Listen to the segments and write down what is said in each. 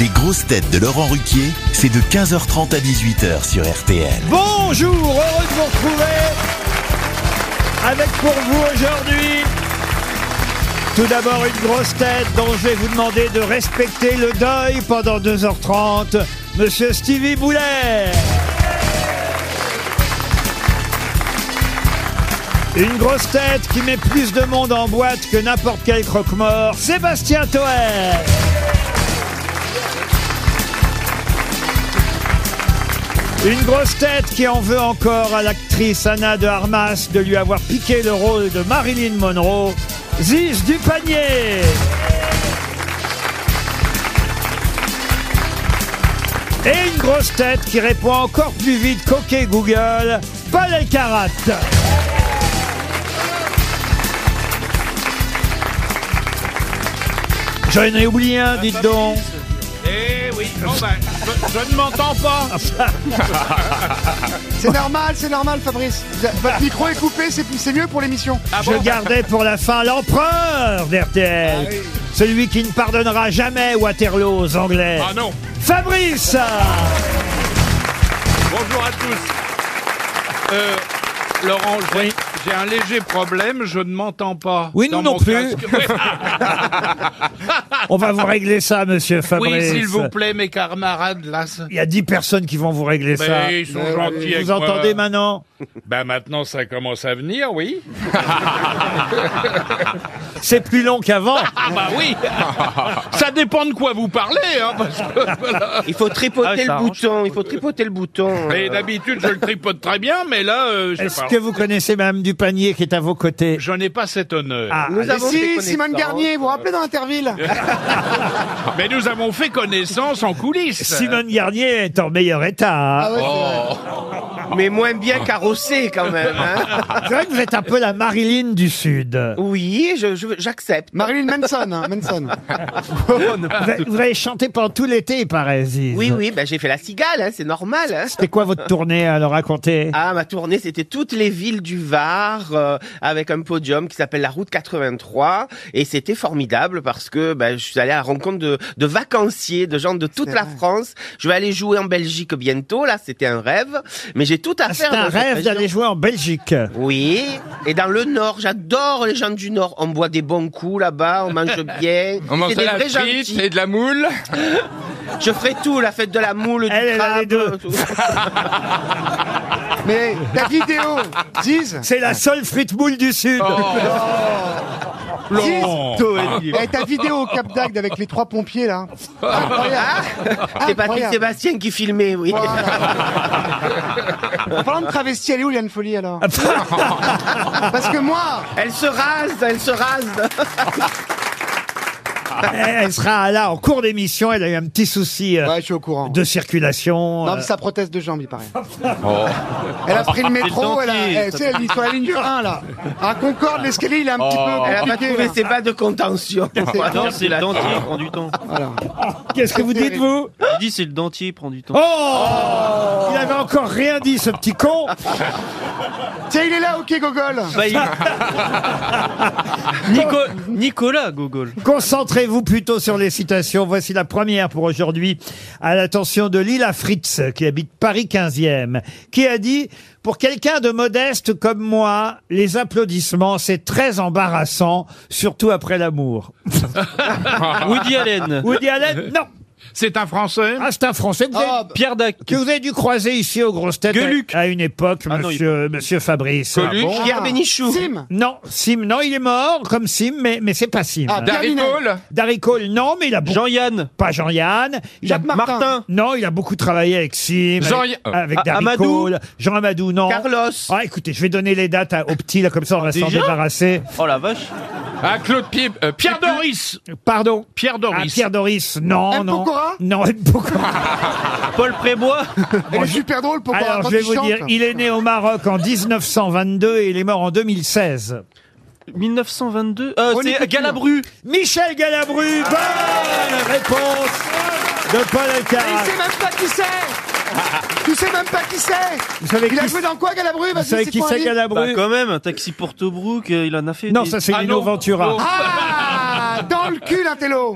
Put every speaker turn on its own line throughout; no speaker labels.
Les grosses têtes de Laurent Ruquier, c'est de 15h30 à 18h sur RTL.
Bonjour, heureux de vous retrouver avec pour vous aujourd'hui tout d'abord une grosse tête dont je vais vous demander de respecter le deuil pendant 2h30, Monsieur Stevie Boulet. Une grosse tête qui met plus de monde en boîte que n'importe quel croque-mort, Sébastien Toer. Une grosse tête qui en veut encore à l'actrice Anna de Armas de lui avoir piqué le rôle de Marilyn Monroe, Ziz du panier. Et une grosse tête qui répond encore plus vite qu'OK Google, Paul Elkarat. J'en ai oublié un, dites donc.
Eh oui, bon ben, je, je ne m'entends pas.
C'est normal, c'est normal, Fabrice. Votre micro est coupé, c'est c'est mieux pour l'émission.
Ah
Je gardais pour la fin l'empereur d'RTL.
Ah
Celui qui ne pardonnera jamais Waterloo aux Anglais.
Ah non.
Fabrice
Bonjour à tous. Euh, Laurent, j'ai- j'ai un léger problème, je ne m'entends pas.
Oui,
dans
nous non
mon
plus.
casque. ah, Ouais.
On va vous régler ça, monsieur Fabrice.
Oui, s'il vous plaît, mes camarades, là. ça-
Il y a dix personnes qui vont vous
Mais
régler ça. Euh,
ils sont gentils avec
Vous
moi.
entendez maintenant
Ben maintenant, ça commence à venir, oui.
C'est plus long qu'avant.
Ah bah oui Ça dépend de quoi vous parlez, hein, parce que... voilà.
Il faut tripoter
Ah,
le bouton, il faut tripoter le bouton.
Et d'habitude, je le tripote très bien, mais là, euh, je sais
Euh, Est-ce
pas.
que vous connaissez Madame Dupanier qui est à vos côtés
Je n'ai pas cet honneur.
Ah,
Nous avons des
Si,
connaissances.
Simone Garnier, vous vous rappelez dans l'interville
Mais nous avons fait connaissance en coulisses.
Simone Garnier est en meilleur état. hein.
Ah ouais,
Mais moins bien carrossé quand même. hein.
C'est vrai que vous êtes un peu la Marilyn du Sud.
Oui, je- je- j'accepte.
Marilyn Manson, hein, Manson.
Vous avez, vous avez chanté pendant tout l'été, il paraît, Ziz.
Oui, oui, ben j'ai fait la cigale, hein, c'est normal. hein.
C'était quoi votre tournée à leur raconter
Ah, ma tournée, c'était toutes les villes du Var euh, avec un podium qui s'appelle la Route 83. Et c'était formidable parce que ben, je suis allé à la rencontre de, de vacanciers, de gens de toute la France. Je vais aller jouer en Belgique bientôt, là, c'était un rêve. Mais j'ai tout à
C'est
faire.
un
dans cette
rêve
région.
d'aller jouer en Belgique.
Oui, et dans le Nord, j'adore les gens du Nord. On boit des bons coups là-bas, on mange bien.
On mange
C'est
de
des
la
vrais
frite
gentils.
et de la moule.
Je ferai tout, la fête de la moule, du
Elle, elle a
crabe,
les deux.
tout.
Mais la vidéo, Ziz,
C'est la seule frite boule du Sud.
Oh. Laurent.
eh, ta vidéo au Cap d'Agde avec les trois pompiers là.
C'est Patrick
Incroyable.
Sébastien qui filmait, oui.
En parlant de travesti, elle est où Liane Folie alors Parce que moi,
Elle se rase, elle se rase.
Elle sera là en cours d'émission. Elle a eu un petit souci euh,
ouais, je suis au courant.
de circulation.
Non,
Euh,
mais ça proteste de jambes, il paraît.
Oh.
Elle a pris le métro, elle, a, elle, tu sais, elle est sur la ligne du 1 là. À Concorde, l'escalier il est un petit
Elle a
peu
pas
compliqué.
trouvé ses bas de contention.
Non, c'est le dentier qui prend du temps.
Qu'est-ce que vous dites, vous
Je dis c'est le dentier qui prend du temps.
Oh Il avait encore rien dit, ce petit con.
Tiens, il est là, ok Gogol.
Bah, il- Nico- Nicolas Gogol.
Concentrez-vous plutôt sur les citations. Voici la première pour aujourd'hui, à l'attention de Lila Fritz, qui habite Paris 15e, qui a dit « Pour quelqu'un de modeste comme moi, les applaudissements, c'est très embarrassant, surtout après l'amour.
Woody Allen. »
Woody Allen Non
Oh. C'est un Français
Ah, c'est un Français que vous, avez,
Ah,
Pierre Dac.
que vous avez dû croiser ici aux grosses têtes Ah,
Gueuluc.
à, à une époque,
Ah non,
monsieur, monsieur Fabrice.
Coluche.
Pierre Bénichou.
Sim.
Non, Sim, non, il est mort comme Sim, mais, mais c'est pas Sim.
Ah,
Darry
Terminé.
Cole.
Darry Cole, non, mais il a beaucoup...
Jean-Yann.
Pas Jean-Yann. Il a
Jacques Martin.
Non, il a beaucoup travaillé avec Sim,
Jean-
avec,
euh,
avec
A-
Darry
Amadou.
Cole, Jean Amadou, non.
Carlos.
Ah, écoutez, je vais donner les dates à- aux petits, là, comme ça, on va s'en
Déjà
débarrasser.
Oh la vache.
Ah, Claude Pied. euh,
Pierre
Pierre Doris.
Doris.
Pardon.
Pierre
Ah,
Doris.
Pierre Doris, non,
M.
non.
Pokora
Non, M. Pokora.
Paul Prébois.
Elle est super drôle pour
Alors, je vais vous dire, il est né au Maroc en 1922 et il est mort en 2016.
1922. Euh,
René Couture.
c'est Galabru.
Michel Galabru, bonne réponse de Paul
Il
Alcaraz.
sait même pas qui c'est Tu sais même pas qui c'est
Vous savez
Il a
qui
joué dans quoi, Galabru Vas-y,
vous
bah, c'est Bah,
savez qui
quoi,
c'est
Ali
Galabru
Bah, quand même, un taxi pour Tobruk, euh, il en a fait.
Non,
des-
ça c'est
Ah,
Lino
non.
Ventura.
Oh.
Ah Ah, dans le cul, l'intello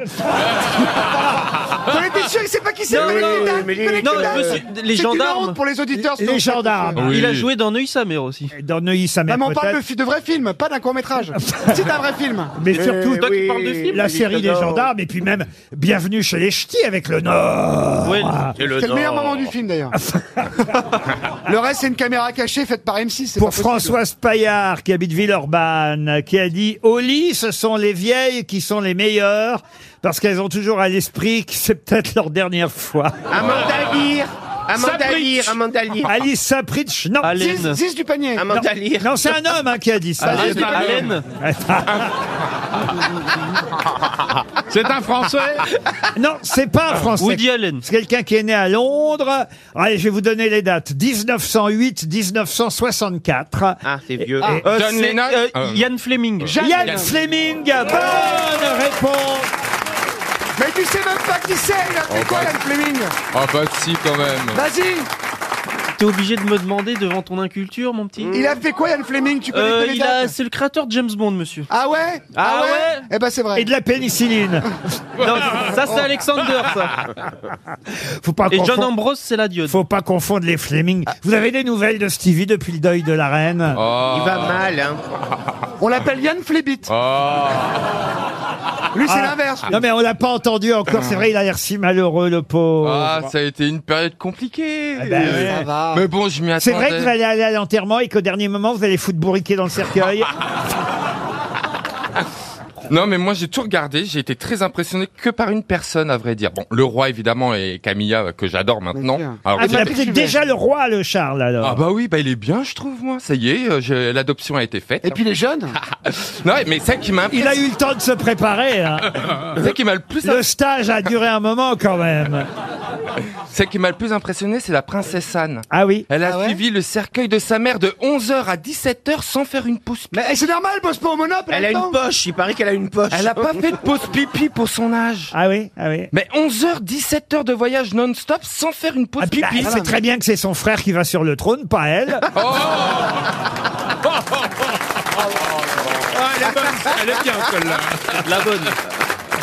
On était sûr, il sait pas qui c'est.
Non,
mais
non,
les dames,
mais
il connaît
non,
que dalle.
monsieur, les
C'est une
gendarmes.
honte pour les auditeurs. sinon,
Les
on sait pas qui
gendarmes.
c'est.
Il a joué dans Neuilly sa mère aussi.
Dans Neuilly, sa
Non,
mère
mais on parle de,
peut-être.
fi- de vrai film, pas d'un court métrage. c'est un vrai film.
Mais surtout,
Eh
toi qui parles de film,
la série des gendarmes, et puis même Bienvenue chez les Ch'tis avec le Nord.
Oui.
Ah.
Et
C'est le meilleur
Nord.
moment du film d'ailleurs. le reste, c'est une caméra cachée faite par M6. c'est
Pour
pas possible.
Françoise Paillard, qui habite Villeurbanne, qui a dit Au lit, ce sont les vieilles qui sont les meilleures, parce qu'elles ont toujours à l'esprit que c'est peut-être leur dernière fois.
Ah,
Amanda Lear Amanda Lear Amanda Lear
Alice Sapritch, non.
Allez.
Ziz, Ziz du panier.
Amanda Lear
Non, c'est un homme hein, qui a dit ça.
Allen, Allen.
C'est un Français
Non, c'est pas un français.
Woody Allen.
C'est quelqu'un qui est né à Londres. Allez, je vais vous donner les dates. 1908, 1964.
Ah, c'est vieux.
Ah.
Euh,
John
c'est,
Lennon
euh,
Euh.
Ian Fleming.
Yann Fleming, bonne réponse.
Mais tu sais même pas qui c'est. Il a fait
Oh,
quoi,
bah.
Ian Fleming
Ah bah si quand même.
Vas-y.
T'es obligé de me demander devant ton inculture, mon petit.
Il a fait quoi, Ian Fleming Tu connais
Euh,
que les
il a,
dates
c'est le créateur de James Bond, monsieur.
Ah ouais
Ah ouais
Eh ben c'est vrai.
Et de la pénicilline.
Non, ça c'est Alexander, ça.
Faut pas
Et John
confondre-
Ambrose, c'est la diode.
Faut pas confondre les Fleming. Ah. Vous avez des nouvelles de Stevie depuis le deuil de la reine
Oh.
Il va mal, hein.
On l'appelle Yann Flebit.
Oh. Ah.
Lui, c'est l'inverse.
Ah. Non mais on l'a pas entendu encore. C'est vrai, il a l'air si malheureux le pauvre.
Ah, ça a été une période compliquée.
Eh ben, ouais.
Ça va.
Mais bon, je m'y attendais.
C'est vrai que vous allez aller à l'enterrement et qu'au dernier moment vous allez foutre bourriquer dans le cercueil.
Ah, Non, mais moi j'ai tout regardé, j'ai été très impressionné que par une personne, à vrai dire. Bon, le roi évidemment et Camilla euh, que j'adore maintenant.
Bien sûr.
Alors,
Ah, vous
j'ai-
appelez déjà le roi le Charles alors.
ah bah oui, bah il est bien, je trouve moi. Ça y est, euh, j'ai- l'adoption a été faite.
Et puis les jeunes
Non, mais ça qui m'a,
Il a eu le temps de se préparer. hein.
ça qui m'a le plus,
Le stage a duré un moment quand même.
ça qui m'a le plus impressionné, c'est la princesse Anne.
Ah oui.
Elle a
Ah ouais
suivi le cercueil de sa mère de 11h à 17h sans faire une pause pipi.
Mais eh, c'est normal, elle bosse pas au monop.
Elle a
attends.
une poche, il paraît qu'elle a une poche.
Elle a pas fait de pause pipi pour son âge.
Ah oui, ah oui.
Mais 11h, 17h de voyage non-stop sans faire une pause
Ah, puis, bah,
pipi.
c'est très bien que c'est son frère qui va sur le trône, pas elle.
Oh.
Oh.
Oh,
Ah, elle est bonne, elle est bien, celle-là.
La bonne.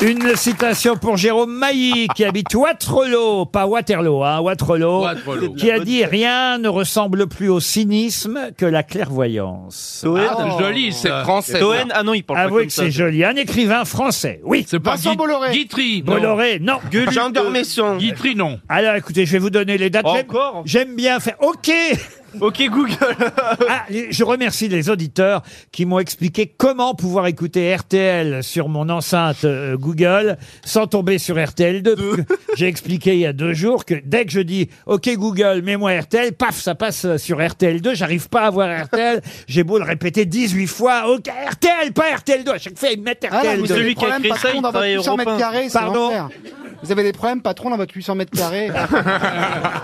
Une citation pour Jérôme Mailly, qui habite Waterloo, pas Waterloo, hein, Waterloo,
Waterloo.
qui a dit « Rien ne ressemble plus au cynisme que la clairvoyance
Ah, Toen.
Ah, C'est joli,
C'est
ça.
français.
Toen, ah non, il » parle pas
Avouez
comme
que
ça.
c'est joli. Un écrivain français, oui.
C'est pas
Vincent
Guit-
Bolloré.
Guitry. non. euh,
Bolloré, non.
Jean Dormesson.
Guitry, non.
Alors écoutez, je vais vous donner les dates. J'aime-
Encore
J'aime bien faire... Ok
Ok Google.
Ah, les- je remercie les auditeurs qui m'ont expliqué comment pouvoir écouter RTL sur mon enceinte euh, Google sans tomber sur RTL2. parce que J'ai expliqué il y a deux jours que dès que je dis OK Google, mets-moi RTL, paf, ça passe euh, sur RTL2. J'arrive pas à voir RTL. J'ai beau le répéter 18 fois. OK, RTL, pas RTL2. À chaque fois, ils me mettent
Ah, là, vous avez des
RTL2.
Celui qui a
problèmes
créé
patrons
ça,
dans
il
votre
travaille
800 mètres
européen.
carrés, c'est
Pardon
l'enfer. Vous avez des problèmes patrons dans votre 800 mètres carrés.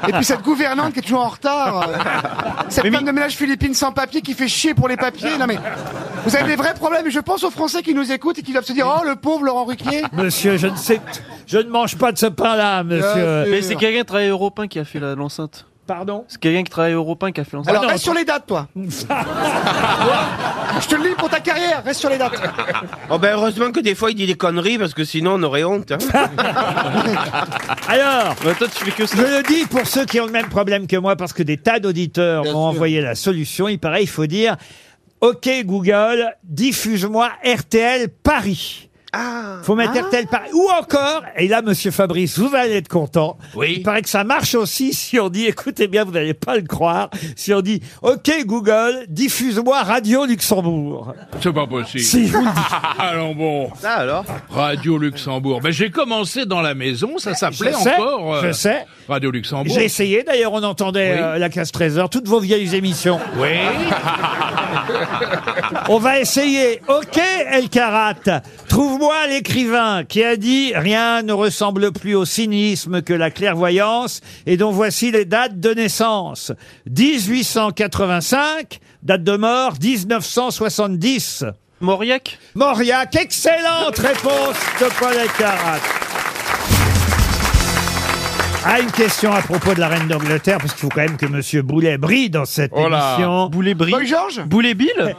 Et puis cette gouvernante qui est toujours en retard. euh, Cette femme de ménage philippine sans papier qui fait chier pour les papiers. Non mais vous avez des vrais problèmes. Et je pense aux Français qui nous écoutent et qui doivent se dire Oh le pauvre Laurent Ruquier.
Monsieur, je ne sais, je ne mange pas de ce pain-là,
Euh,
monsieur.
Mais c'est quelqu'un qui travaille Europe 1 qui a fait la- l'enceinte.
Pardon.
C'est quelqu'un qui travaille Europe 1 qui a fait l'enceinte.
Alors reste sur les dates toi. Je te le dis pour ta carrière, reste sur les dates.
Oh ben heureusement que des fois il dit des conneries parce que sinon on aurait honte. hein.
Alors.
Mais toi, tu fais que ça.
Je le dis pour ceux qui ont le même problème que moi, parce que des tas d'auditeurs m'ont envoyé la solution. Il paraît, il faut dire Ok Google, diffuse-moi RTL Paris.
Ah.
Faut mettre
Ah.
RTL Paris. Ou encore, et là, monsieur Fabrice, vous allez être content.
Oui.
Il paraît que ça marche aussi si on dit, écoutez bien, vous n'allez pas le croire, si on dit, OK Google, diffuse-moi Radio Luxembourg.
C'est pas possible.
Si, je vous le dis.
Allons bon.
Ça alors
Radio Luxembourg. Ben, j'ai commencé dans la maison, ça s'appelait
Je sais,
encore euh,
je sais.
Radio Luxembourg.
J'ai essayé, d'ailleurs, on entendait
Oui.
euh, la case trésor, toutes vos vieilles émissions.
Oui.
On va essayer. Ok, El Karat. Trouve-moi l'écrivain qui a dit rien ne ressemble plus au cynisme que la clairvoyance et dont voici les dates de naissance. 1885, date de mort 1970.
Mauriac
Mauriac, excellente réponse de Paul El Karat. Ah, une question à propos de la reine d'Angleterre, parce qu'il faut quand même que Monsieur Boulet brille dans cette
Oh là.
émission.
Boulet Brie.
Boy Georges
Boulet Bill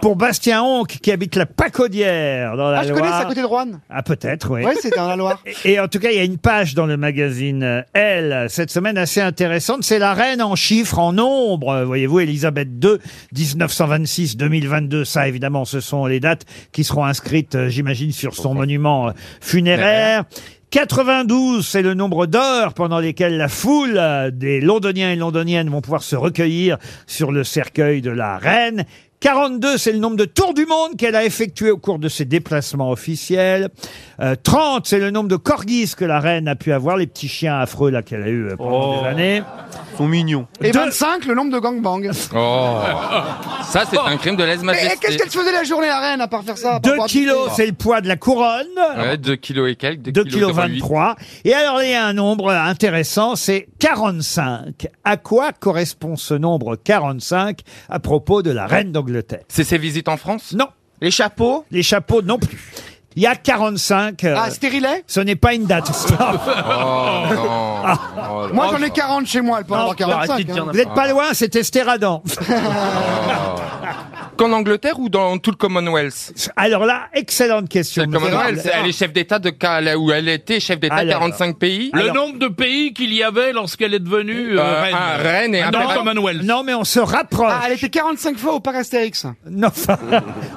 Pour Bastien Honk, qui habite la Pacodière, dans la
Ah, je
Loire.
connais, c'est à côté de Rouen.
Ah, peut-être, oui.
Oui, c'est dans la Loire.
Et en tout cas, il y a une page dans le magazine euh, Elle, cette semaine assez intéressante. C'est la reine en chiffres, en nombre. Euh, Voyez-vous, Elisabeth II, 1926-2022. Ça, évidemment, ce sont les dates qui seront inscrites, euh, j'imagine, sur son monument euh, funéraire. 92, c'est le nombre d'heures pendant lesquelles la foule euh, des Londoniens et Londoniennes vont pouvoir se recueillir sur le cercueil de la reine. 42, c'est le nombre de tours du monde qu'elle a effectué au cours de ses déplacements officiels. Euh, 30, c'est le nombre de corgis que la reine a pu avoir, les petits chiens affreux là qu'elle a eu euh, pendant
Oh.
des années.
Sont mignons.
Et
Deux-
25, le nombre de gangbangs.
Oh Ça, c'est un crime de
Mais
lèse-majesté.
qu'est-ce qu'elle se faisait la journée, la reine, à part faire ça à part
2
boire du
kilos,
thé
c'est le poids de la couronne.
Ouais, 2 kilos et quelques, 2,
2
kilos
kg 23. Et alors, il y a un nombre intéressant, c'est 45. À quoi correspond ce nombre 45 à propos de la reine d'Angleterre
C'est ses visites en France
Non,
Les chapeaux
les chapeaux non plus. Il y a 45. euh,
Ah, stérilet
ce n'est pas une date. Stop.
Oh non Oh là.
Moi, j'en ai 40 chez moi, elle peut en
Non,
avoir 45.
arrêtez de
hein.
dire
Vous n'êtes pas loin, c'est Estéradan.
Qu'en Angleterre ou dans tout le Commonwealth
Alors là, excellente question.
C'est Ah, le
monsieur
Commonwealth,
Raoul.
elle est chef d'État de ca- là où elle était chef d'État de
Alors.
45 pays
Alors-
Le nombre de pays qu'il y avait lorsqu'elle est devenue euh,
Euh,
reine.
un reine
Ah,
et un
Dans le
impérateur.
Commonwealth.
Non, mais on se rapproche.
Ah, elle était 45 fois au parc Astérix.
Non, enfin,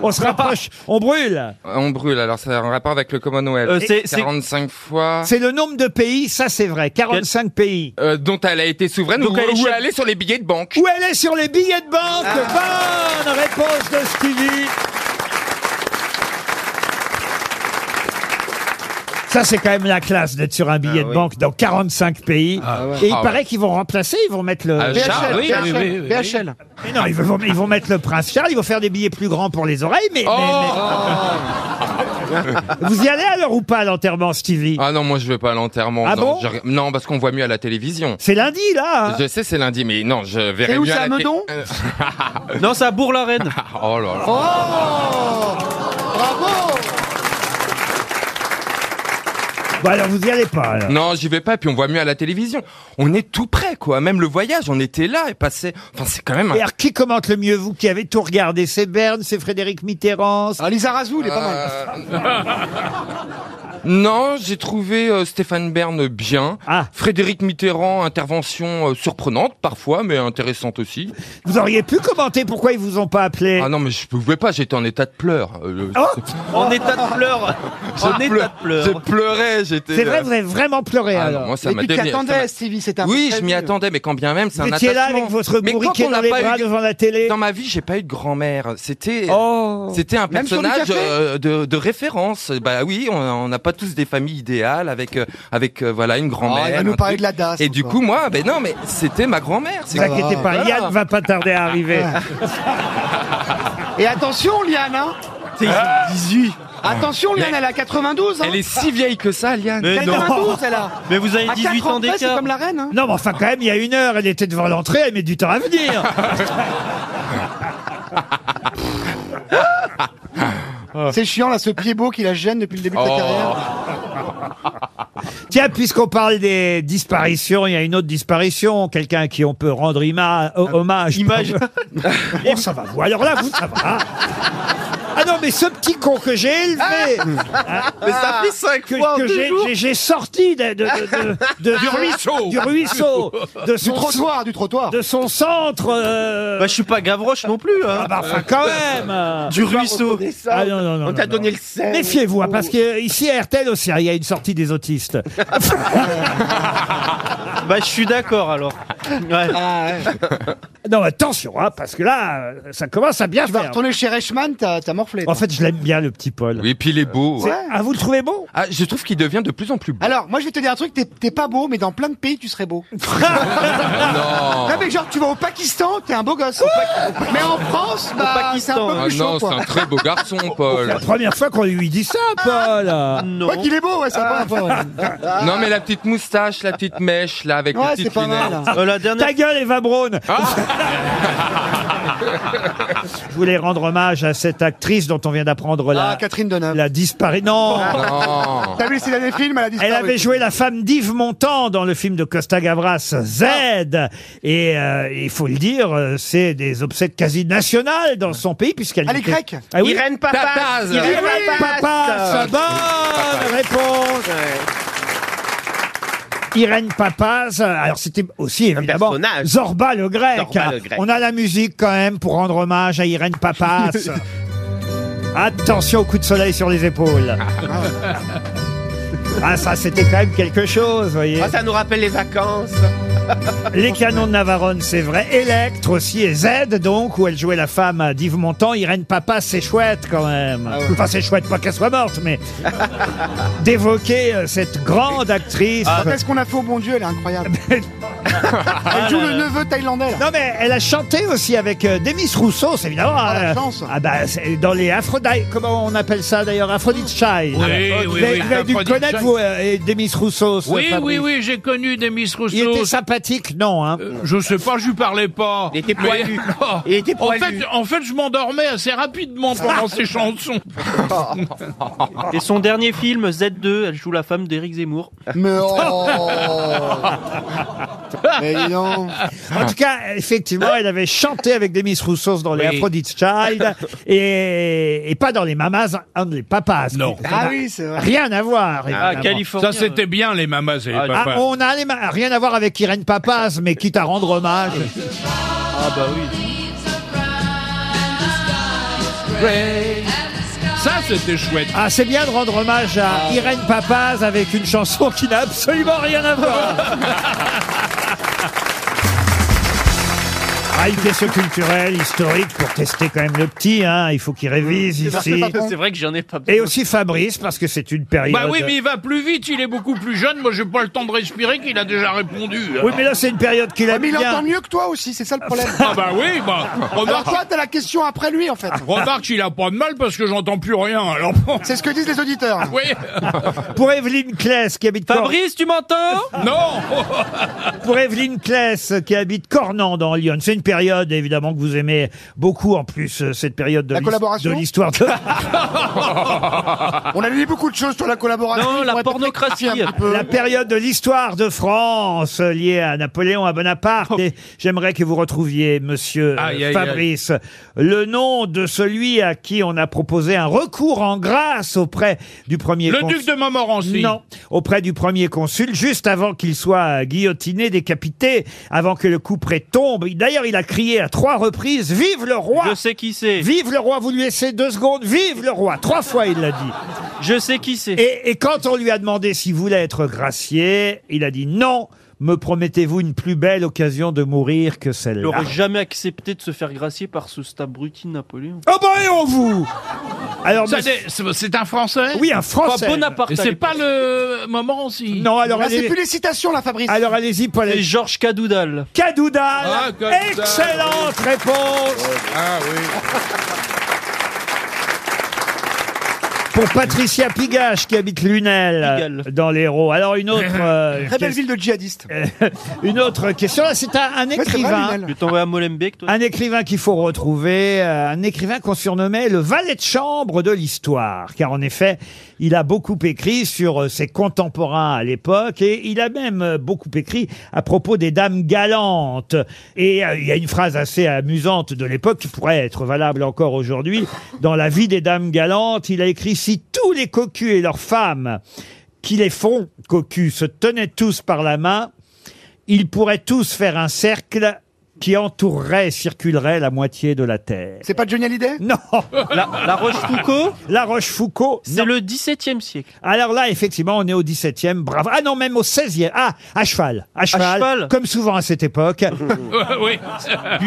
on se rapproche. On brûle.
On brûle, alors ça a un rapport avec le Commonwealth.
Euh, c'est- c'est-
45 fois...
C'est le nombre de pays, ça c'est vrai. 45 pays.
Euh, dont elle a été souveraine ou
Donc elle est
où
chef-
elle est sur les billets de banque.
euh, Où elle est sur les billets de banque
Ah.
Bonne réponse de Stevie Ça, c'est quand même la classe d'être sur un billet de
oui.
banque dans 45 pays. Et il
Ah ouais.
paraît qu'ils vont remplacer, ils vont mettre le...
Ah,
VHL,
Charles, oui,
VHL,
oui, oui, oui.
VHL.
Mais non, ils vont, ils vont mettre le prince Charles, ils vont faire des billets plus grands pour les oreilles, mais... mais-
Oh
mais- Vous y allez alors ou pas à l'enterrement, Stevie
ah non, moi je vais pas à l'enterrement.
Ah
non,
bon
je- non, parce qu'on voit mieux à la télévision.
C'est lundi, là hein
Je sais, c'est lundi, mais non, je verrai
Et où
mieux
c'est
à
à
la télé.
Meudon
Non, c'est à Bourg-la-Reine.
Oh là là.
Oh Bravo
Bon, alors vous y allez pas, alors.
Non, j'y vais pas, puis on voit mieux à la télévision. On est tout près, quoi. Même le voyage, on était là et passait. Enfin, c'est quand même.
Et alors, qui commente le mieux, vous qui avez tout regardé C'est Berne, c'est Frédéric Mitterrand c'est-
Ah, Lisa Razou, il est pas mal.
Euh, non, j'ai trouvé euh, Stéphane Bern bien.
Ah.
Frédéric Mitterrand, intervention euh, surprenante parfois, mais intéressante aussi.
Vous auriez pu commenter pourquoi ils vous ont pas appelé
Ah non, mais je pouvais pas, j'étais en état de pleurs. Euh,
Oh
En état de pleurs.
je
En
pleu-
état de
Je
pleurs.
pleurais, j'étais. euh,
C'est vrai, vous avez vraiment pleuré
Ah non,
alors.
moi, ça
Mais
m'a
tu t'y
devenu- ça
attendais,
m'a-
Stevie, c'était un
Oui,
peu
je m'y
prévu.
attendais, mais quand bien même, c'est
Vous
un
étiez là
attachement.
avec votre
Mais quand
bourriquet
on
dans
n'a
les
pas
bras
eu-
devant la télé.
Dans ma vie, j'ai pas eu de grand-mère. C'était
Oh
c'était un
Même sur le
personnage
café
euh, de, de référence. Bah oui, on- on n'a pas tous des familles idéales avec euh, avec euh, voilà une
Ah,
grand-mère.
il va
un
nous parler
truc.
de la DAS.
Et du
encore.
coup, moi, ben non, mais c'était ma grand-mère. c'est-
Ne vous inquiétez pas,
Voilà.
Yann va pas tarder à arriver.
Ah. Et attention, Liane, hein
C'est 18.
Attention, Liane, elle a 92, hein
Elle est si vieille que ça, Liane.
Mais non.
92, elle a
Mais vous avez
À
18
4 ans
ans
près, c'est
d'écart.
comme la reine, hein
Non, mais enfin, quand même, il y a une heure, elle était devant l'entrée, elle met du temps à venir.
C'est chiant, là, ce pied beau qui la gêne depuis le début de sa
Oh.
carrière.
Tiens, puisqu'on parle des disparitions, il y a une autre disparition, quelqu'un à qui on peut rendre ima-
Ah,
ho- hommage.
Image.
oh, ça va, vous. Alors là, vous, ça va. Ah non, mais ce petit con que j'ai élevé,
Ah
hein,
Mais ça fait 5
que,
fois en
que
deux
j'ai-
jours.
j'ai- j'ai sorti de, de- de- de- de-
Du ruisseau.
du ruisseau, de
Du
son,
trottoir, du trottoir.
de son centre. euh,
Bah, je suis pas Gavroche non plus. hein.
ah bah, enfin, quand même. euh.
Du ruisseau.
Et ça,
Ah, non, non, non,
on t'a
non,
donné
non.
le sel.
Méfiez-vous, hein, parce que ici à RTL aussi, hein, il y a une sortie des autistes.
Ah, Bah, je suis d'accord alors. Ouais.
Non, attention, hein, parce que là, euh, ça commence à bien
Tu vas
faire.
retourner chez Reichmann, t'as t'as morflé.
En fait, je l'aime bien, le petit Paul.
Oui, puis il est beau.
Ouais.
Ah, vous le trouvez beau
Ah, je trouve qu'il devient de plus en plus beau.
Alors, moi, je vais te dire un truc, t'es- t'es pas beau, mais dans plein de pays, tu serais beau.
non.
Non, mais genre, tu vas au Pakistan, t'es un beau gosse. mais en France, bah, c'est un
Pakistan.
peu
Ah
plus chaud,
non, c'est
quoi.
un très beau garçon,
La
Paul.
première fois qu'on lui dit ça, Paul.
Non.
Ouais, qu'il est beau, ouais, c'est pas
Non, mais la petite moustache, la petite mèche, là, avec les
Ouais, c'est
Euh,
petites
pas
lunettes.
mal. hein.
Ah.
Euh, la dernière.
Ta gueule, Eva Braun. Je voulais rendre hommage à cette actrice dont on vient d'apprendre
Ah,
la,
Catherine Deneuve.
la disparition. Non
Non.
T'as vu les six derniers films, elle a
Elle
disparu.
avait joué la femme d'Yves Montand dans le film de Costa Gavras, Z. Et euh, il faut le dire, euh, c'est des obsèques quasi nationales dans son pays puisqu'elle
Elle est
était-
grecque.
Ah oui,
Irène Papas.
Papaz.
Irène
Eh oui,
Papas.
Papas, bonne réponse. Irène Papaz, alors c'était aussi évidemment
personnage.
Zorba le grec.
Zorba le Grec.
On a la musique quand même pour rendre hommage à Irène
Ah,
Papaz. Attention au coup de soleil sur les épaules. Ah ça c'était quand même quelque chose, voyez.
Ah, ça nous rappelle les vacances.
Les canons de Navarone, c'est vrai. Electre aussi et Z donc où elle jouait la femme d'Yves Montand. Irène Papaz, c'est chouette quand même.
Ah
Enfin c'est chouette, pas qu'elle soit morte, mais d'évoquer euh, cette grande actrice.
Ah,
Qu'est-ce Ah, qu'on a fait au bon Dieu, elle est incroyable. Elle joue le neveu thaïlandais, là.
Non mais elle a chanté aussi avec euh, Demis Rousseau, c'est évidemment.
Ah, la
euh,
chance.
ah bah c'est dans les Aphrodite, comment on appelle ça d'ailleurs Aphrodite Shy.
Oui, oui,
vous
oui,
avez, vous avez dû
Aphrodite
connaître
Shy.
vous euh, et Demis Rousseau. ce
Oui, oui,
Fabrice.
oui, j'ai connu Demis
Il
Rousseau.
était sympathique, non hein.
Euh, Je sais pas, je lui parlais pas.
Il était poilu.
Non.
Il était
en
poilu.
fait, en fait, je m'endormais assez rapidement pendant ses chansons.
Ah,
Et son dernier film, Z2, elle joue la femme d'Éric Zemmour.
Mais oh Mais dis donc.
En tout cas, effectivement, elle avait chanté avec Demis Roussos dans les
Oui.
Aphrodite Child et, et pas dans les Mamas and les Papas.
Non.
Ça
Ah
n'a
oui, c'est vrai.
Rien à voir.
Ah,
évidemment.
Californie.
Ça, c'était bien, les mamas et les
Ah,
papas.
Ah, on a les ma- rien à voir avec Irène Papaz, mais quitte à rendre hommage.
Ah bah oui.
Ça, c'était chouette.
Ah, c'est bien de rendre hommage à Irène Papaz avec une chanson qui n'a absolument rien à voir. Ah, une question culturelle, historique, pour tester quand même le petit, hein. Il faut qu'il révise ici.
C'est vrai que j'en ai pas
Et aussi Fabrice, parce que c'est une période.
Bah oui, mais il va plus vite, il est beaucoup plus jeune. Moi, j'ai pas le temps de respirer qu'il a déjà répondu. hein.
Oui, mais là, c'est une période qu'il aime
Ah, Mais il entend
bien.
mieux que toi aussi, c'est ça le problème.
Ah bah oui, bah,
Alors
remarque,
toi, t'as la question après lui, en fait.
remarque, il a pas de mal parce que j'entends plus rien. Alors, bon,
C'est ce que disent les auditeurs.
oui,
Pour Evelyne Kless, qui habite Cor-
Fabrice, tu m'entends
non.
pour Evelyne Kless, qui habite Cornan dans Lyon. C'est une période, évidemment, que vous aimez beaucoup, en plus, euh, cette période de
La
l'his-
collaboration
de l'histoire de
On a lu beaucoup de choses sur la collaboration.
Non,
On
la
pourrait
pornocratie.
peut-être un peu.
la période de l'histoire de France euh, liée à Napoléon, à Bonaparte. Et j'aimerais que vous retrouviez, monsieur euh,
Oh. Aïe, aïe, aïe.
Fabrice, le nom de celui à qui on a proposé un recours en grâce auprès du premier
Le
consul.
duc de Montmorency.
Non, auprès du premier consul, juste avant qu'il soit guillotiné, décapité, avant que le coup près tombe. D'ailleurs, il a crié à trois reprises Vive le roi
Je sais qui c'est.
Vive le roi Vous lui laissez deux secondes Vive le roi Trois fois, il l'a dit.
Je sais qui c'est.
Et, et quand on lui a demandé s'il voulait être gracié, il a dit Non me promettez-vous une plus belle occasion de mourir que
Il
celle-là
aurait jamais accepté de se faire gracier par ce abruti de Napoléon.
Oh bah et on vous Alors,
Ça,
monsieur-
c'est- C'est un Français
oui, un français.
Pas Bonaparte.
Et
à
c'est
l'époque.
pas le Montmorency.
Non, alors
Ah, c'est
allez-
plus les citations, là, Fabrice.
alors allez-y, Paul.
C'est Georges Cadoudal.
Cadoudal.
Ah, Cadoudal,
Excellente réponse.
Ah oui.
Pour Patricia Pigache qui habite Lunel
Pigalle.
euh, dans l'Hérault. Alors une autre euh,
Très belle
question-
ville de djihadistes.
une autre question là, c'est un, un
Ouais, c'est vrai,
écrivain.
Lunel.
Je t'envoie à Molenbeek, toi.
Un écrivain qu'il faut retrouver, euh, un écrivain qu'on surnommait le valet de chambre de l'histoire, car en effet, il a beaucoup écrit sur euh, ses contemporains à l'époque, et il a même euh, beaucoup écrit à propos des dames galantes. Et euh, il y a une phrase assez amusante de l'époque qui pourrait être valable encore aujourd'hui. Dans La vie des dames galantes, il a écrit Si tous les cocus et leurs femmes qui les font cocus se tenaient tous par la main, ils pourraient tous faire un cercle qui entourerait et circulerait la moitié de la Terre.
C'est pas Johnny Hallyday
Non,
La, la Rochefoucauld,
La Rochefoucauld.
c'est
non.
le 17e siècle.
Alors là, effectivement, on est au 17e, bravo. Ah non, même au 16e. Ah, à cheval. À cheval.
cheval.
Comme souvent à cette époque.
oui.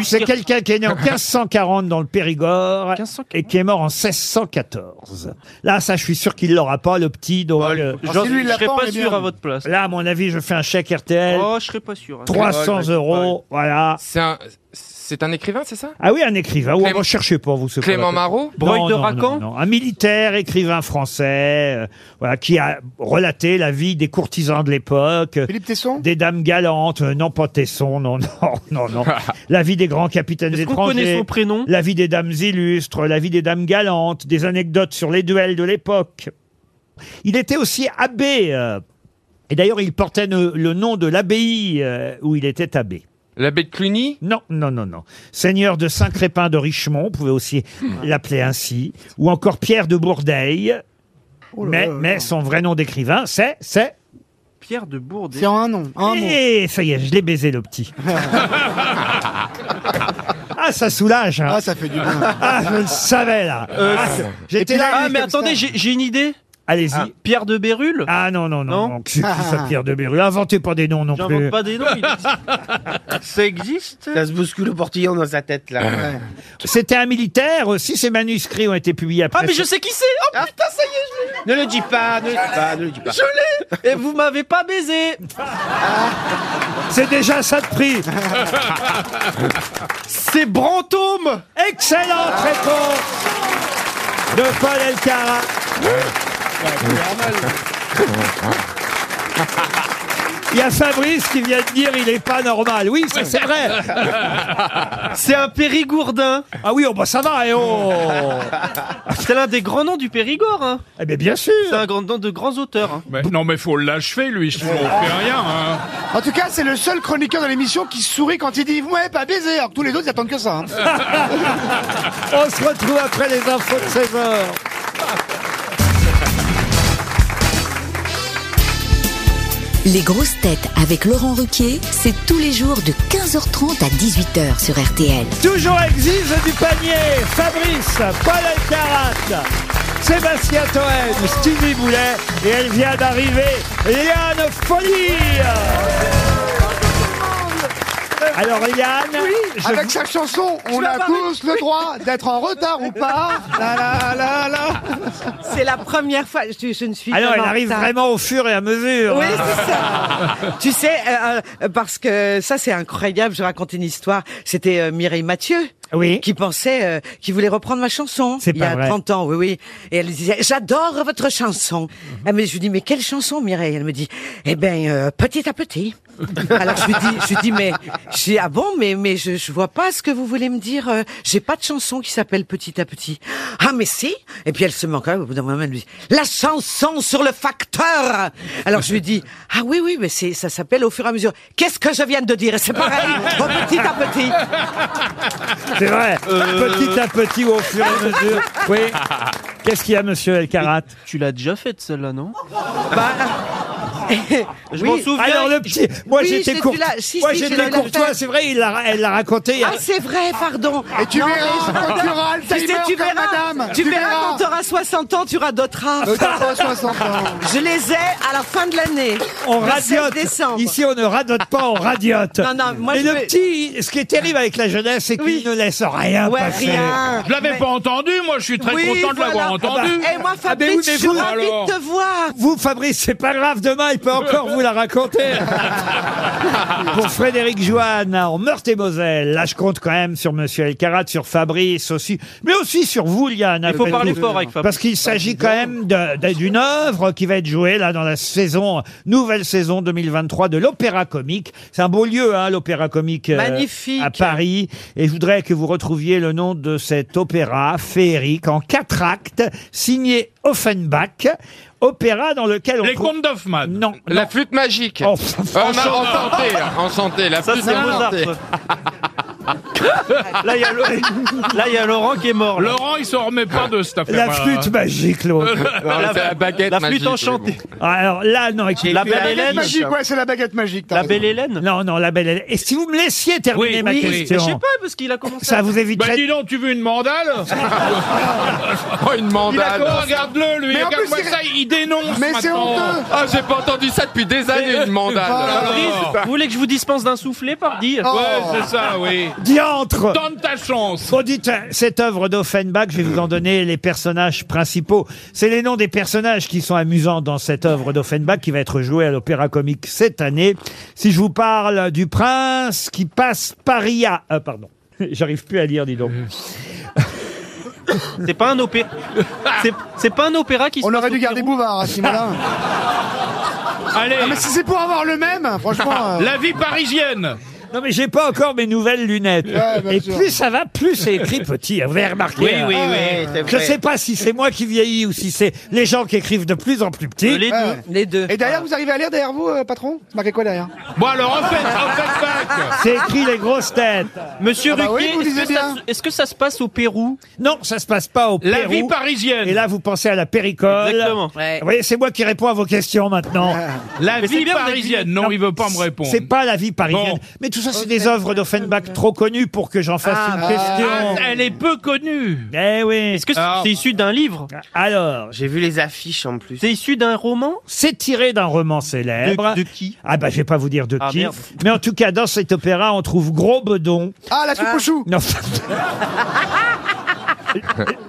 C'est quelqu'un qui est né en 1540 dans le Périgord
1540.
et qui est mort en 1614. Là, ça, je suis sûr qu'il l'aura pas, le petit. Donc, euh,
Genre,
Ah, si lui, il
je
l'attend,
serais
on est
pas sûr
bien.
à votre place.
là, à mon avis, je fais un chèque RTL.
Oh, je serais pas sûr. hein.
300
ouais, ouais.
euros, voilà.
C'est un, c'est c'est un écrivain, c'est ça
Ah oui, un écrivain. Clément...
Clément-
cherchez pour vous ce
Clément
qu'on appelle.
Marot
Breuil
Non,
de
non,
Racan
non, non. Un militaire, écrivain français, euh, voilà, qui a relaté la vie des courtisans de l'époque, euh,
Philippe Tesson
des dames galantes, euh, non pas Tesson, non, non, non, non. la vie des grands capitaines
Est-ce qu'on connaît
étrangers,
son prénom
la vie des dames illustres, la vie des dames galantes, des anecdotes sur les duels de l'époque. Il était aussi abbé, euh, et d'ailleurs il portait ne- le nom de l'abbaye euh, où il était abbé.
L'abbé de Cluny
Non, non, non, non. Seigneur de Saint-Crépin de Richemont, on pouvait aussi l'appeler ainsi, ou encore Pierre de Bourdeille.
Oh là
mais,
là là.
mais son vrai nom d'écrivain, c'est, c'est.
Pierre de Bourdes.
C'est en un nom. en un mot.
Et ça y est, je l'ai baisé le petit. ah, ça soulage. hein.
Ah, ça fait du bien.
Ah, je le savais là.
Euh,
Ah, J'étais là.
Ah, mais attendez, j'ai j'ai une idée.
Allez-y. Ah.
Pierre de Bérulle
non, non, non,
Non
non. C'est qui ça, Pierre de Bérulle Inventez pas des noms non plus.
J'invente pas des noms. il existe. Ça existe
Ça se bouscule au portillon dans sa tête, là.
C'était un militaire aussi, ses manuscrits ont été publiés après.
Ah, mais je sais qui c'est Oh,
Ah, putain, ça y est, je l'ai Ne le dis pas, ne le dis pas, ne le dis pas. Ah.
je l'ai Et vous m'avez pas baisé
C'est déjà ça de prix.
C'est Brantôme
Ah.
Excellente réponse de Paul Elkara. Il y a Fabrice qui vient de dire il est pas normal. Oui, ça c'est vrai.
C'est un Périgourdin
Ah oui, oh, bah ça va. Eh, oh.
C'est l'un des grands noms du Périgord, hein.
eh bien, bien sûr.
C'est un grand nom de grands auteurs. hein.
Mais- non, mais faut l'achever, lui, sinon on fait rien. hein.
En tout cas, c'est le seul chroniqueur de l'émission qui sourit quand il dit Ouais, pas baiser. Alors que tous les autres, ils attendent que ça. hein.
On se retrouve après les infos de 16h.
Les grosses têtes avec Laurent Ruquier, c'est tous les jours de 15h30 à 18h sur RTL.
Toujours exige du panier Fabrice, Paul Alcarat, Sébastien Toen, Stevie Boulet et elle vient d'arriver, Liane Folie Alors Liane, je
Avec
vous-
sa chanson, on a tous le droit d'être en retard ou pas. La, la, la, la.
C'est la première fois. Je, je ne suis
alors elle
jamais en
arrive
retard.
vraiment au fur et à mesure.
Oui,
hein.
c'est ça. tu sais, euh, euh, parce que ça, c'est incroyable. Je raconte une histoire. C'était euh, Mireille Mathieu.
Oui.
Qui pensait, euh, qui voulait reprendre ma chanson.
C'est
il y
pas
a
vrai.
30 ans, oui, oui. Et elle disait, j'adore votre chanson. Ah, Mais je lui dis, mais quelle chanson, Mireille Elle me dit, eh ben, euh, petit à petit. Alors je lui dis, je lui dis, mais, je dis, ah bon, mais, mais je, je vois pas ce que vous voulez me dire. euh, J'ai pas de chanson qui s'appelle petit à petit. Ah, mais si. Et puis elle se manque, au bout d'un moment, elle me dit, la chanson sur le facteur. Alors je lui dis, ah oui, oui, mais c'est, ça s'appelle au fur et à mesure. Qu'est-ce que je viens de dire? C'est pareil, au petit à petit.
C'est vrai, petit à petit au fur et à mesure. Oui. Qu'est-ce qu'il y a monsieur Alcarat
Tu l'as déjà faite celle-là, non Je
Oui.
Ah,
m'en souviens.
Alors le petit, moi
Oui,
j'étais
j'ai
court,
dû la- si,
moi
si, j'ai
j'étais
dû la
courtois,
faire.
c'est vrai, il l'a- elle l'a raconté. il y a-
Ah, c'est vrai, pardon.
Et tu
Non, mais-
verras quand tu auras
Tu sais,
Alzheimer
tu
comme
verras,
madame. Euh,
tu verras quand t'auras 60 ans, tu radoteras.
Le temps à 60 ans.
Je les ai à la fin de l'année.
On
Le 16
radiote.
décembre.
Ici, on ne radote pas, on radiote.
Non, non, moi,
Et
je
le
vais-
petit, ce qui est terrible avec la jeunesse, c'est qu'il
Oui.
ne laisse rien
Ouais,
passer.
rien.
Je l'avais
Mais-
pas entendu, moi je suis très
Oui,
content de l'avoir
voilà.
entendu.
Et moi,
ben oui,
Fabrice,
mais
je suis
vous,
ravie
alors.
de te voir.
Vous, Fabrice, c'est pas grave, demain, il peut encore vous la raconter. Pour Frédéric Joanne, en Meurthe-et-Moselle, là, je compte quand même sur Monsieur Elkarat, sur Fabrice aussi, mais aussi sur vous, Liane.
Il faut
après
parler
tout.
fort avec Fabrice. Bah,
Parce qu'il s'agit quand même de- de- d'une œuvre qui va être jouée là dans la saison, nouvelle saison 2023 de l'Opéra Comique. C'est un beau lieu, hein, l'Opéra Comique. euh,
Magnifique.
À Paris. Et je voudrais que vous retrouviez le nom de cet opéra féerique en quatre actes, signé Offenbach. Opéra dans lequel on
Les
trouve-
contes d'Hoffmann.
Non.
La flûte magique.
Oh.
Enchanté, Ah, enchanté, hein. enchanté, la
Ça,
flûte
c'est Mozart.
enchantée.
ça. là, il y, a le- là, il y a Laurent qui est mort. là.
Laurent, il s'en remet pas de cette affaire. hein.
La flûte magique, l'autre.
Non, c'est la baguette
La flûte
magique,
enchantée.
oui, bon.
Alors là, non, écoutez,
La
La
belle
baguette
Hélène.
magique, ouais, c'est la baguette magique. t'as
La
raison.
belle Hélène.
non, non, la belle. Hélène. Et si vous me laissiez terminer
Oui,
ma
oui.
Je
question,
sais pas, parce qu'il a commencé.
ça vous
Bah
éviterait.
dis donc, tu veux une mandale
Oh, une mandale.
Oh, Regarde-le, lui,
Mais en
regarde-moi
plus, c'est-
ça, il dénonce
Mais c'est
maintenant.
honteux.
Ah, j'ai pas entendu ça depuis des années, une mandale.
Ah, Fabrice, vous voulez que je vous dispense d'un soufflet Oh. par dire
Ouais, c'est ça, oui.
Diantre
Tente ta chance.
Bon, dites, euh, cette œuvre d'Offenbach, je vais vous en donner les personnages principaux. C'est les noms des personnages qui sont amusants dans cette œuvre d'Offenbach qui va être jouée à l'Opéra Comique cette année. Si je vous parle du prince qui passe Paria, euh, pardon. J'arrive plus à lire, dis donc.
C'est pas un opéra. C'est pas un opéra qui se
On aurait dû garder Bouvard à ce moment-là.
Allez.
Ah, mais si c'est pour avoir le même, franchement. euh,
La vie parisienne.
Non mais j'ai pas encore mes nouvelles lunettes.
Ouais, bien
Et
sûr.
plus ça va, plus c'est écrit petit. hein. Vous avez remarqué.
Oui,
hein.
oui, oui, c'est
Je
vrai.
sais pas si c'est moi qui vieillis ou si c'est les gens qui écrivent de plus en plus petit.
Les
ouais,
deux.
ouais.
Les deux.
Et derrière, vous arrivez à lire derrière vous, euh, patron C'est marqué quoi derrière
Bon alors en fait, en fait bac.
C'est écrit les grosses têtes.
Monsieur
Ah bah oui,
Ruquier,
vous
est-ce
lisez
que, ça
bien.
se- est-ce que ça se passe au Pérou
Non, ça se passe pas au
La
Pérou.
vie parisienne.
Et là, vous pensez à la péricole.
Exactement.
Ouais.
Vous voyez, c'est moi qui réponds à vos questions maintenant.
La
Mais c'est
vie
bien, vous avez dit-
parisienne. Non, il veut pas me répondre.
C'est pas la vie parisienne.
Bon.
Mais tout ça, c'est des œuvres d'Offenbach trop connues pour que j'en fasse une
Ah,
question.
elle est peu connue.
eh oui.
Est-ce que c'est
Alors-
c'est issu d'un livre
Alors,
J'ai vu les affiches en plus.
C'est issu d'un roman
c'est tiré d'un roman
de,
célèbre.
de qui
Ah bah je vais pas vous dire de
Ah,
qui.
merde.
Mais en tout cas dans cet opéra on trouve Gros Bedon.
Ah, la soupe au chou
Non.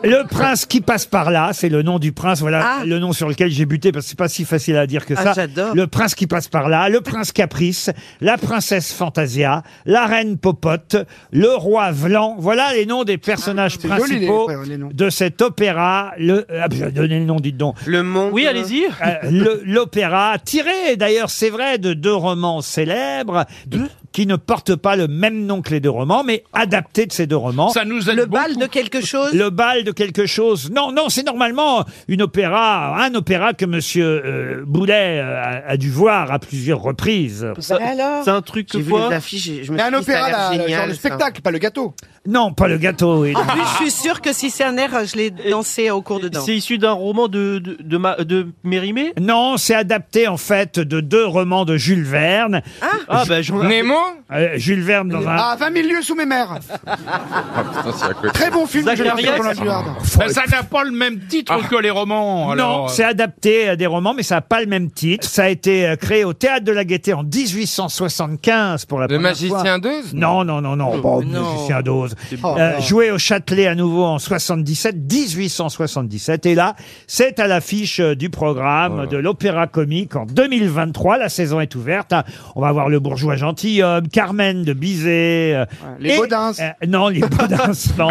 Le prince qui passe par là, c'est le nom du prince, voilà
Ah.
le nom sur lequel j'ai buté parce que c'est pas si facile à dire que
Ah,
ça.
j'adore.
Le prince qui passe par là, le prince caprice, la princesse fantasia, la reine popote, le roi Vlan. Voilà les noms des personnages
Ah, C'est joli, les-
principaux
les noms.
de cet opéra. Le ah, je vais donner le nom dites donc.
Le monde.
Oui, allez-y.
Euh, le- l'opéra, tiré d'ailleurs, c'est vrai, de deux romans célèbres de- qui ne portent pas le même nom que les deux romans, mais adaptés de ces deux romans.
Ça nous aide
Le
beaucoup.
bal de quelque chose
le bal de quelque chose. Non, non, c'est normalement une opéra, un opéra que Monsieur euh, Boulet euh, a, a dû voir à plusieurs reprises.
Ça-
alors
C'est un truc
Bah J'ai
que
vu
quoi
les affiches. et Je me
Mais
suis
un
dit, ça a
opéra,
l'air
là, le-
génial,
genre le
ça. Ah,
spectacle, pas le gâteau.
Non, pas le gâteau. oui.
En plus, je suis sûre que si c'est un air, je l'ai dansé au cours de danse.
C'est issu d'un roman de, de, de, ma- de Mérimée
Non, c'est adapté en fait de deux romans de Jules Verne.
Ah, bah, j'en
Nemo
Euh, Jules Verne dans un...
Ah, 20 000 lieux sous mes mers.
Ah putain, c'est à côté.
Très bon film de
Zacharias.
Jonathan Nolan Huard.
Bah, ça n'a pas le même titre que les romans.
Non,
alors, euh,
c'est adapté à des romans, mais ça n'a pas le même titre. Ça a été euh, créé au Théâtre de la Gaîté en 1875 pour la
Le
première fois.
magicien d'Oz
Non, non, non, non. Bon,
non.
magicien d'Oz.
Oh,
Euh,
non.
joué au Châtelet à nouveau en 77, 1877. Et là, c'est à l'affiche euh, du programme de l'Opéra Comique en 2023. La saison est ouverte. hein. On va voir Le Bourgeois Gentilhomme, Carmen de Bizet. euh,
Les
et-
Baudins.
euh, non, les Baudins, non.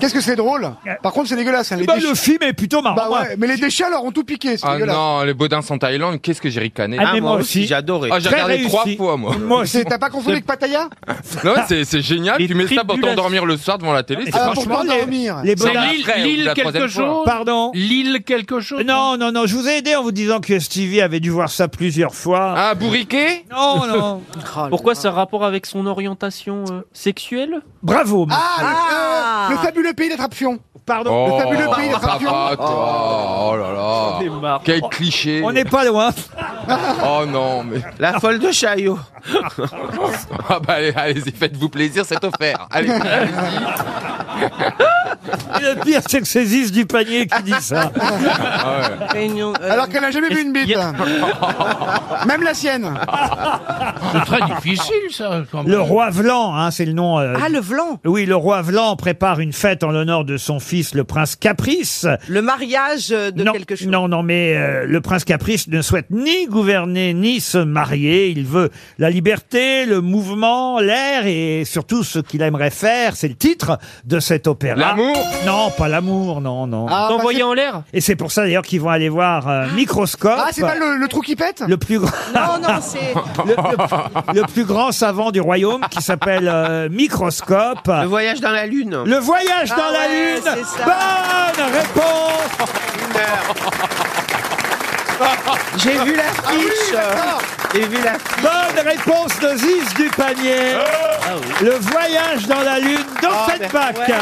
Qu'est-ce que c'est drôle Par contre, c'est dégueulasse. hein, les
Bah,
déchets-
le film est plutôt marrant.
Bah
hein.
ouais, mais les déchets leur ont tout piqué, c'est
Ah
dégueulasse.
non, les Baudins sont Thaïlande, qu'est-ce que j'ai ricané
Ah,
Ah,
mais
moi aussi, j'ai adoré.
Ah, j'ai
très
regardé trois
réussi.
fois, moi.
Moi aussi.
C'est- T'as pas confondu avec Pattaya
Non, c'est c'est génial,
Les
tu mets ça pour
tribulations.
t'endormir le soir devant la télé. c'est
Ah,
pas-
pour pas
franchement, les-
dormir.
Les
c'est
Baudins.
Lille,
Après, ou
Lille
la
quelque
troisième fois.
chose.
Pardon.
Lille quelque chose.
Non, non, non, je vous ai aidé en vous disant que Stevie avait dû voir ça plusieurs fois.
Ah, bourriquet
Non, non.
Oh, Pourquoi ça a rapport avec son orientation euh, sexuelle
Bravo. monsieur.
Ah, le-
Ah.
euh, le fabuleux pays des trappes-fions.
Pardon.
Oh,
fabuleux pays des
ça
trappes-fions.
va, toi. Oh là
Des
là.
marques.
Quel cliché.
On n'est pas loin.
Oh non, mais.
La folle de Chaillot.
Ah bah allez, allez-y, faites-vous plaisir, c'est offert. Allez,
Et le pire, c'est que c'est Ziz du panier qui dit ça.
Réunion, euh,
Alors qu'elle n'a jamais vu une bite. Même la sienne.
C'est très difficile ça. quand même.
Le roi Vlan, hein, c'est le nom. euh,
Ah, le Vlan
Oui, le roi Vlan prépare une fête en l'honneur de son fils, le prince Caprice.
Le mariage euh, de
non,
quelque chose
non, non, mais euh, le prince Caprice ne souhaite ni gouverner ni se marier. Il veut la liberté, le mouvement, l'air et surtout ce qu'il aimerait faire. C'est le titre de cet opéra.
L'amour
Non, pas l'amour, non, non.
Ah, bah,
T'envoyer
c'est-
en l'air
Et c'est pour ça d'ailleurs qu'ils vont aller voir euh, Microscope.
Ah, c'est pas le, le trou qui pète
le plus grand.
Non, non, c'est.
le, le- le plus grand savant du royaume qui s'appelle euh, Microscope.
Le voyage dans la lune.
Le voyage dans
Ah
la
ouais,
lune.
c'est ça.
Bonne réponse.
J'ai vu l'affiche.
d'accord.
J'ai vu la.
Ah Bonne réponse de Ziz du panier.
Ah
Le voyage dans la lune dans cette Pâques.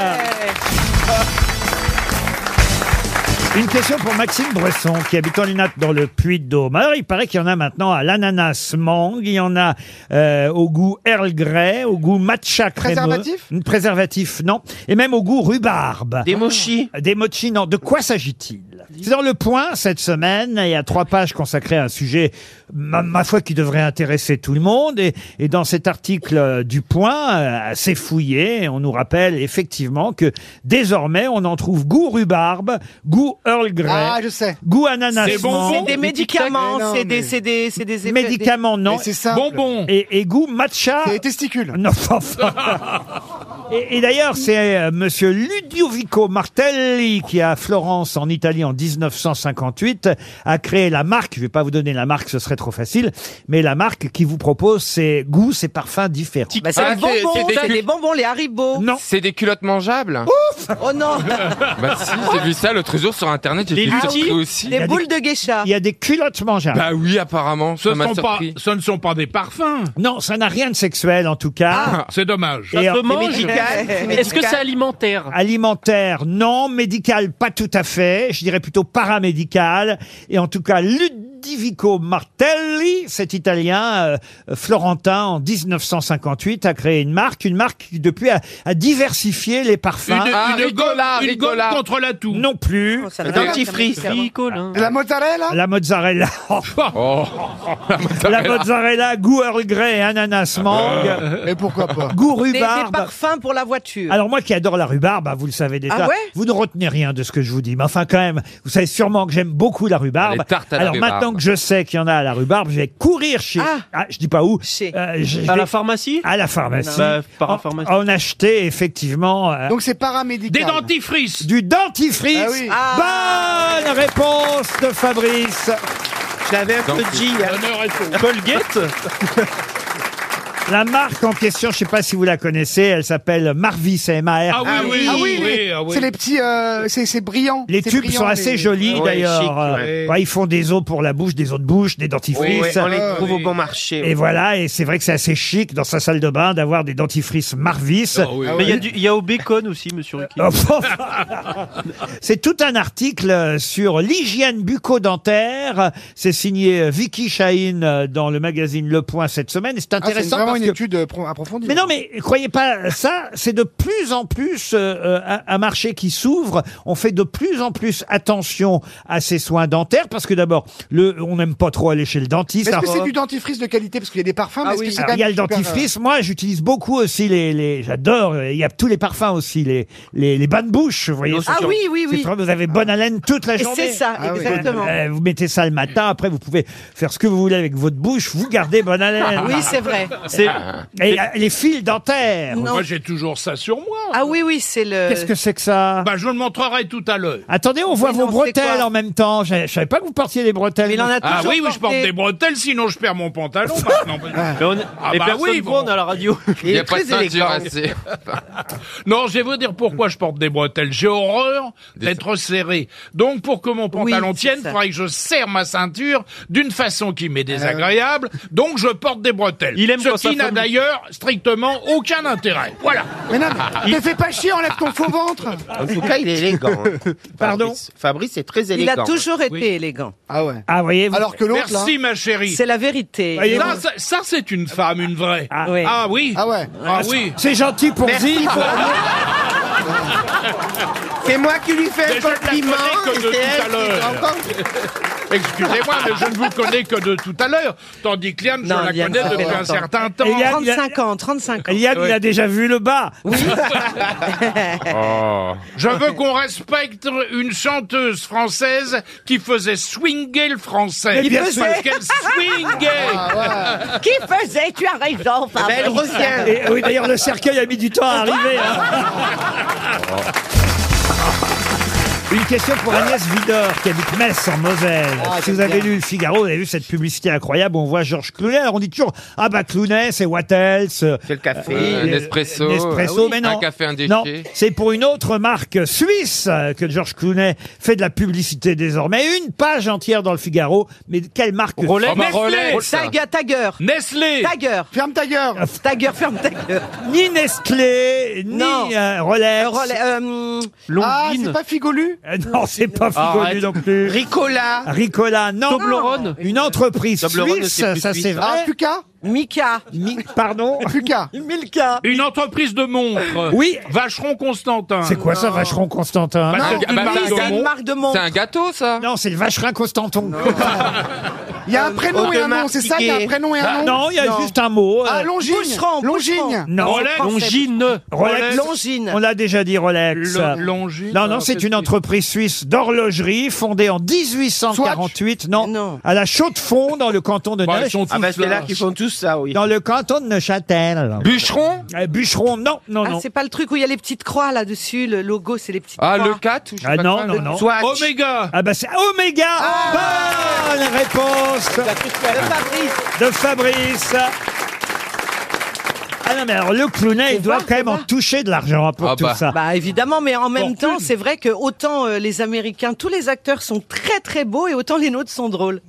Une question pour Maxime Bresson, qui habite en Linate dans le Puy-de-Dôme. Alors, il paraît qu'il y en a maintenant à l'ananas mangue, il y en a euh, au goût Earl Grey, au goût matcha crémeux.
Préservatif
Préservatif, non. Et même au goût rhubarbe. Ah.
Des mochis.
Des mochis, non. De quoi s'agit-il C'est dans le point cette semaine. Il y a trois pages consacrées à un sujet, ma, ma foi, qui devrait intéresser tout le monde. Et, et dans cet article euh, du point, euh, assez fouillé, on nous rappelle effectivement que désormais, on en trouve goût rhubarbe, goût Earl Grey,
Ah, je sais.
goût ananas,
C'est bonbon,
C'est des
Des
Tic Tac.
médicaments, c'est
Mais
des,
non,
c'est des, c'est des effets-
médicaments, non.
Mais c'est ça.
Bonbon.
Et, et goût matcha.
C'est les testicules.
Non, enfin. Et, et d'ailleurs, c'est euh, Monsieur Ludovico Martelli qui, à Florence, en Italie, en 1958, a créé la marque. Je vais pas vous donner la marque, ce serait trop facile, mais la marque qui vous propose ses goûts, ses parfums différents.
Bah, c'est des bonbons, c'est des bonbons, les Haribo.
Non.
C'est des culottes mangeables
Ouf Oh non
Bah si, j'ai vu ça l'autre jour sur internet, j'ai été surpris aussi.
Les boules de geisha.
Il y a des culottes mangeables.
Bah oui, apparemment,
Ce,
ça m'a
sont pas,
surpris.
ce ne sont pas des parfums. Ah,
Non, ça n'a rien de sexuel en tout cas.
Ah,
C'est dommage.
Et
Ça se
en-
mange.
médical,
Est-ce
médical.
que c'est alimentaire
Alimentaire, non. Médical, pas tout à fait. Je dirais plutôt paramédical. Et en tout cas, Ludovico Martelli, cet Italien euh, florentin, en 1958, a créé une marque, une marque qui depuis a, a diversifié les parfums.
Une,
Ah,
une
Ricola,
gomme- une gomme
Ricola.
contre la toux.
Non plus.
Oh, ça
Le
va, ça me
dentifrice.
fait vraiment-
hein.
Nicolas.
La mozzarella
La mozzarella.
Oh
la mozzarella, goût Earl Grey et ananas mangue.
Et pourquoi pas
Goût
Des, des
rhubarbe.
parfums pour la voiture.
Alors moi qui adore la rhubarbe, hein, vous le savez déjà,
Ah ouais
vous ne retenez rien de ce que je vous dis. Mais enfin quand même, vous savez sûrement que j'aime beaucoup la rhubarbe.
Les tartes à la
Alors
rhubarbe.
maintenant que je sais qu'il y en a à la rhubarbe, je vais courir chez...
Ah.
je dis pas où.
Chez.
Euh, je- je
À
vais
la pharmacie
à la pharmacie.
Bah, par
En-
la pharmacie.
En, acheter effectivement euh,
Donc c'est
Des
paramédical.
dentifrices.
du dentifrice. Bah
Ah oui.
Ah.
Bonne réponse de Fabrice.
Je l'avais un peu
Donc,
dit. hein.
Honneur et faux.
Colgate
La marque en question, je sais pas si vous la connaissez, elle s'appelle Marvis, m a r
Ah oui,
Ah
oui,
Ah oui,
oui,
les-
ah oui.
c'est les petits, euh, c'est c'est brillant.
Les
C'est
tubes
brillant,
sont assez
les- Ah,
jolis
Ouais, chic,
d'ailleurs. Euh,
ouais.
ouais, ils font des os pour la bouche, des os de bouche, des
Oui,
dentifrices.
ouais, on les
Ah,
trouve
oui.
au bon marché.
Et voilà, et c'est vrai que c'est assez chic dans sa salle de bain d'avoir des dentifrices Marvis. Oh,
Ah oui.
Ah
Mais il y, a
ouais.
du- il y a au bacon aussi, monsieur Ruquier.
c'est tout un article sur l'hygiène bucco-dentaire. C'est signé Vicky Chahine euh, dans le magazine Le Point cette semaine. Et C'est
Ah, c'est
intéressant
vraiment
parce
une
que...
étude euh, pro- approfondie.
Mais non, mais croyez pas ça, c'est de plus en plus euh, euh, un, un marché qui s'ouvre. On fait de plus en plus attention à ces soins dentaires parce que d'abord, le, on n'aime pas trop aller chez le dentiste.
Mais Est-ce que
Alors,
c'est du dentifrice de qualité Parce qu'il y a des parfums, mais est-ce que c'est
Ah alors,
quand
il y a le
même super, euh,
dentifrice. Moi, j'utilise beaucoup aussi les, les j'adore. euh, Il y a tous les parfums aussi, les les, les bains de bouche. Vous voyez.
Ah oui, oui,
C'est
oui.
vrai, Vous avez bonne haleine toute la
Et
journée.
c'est ça,
Ah oui.
exactement.
Euh, vous mettez ça le matin. Après, vous pouvez faire ce que vous voulez avec votre bouche. Vous gardez bonne haleine.
Oui, c'est vrai. Ah.
C'est
Et euh, les fils dentaires.
Non.
Moi, j'ai toujours ça sur moi.
Ah oui, oui, c'est le.
Qu'est-ce que c'est que ça
Bah, je le montrerai tout à l'heure.
Attendez, on voit
Mais
vos
non, c'est
bretelles
quoi
en même temps. Je je savais pas que vous portiez des bretelles.
Mais il en a
Ah
toujours
oui, oui, je porte
porté. Ah,
des bretelles, sinon je perds mon pantalon maintenant.
Mais on- et
bah
personne
oui,
voit,
bon.
on est à la radio.
Il n'y a
est
pas de
très
ceinture
élégant.
assez.
Non, je vais vous dire pourquoi je porte des bretelles. J'ai horreur
Des-
d'être serré. Donc, pour que mon pantalon
c'est
tienne, il
ça. Ah
faudrait que je serre ma ceinture d'une façon qui m'est désagréable. Donc, je porte des bretelles.
Il aime
Ce
quand sa
qui n'a
femme-
d'ailleurs strictement aucun intérêt. Voilà.
euh,
Ah.
Mais non, ne fais pas chier, enlève ton faux ventre.
En tout cas, il est élégant. hein.
Pardon
Fabrice, Fabrice est très
Il
élégant.
a toujours été
Oui.
élégant.
Ah ouais.
Ah, voyez. vous-
Alors que l'autre, là.
Merci, ma chérie.
C'est la vérité.
Voyez,
Ça, ça, ça, c'est une femme, une vraie.
Ah.
Oui.
Ah oui.
Ah ouais.
Ah oui.
C'est gentil pour Zil.
C'est moi qui lui fais un
Déjà, je la
compliment.
connais
et
que de
c'est
tout à
elle qui
l'heure.
encore-
Excusez-moi, mais je ne vous connais que de tout à l'heure. Tandis que Liane, je
Non,
la
Liane,
connais
ça fait
depuis un
longtemps.
certain temps.
Et Yann, il a-
35 ans, 35 ans.
Yann, il a déjà vu le bas.
Oh.
Je veux qu'on respecte une chanteuse française qui faisait swinguer le français.
Mais bien sûr.
Parce qu'elle swingait.
Ah,
Qui faisait Tu as
Eh
raison,
ben,
Mais elle
Fabrice.
revient.
Et euh, oui, d'ailleurs, le cercueil a mis du
Ah,
temps à arriver. hein. Une question pour Agnès Vidor, qui habite Metz, en Moselle.
Ah,
si vous
j'aime
avez
bien.
lu le Figaro, vous avez vu cette publicité incroyable où on voit Georges Clooney. Alors, on dit toujours, ah bah Clooney, c'est what else
C'est le café.
Euh,
les-
Nespresso.
Nespresso,
Ah oui.
mais non.
Un café, un déchet.
Non, c'est pour une autre marque suisse euh, que Georges Clooney fait de la publicité désormais. Une page entière dans le Figaro. Mais quelle marque
Rolex.
suisse
Oh, bah, Rolex.
Taguer, taguer.
Nestlé.
Taguer.
Ferme ta gueule.
Taguer, ferme ta gueule.
Ni Nestlé, ni
Non.
euh, Rolex.
Euh, relais- euh,
Ah,
Longines.
c'est pas Figolu
Euh, non, c'est pas Figaro
Arrête.
non plus.
Ricola.
Ricola, non.
Toblerone.
Une entreprise
Toblerone,
suisse,
c'est plus
ça
suisse.
c'est
Ah,
vrai.
Puka
Mika.
Mi- Pardon
Puka.
Milka.
Une entreprise de montres.
Oui.
Vacheron Constantin.
C'est quoi ça, Vacheron Constantin
Bah,
Non,
c'est-
bah,
Oui,
c'est un
c'est une
gâteau.
marque de montre.
C'est un gâteau, ça
non, c'est le Vacherin Constanton.
Il y a un prénom et un nom, c'est ça Il y a un prénom et un nom
Bah, Non, il y a juste un mot. euh.
Ah, Longine Longine
Non.
Longines.
Rolex.
Longines.
On l'a déjà dit, Rolex.
Lo- Longines,
Non, non,
alors,
c'est
qu'est-ce
une
qu'il-
entreprise suisse d'horlogerie fondée en 1848. Non, à la Chaux-de-Fonds, dans le canton de
Bah, ils
Neuchâtel.
sont tous
Ah bah c'est
là.
là qu'ils font tous ça, oui.
Dans le canton de Neuchâtel.
Bûcheron
Eh, Bûcheron, non, non,
Ah,
non.
c'est pas le truc où il y a les petites croix là-dessus, le logo, c'est les petites
Ah,
croix.
le 4 ou je sais
Ah
pas
non,
quoi,
non,
là.
non.
Swatch.
Omega
Ah bah c'est Omega
Ah.
Bonne réponse de Fabrice Ah non mais alors le clownet, il doit
voir,
quand même
faut
en
voir.
toucher de l'argent hein, pour
Ah
tout
bah.
ça.
Bah évidemment, mais en même temps, c'est vrai que autant euh, les Américains, tous les acteurs sont très très beaux et autant les nôtres sont drôles.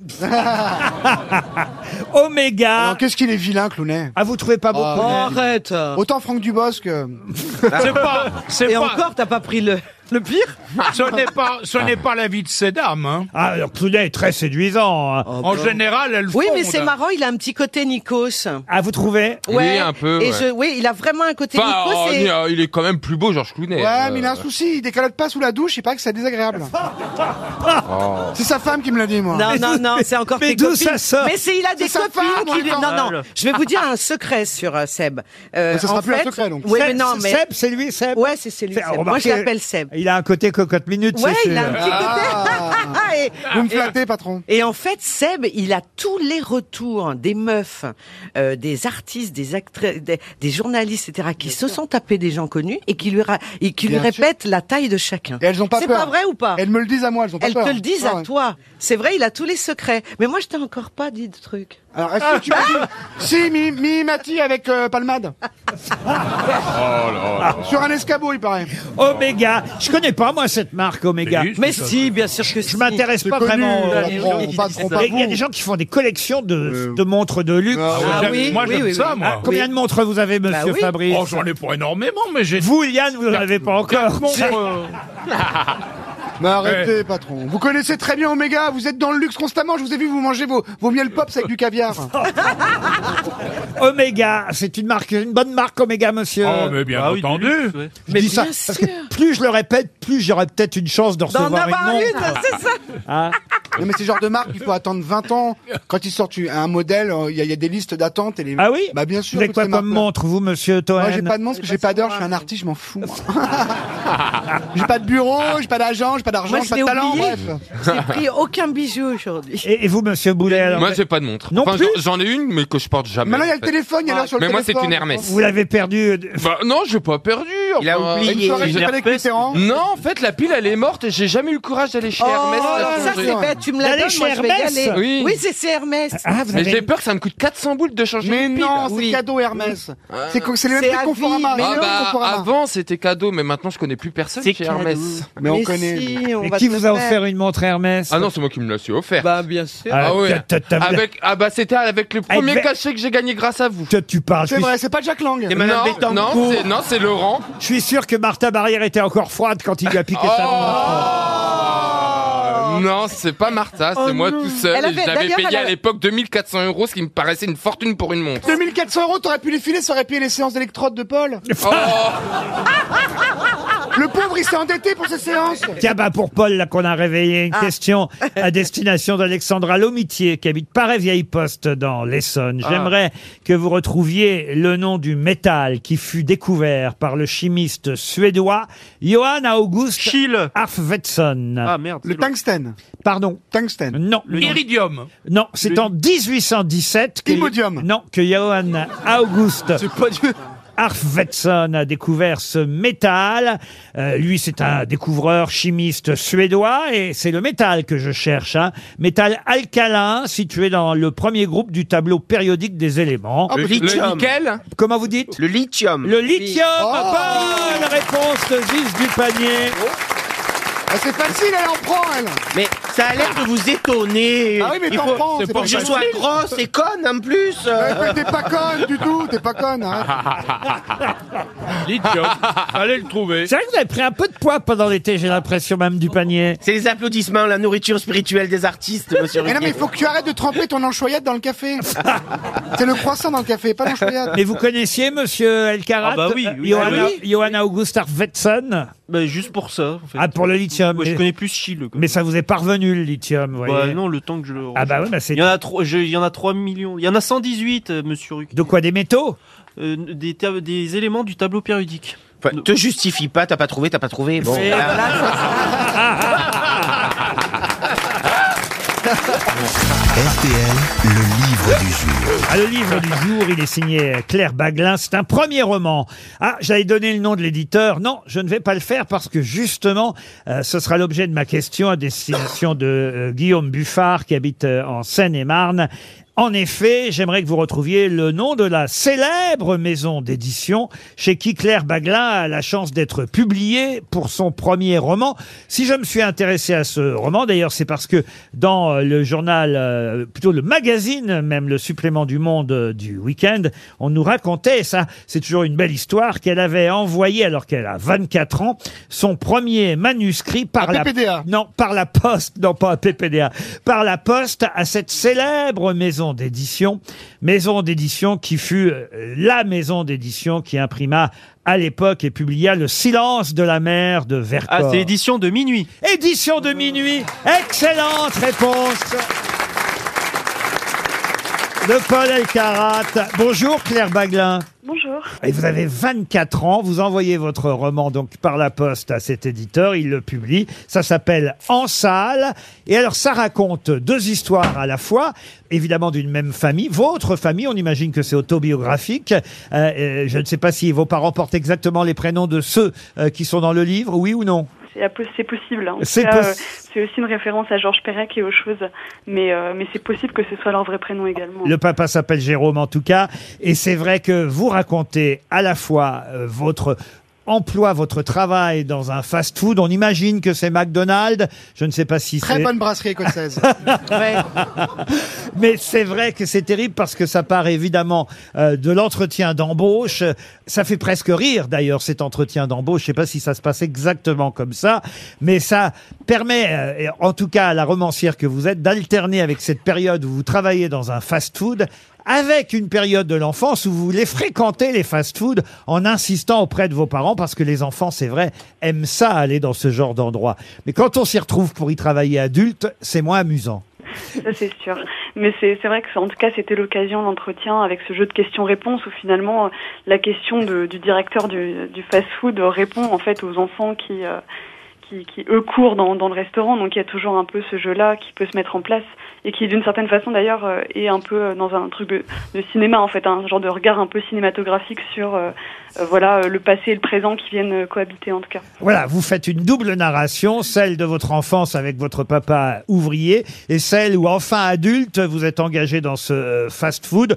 Omega
Alors, Qu'est-ce qu'il est vilain, Clounet
Ah vous trouvez pas beaucoup
arrête
Autant Franck Dubosc. euh,
C'est pas, c'est
Et
pas,
encore, t'as pas pris le, le pire
Ah, ce n'est pas, ce
Ah,
n'est pas la vie de ces dames, hein.
Ah alors Clounet est très séduisant hein.
bah.
En général, elles
Oui, mais
fondent.
c'est marrant, il a un petit côté Nikos.
Ah vous trouvez
Oui, un peu,
Et
ouais.
je, oui, il a vraiment un côté
Enfin,
Nikos.
oh,
et-
il- il est quand même plus beau, Georges Clooney.
Ouais, mais il a un
Euh,
souci, il décalote pas sous la douche, il paraît que c'est désagréable.
Oh.
C'est sa femme qui me l'a dit, moi.
Non, non, non, c'est encore
mais
tes
d'où
copines.
ça sort
Mais c'est, il a des
C'est sa
copines
femme,
qui... lui-
encore.
Non, non, je vais vous dire un secret sur euh, Seb. Euh,
Mais ce sera
en
plus un
fait-
secret, donc.
Ouais,
Seb,
mais non, mais...
Seb, c'est lui Seb
Ouais, c'est, c'est lui,
C'est-
Seb. Moi,
remarquez,
je l'appelle Seb.
Il a un côté cocotte minute
Ouais,
c'est
il a
sûr.
un petit
Ah.
côté...
Vous me
Ah, Et-
flattez, patron.
Et en fait, Seb, il a tous les retours des meufs, euh, des artistes, des actrices, des, des journalistes, etc., qui se sont tapés des gens connus et qui lui, ra- et qui lui
Bien sûr.
répètent la taille de chacun.
Et elles ont pas
C'est
peur.
pas vrai ou pas
Elles me le disent à moi, elles ont pas
Elles
peur.
te le disent
Ah
à
ouais.
toi. C'est vrai, il a tous les secrets. Mais moi, je t'ai encore pas dit de truc.
Alors, est-ce que tu m'as dit Si, mi, mi Mati avec euh, Palmade.
Ah.
Oh
Sur un escabeau, il paraît.
Omega Je connais pas moi cette marque Omega
Juste,
Mais si, bien sûr que
Je m'intéresse pas vraiment
Connu, on
euh,
prend- on passe- on passe-
Mais Il y a des gens qui font des collections de, de montres de luxe.
Ah
Euh, J'aime-
oui,
moi,
oui,
j'aime
oui,
ça,
oui.
moi.
Ah, combien de montres vous avez, monsieur
oui.
Fabrice
Oh, j'en ai pas énormément, mais j'ai
Vous, Liane, vous n'en avez pas encore.
Bon, euh,
Mais arrêtez, patron. Vous connaissez très bien Omega, vous êtes dans le luxe constamment. Je vous ai vu, vous mangez vos, vos miels pops avec du caviar.
Omega, c'est une marque, une bonne marque Omega, monsieur.
Oh, mais bien
Bah
Ah oui,
entendu.
du luxe, ouais.
je dis ça
bien
parce que plus je le répète, plus j'aurai peut-être une chance de
D'en
recevoir une Ah.
avoir
montre.
une, c'est ça
Ah. non, mais c'est le genre de marque, il faut attendre 20 ans. Quand ils sortent un modèle, euh, il y, a- il y a des listes d'attente. et les-
Ah oui
Bah, bien sûr.
Vous avez
toutes
quoi
ces
comme
marques-là.
montre, vous, monsieur Toen
Moi, j'ai pas de montre, parce que j'ai pas d'heure, je suis un artiste, je m'en fous. moi. j'ai pas de bureau, j'ai pas d'agent, j'ai pas d'argent,
Moi,
j'ai
je
pas
l'ai
de talent,
oublié.
bref.
J'ai pris aucun bijou aujourd'hui.
et, et vous, monsieur Boulet, alors
Moi, j'ai pas de montre.
Non plus
j'en- J'en ai une, mais que je porte jamais.
Maintenant, il y a
en
le
fait.
téléphone, il y a l'heure sur le
Mais moi,
téléphone.
c'est une Hermès.
Vous l'avez perdu. euh,
Bah, non, j'ai pas perdu.
Il a
enfin.
oublié.
Une soirée, j'ai pas les clitérans.
Non, en fait, la pile, elle est morte et j'ai jamais eu le courage d'aller chez Hermès.
Oh,
la
ça
changer.
c'est bête, tu me la
D'aller
donnes,
chez
moi je vais y
Hermès
aller.
Oui.
Oui, c'est- c'est Hermès.
Ah, vous
Mais
avez.
j'ai peur que ça me coûte 400 boules de changer
Mais
une pile.
non,
Oui.
c'est cadeau Hermès. C'est co- c'est le
C'est
même prix
à
que
vie,
Conforama.
mais
c'est
Ah
le même
bah,
Conforama.
avant c'était cadeau, mais maintenant je connais plus personne
C'est
chez
cadeau.
Hermès.
Mais on connaît.
si, on
Mais
va
qui
te
vous
le faire.
a offert une montre Hermès
Ah non, c'est moi qui me la suis offert.
Bah bien sûr.
ah ouais.
t'as- t'as- t'as-
Avec, ah bah c'était avec le premier
Avec-
cachet que j'ai gagné grâce à vous.
Toi, tu parles. ah, Je
C'est
suis,
vrai, c'est pas Jack Lang.
C'est Madame
non,
Bettencourt.
non, c'est, non, c'est Laurent.
je suis sûr que Martha Barrière était encore froide quand il lui a piqué sa
Oh
Oh.
montre.
Euh, Non, c'est pas Martha, c'est
Oh
moi
non.
tout seul.
Elle
et
avait-
J'avais
d'ailleurs,
payé
elle
à
avait-
l'époque 2400 euros, ce qui me paraissait une fortune pour une montre.
2400 euros, t'aurais pu les filer, ça aurait payé les séances d'électrode de Paul.
Oh,
Le pauvre, il s'est endetté pour ses séances.
Tiens, bah pour Paul, là qu'on a réveillé, une question à destination d'Alexandra Lomitier, qui habite Paray-Vieille-Poste dans l'Essonne. J'aimerais que vous retrouviez le nom du métal qui fut découvert par le chimiste suédois Johan August
Chill.
Arfvedson.
Ah merde.
Le tungstène.
Pardon.
Tungstène.
Non, non.
Iridium.
Non, c'est en 1817 que,
Imodium.
non, que Johann August Arfvedson a découvert ce métal. Euh, lui, c'est un découvreur chimiste suédois et c'est le métal que je cherche. Hein. Métal alcalin situé dans le premier groupe du tableau périodique des éléments.
Le
le
lithium.
nickel
Comment vous dites
Le lithium.
Le lithium
Oh
Bonne réponse de Gilles Dupanier
Ah, c'est facile, elle en prend, elle.
Mais ça a l'air de vous étonner.
Ah oui, mais
Il
t'en
faut-
prends.
Pour que je
facile.
sois grosse et conne en plus.
Ouais, mais Bah, T'es pas conne du tout, t'es pas conne. hein. arrête.
Lithium. Allez le trouver.
C'est vrai que vous avez pris un peu de poids pendant l'été, j'ai l'impression, même Dupanier.
C'est les applaudissements, la nourriture spirituelle des artistes, monsieur
Mais non, mais
Ruquier.
il faut que tu arrêtes de tremper ton anchoyade dans le café. C'est le croissant dans le café, pas l'anchoyade.
Mais vous connaissiez, monsieur Elkarat
Ah bah oui, oui.
Johanna-
Ah bah
Johanna August Arfvedson
Bah, juste pour ça. En fait.
Ah, pour le lithium.
Ouais, je
mais-
connais plus Chile. quoi.
Mais ça vous est parvenu, le lithium, vous
Bah,
voyez.
non, le temps que je le.
Ah bah ouais, bah c'est-
Il y en a trois. je- Il y en a 3 millions. Il y en a 118, euh, Monsieur Ruquier.
De quoi des métaux
des, ta- des éléments du tableau périodique.
te justifie pas, t'as pas trouvé, t'as pas trouvé. Bon,
Et
voilà.
voilà, ça-
RTL, le livre du jour.
Ah, le livre du jour, il est signé Claire Baglin. C'est un premier roman. Ah, j'avais donné le nom de l'éditeur. Non, je ne vais pas le faire parce que justement, euh, ce sera l'objet de ma question à destination de euh, Guillaume Buffard qui habite euh, en Seine-et-Marne. En effet, j'aimerais que vous retrouviez le nom de la célèbre maison d'édition chez qui Claire Baglin a la chance d'être publiée pour son premier roman. Si je me suis intéressé à ce roman, d'ailleurs, c'est parce que dans euh, le journal, euh, plutôt le magazine, même le supplément du Monde euh, du week-end, on nous racontait, et ça, c'est toujours une belle histoire, qu'elle avait envoyé, alors qu'elle a 24 ans, son premier manuscrit par la
PPDA.
non, par la poste, non pas à PPDA, par la poste à cette célèbre maison d'édition, maison d'édition qui fut euh, la maison d'édition qui imprima à l'époque et publia Le silence de la mer de Vercors.
Ah, c'est l'édition de minuit.
Édition de minuit. Excellente réponse. De Paul Elkarat. Bonjour Claire Baglin.
Bonjour.
Et vous avez 24 ans, vous envoyez votre roman donc par la poste à cet éditeur, il le publie. Ça s'appelle En salle. Et alors ça raconte deux histoires à la fois, évidemment d'une même famille, votre famille, on imagine que c'est autobiographique. Euh, euh, je ne sais pas si vos parents portent exactement les prénoms de ceux euh, qui sont dans le livre, oui ou non
C'est un peu- c'est possible. hein. En
C'est
tout cas,
possi-
euh, C'est aussi une référence à Georges Perec et aux choses, mais, euh, mais c'est possible que ce soit leur vrai prénom également.
Le papa s'appelle Jérôme en tout cas. Et c'est vrai que vous racontez à la fois euh, votre emploi, votre travail dans un fast-food. On imagine que c'est McDonald's. Je ne sais pas si
Très
c'est...
bonne brasserie écossaise.
Mais c'est vrai que c'est terrible parce que ça part évidemment euh, de l'entretien d'embauche. Ça fait presque rire d'ailleurs cet entretien d'embauche. Je sais pas si ça se passe exactement comme ça, mais ça permet, euh, et en tout cas à la romancière que vous êtes, d'alterner avec cette période où vous travaillez dans un fast-food avec une période de l'enfance où vous voulez fréquenter les fast-food en insistant auprès de vos parents parce que les enfants, c'est vrai, aiment ça aller dans ce genre d'endroit. Mais quand on s'y retrouve pour y travailler adulte, c'est moins amusant.
Ça, c'est sûr. Mais c'est c'est vrai que, ça- en tout cas, c'était l'occasion, l'entretien, avec ce jeu de questions-réponses, où finalement, euh, la question de- du directeur du, du fast-food euh, répond, en fait, aux enfants qui, euh, qui, qui, eux, courent dans, dans le restaurant. Donc, il y a toujours un peu ce jeu-là qui peut se mettre en place et qui, d'une certaine façon, d'ailleurs, euh, est un peu euh, dans un truc de, de cinéma, en fait, hein, un genre de regard un peu cinématographique sur, euh, euh, voilà, euh, le passé et le présent qui viennent euh, cohabiter, en tout cas.
Voilà, vous faites une double narration, celle de votre enfance avec votre papa ouvrier et celle où enfin adulte, vous êtes engagé dans ce euh, fast-food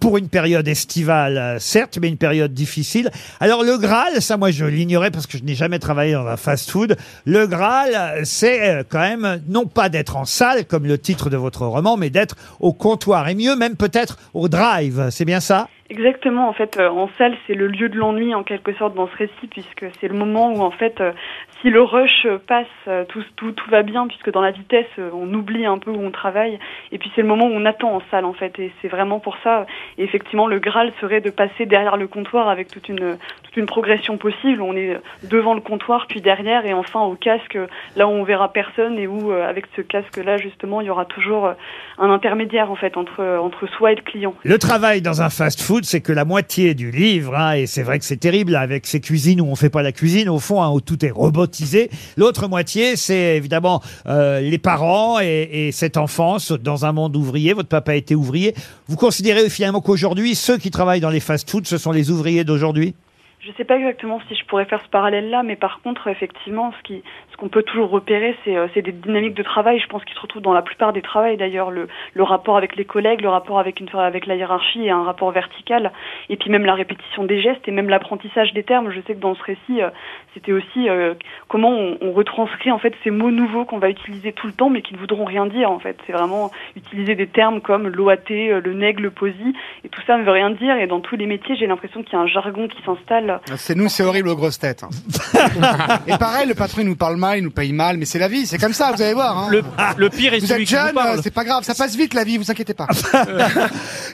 pour une période estivale, euh, certes, mais une période difficile. Alors le Graal, ça moi je l'ignorais parce que je n'ai jamais travaillé dans un fast-food. Le Graal, euh, c'est euh, quand même non pas d'être en salle comme le titre de votre roman, mais d'être au comptoir et mieux même peut-être au drive. C'est bien ça
Exactement, en fait, euh, en salle, c'est le lieu de l'ennui en quelque sorte dans ce récit, puisque c'est le moment où, en fait, euh, si le rush euh, passe, euh, tout, tout, tout va bien, puisque dans la vitesse, euh, on oublie un peu où on travaille, et puis c'est le moment où on attend en salle, en fait, et c'est vraiment pour ça, et effectivement, le Graal serait de passer derrière le comptoir avec toute une, toute une progression possible, on est devant le comptoir, puis derrière, et enfin au casque, euh, là où on verra personne, et où, euh, avec ce casque-là, justement, il y aura toujours euh, un intermédiaire, en fait, entre, entre soi et le client.
Le travail dans un fast-food, c'est que la moitié du livre, hein, et c'est vrai que c'est terrible là, avec ces cuisines où on fait pas la cuisine, au fond, hein, où tout est robotisé. L'autre moitié, c'est évidemment euh, les parents et, et cette enfance dans un monde ouvrier. Votre papa était ouvrier. Vous considérez finalement qu'aujourd'hui, ceux qui travaillent dans les fast-food, ce sont les ouvriers d'aujourd'hui
Je ne sais pas exactement si je pourrais faire ce parallèle-là, mais par contre, effectivement, ce qui, ce qu'on peut toujours repérer, c'est, euh, c'est des dynamiques de travail. Je pense qu'ils se retrouvent dans la plupart des travails, d'ailleurs, le, le rapport avec les collègues, le rapport avec une, avec la hiérarchie et un rapport vertical, et puis même la répétition des gestes et même l'apprentissage des termes. Je sais que dans ce récit, euh, c'était aussi euh, comment on, on retranscrit en fait ces mots nouveaux qu'on va utiliser tout le temps, mais qui ne voudront rien dire en fait. C'est vraiment utiliser des termes comme l'OAT, euh, le neg, le posi, et tout ça ne veut rien dire. Et dans tous les métiers, j'ai l'impression qu'il y a un jargon qui s'installe.
C'est nous, c'est horrible aux grosses têtes. hein. Et pareil, le patron il nous parle mal, ils nous payent mal, mais c'est la vie, c'est comme ça, vous allez voir. hein.
Le- le pire est
vous
celui
êtes
qui vous
jeune,
parle.
euh, c'est pas grave, ça passe vite la vie, vous inquiétez pas.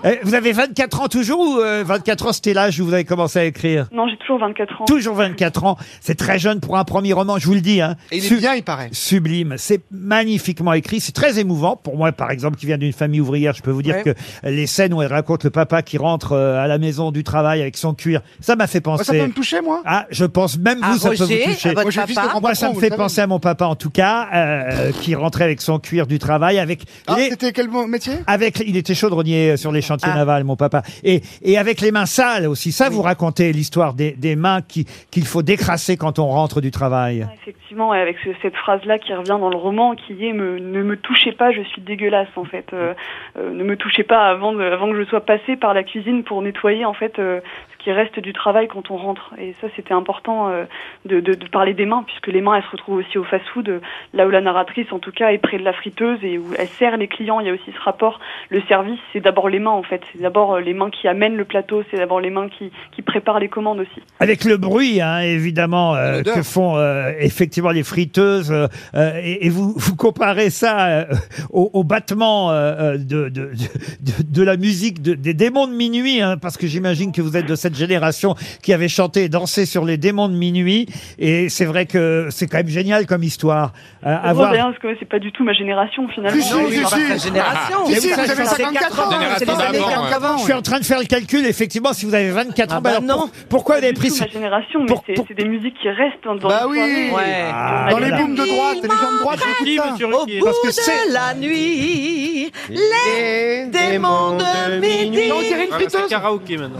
Eh, Vous avez 24 ans toujours ou euh, 24 ans c'était l'âge où vous avez commencé à écrire
Non, j'ai toujours 24 ans.
Toujours 24 ans, c'est très jeune pour un premier roman, je vous le dis. Hein.
Et il est bien, il paraît.
Sublime, c'est magnifiquement écrit, c'est très émouvant. Pour moi, par exemple, qui viens d'une famille ouvrière, je peux vous dire
Ouais.
que les scènes où elle raconte le papa qui rentre euh, à la maison du travail avec son cuir, ça m'a fait penser...
Oh, ça peut me toucher, moi
Ah, je pense même
À
vous, ça peut
Roger,
vous toucher.
à votre Moi, je suis fils de papa. grand
Moi, ça
patron,
me
vous
fait
savez.
penser à mon papa, en tout cas, euh, qui rentrait avec son cuir du travail, avec
Ah, c'était quel bon métier
avec, il était chaudronnier euh, sur les
Ah.
chantiers navals, mon papa. Et, et avec les mains sales aussi. Ça, vous racontez l'histoire des, des mains qui- qu'il faut décrasser quand on rentre du travail.
Effectivement, et avec ce- cette phrase-là qui revient dans le roman, qui est me, ne me touchez pas, je suis dégueulasse en fait. Euh, euh, ne me touchez pas avant, de- avant que je sois passée par la cuisine pour nettoyer en fait euh, ce qui reste du travail quand on rentre. Et ça, c'était important euh, de, de- de parler des mains, puisque les mains, elles se retrouvent aussi au fast-food, euh, là où la narratrice en tout cas est près de la friteuse et où elle sert les clients. Il y a aussi ce rapport. Le service, c'est d'abord les mains en fait. C'est d'abord euh, les mains qui amènent le plateau, c'est d'abord les mains qui, qui préparent les commandes aussi.
Avec le bruit, hein, évidemment, euh,
L'odeur.
que font euh, effectivement les friteuses. euh, euh, et, et vous, vous comparez ça euh, au, au battement euh, euh, de, de, de, de la musique de- des démons de minuit, hein, parce que j'imagine que vous êtes de cette génération qui avait chanté et dansé sur les démons de minuit. Et c'est vrai que c'est quand même génial comme histoire. euh,
C'est drôle, d'ailleurs, hein, parce que c'est pas du tout ma génération finalement.
Si, si, Non, si, c'est si. pas ta génération.
Si,
Mais
si,
vous
vous
savez,
avez
c'est
54 ans, hein.
Génération
c'est les années
d'avant,
40
hein.
Je suis en train de faire le calcul, effectivement, si vous avez
Ah
24 ans, bah alors pour- pourquoi vous avez pris ce-
ma génération, mais c'est- c'est des musiques qui restent dans, dans
Bah
les
oui.
soirées.
Ouais.
Ah,
Dans les
voilà.
booms de droite, les gens de droite, ils écoutent ça.
Au bout de la nuit, les démons de midi.
Ah, C'est karaoké maintenant.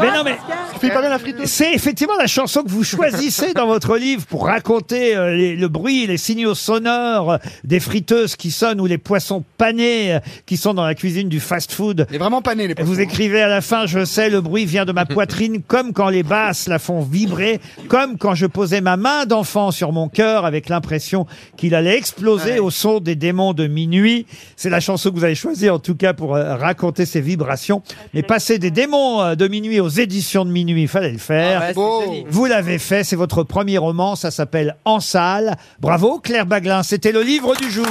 Mais non, mais. C'est effectivement la chanson que vous choisissez dans votre livre pour raconter euh, les- le bruit, les signaux sonores euh, des friteuses qui sonnent ou les poissons panés euh, qui sont dans la cuisine du fast-food.
Et vraiment panés, les
poissons. Vous écrivez à la fin, je sais, le bruit vient de ma poitrine comme quand les basses la font vibrer, comme quand je posais ma main d'enfant sur mon cœur avec l'impression qu'il allait exploser au son des démons de minuit. C'est la chanson que vous avez choisie en tout cas pour euh, raconter ces vibrations. Mais passer des démons euh, de minuit aux éditions de minuit, il fallait le faire.
Ah ouais, c'est Beau. joli.
vous l'avez fait, c'est votre premier roman, ça s'appelle En salle. Bravo Claire Baglin, c'était le livre du jour.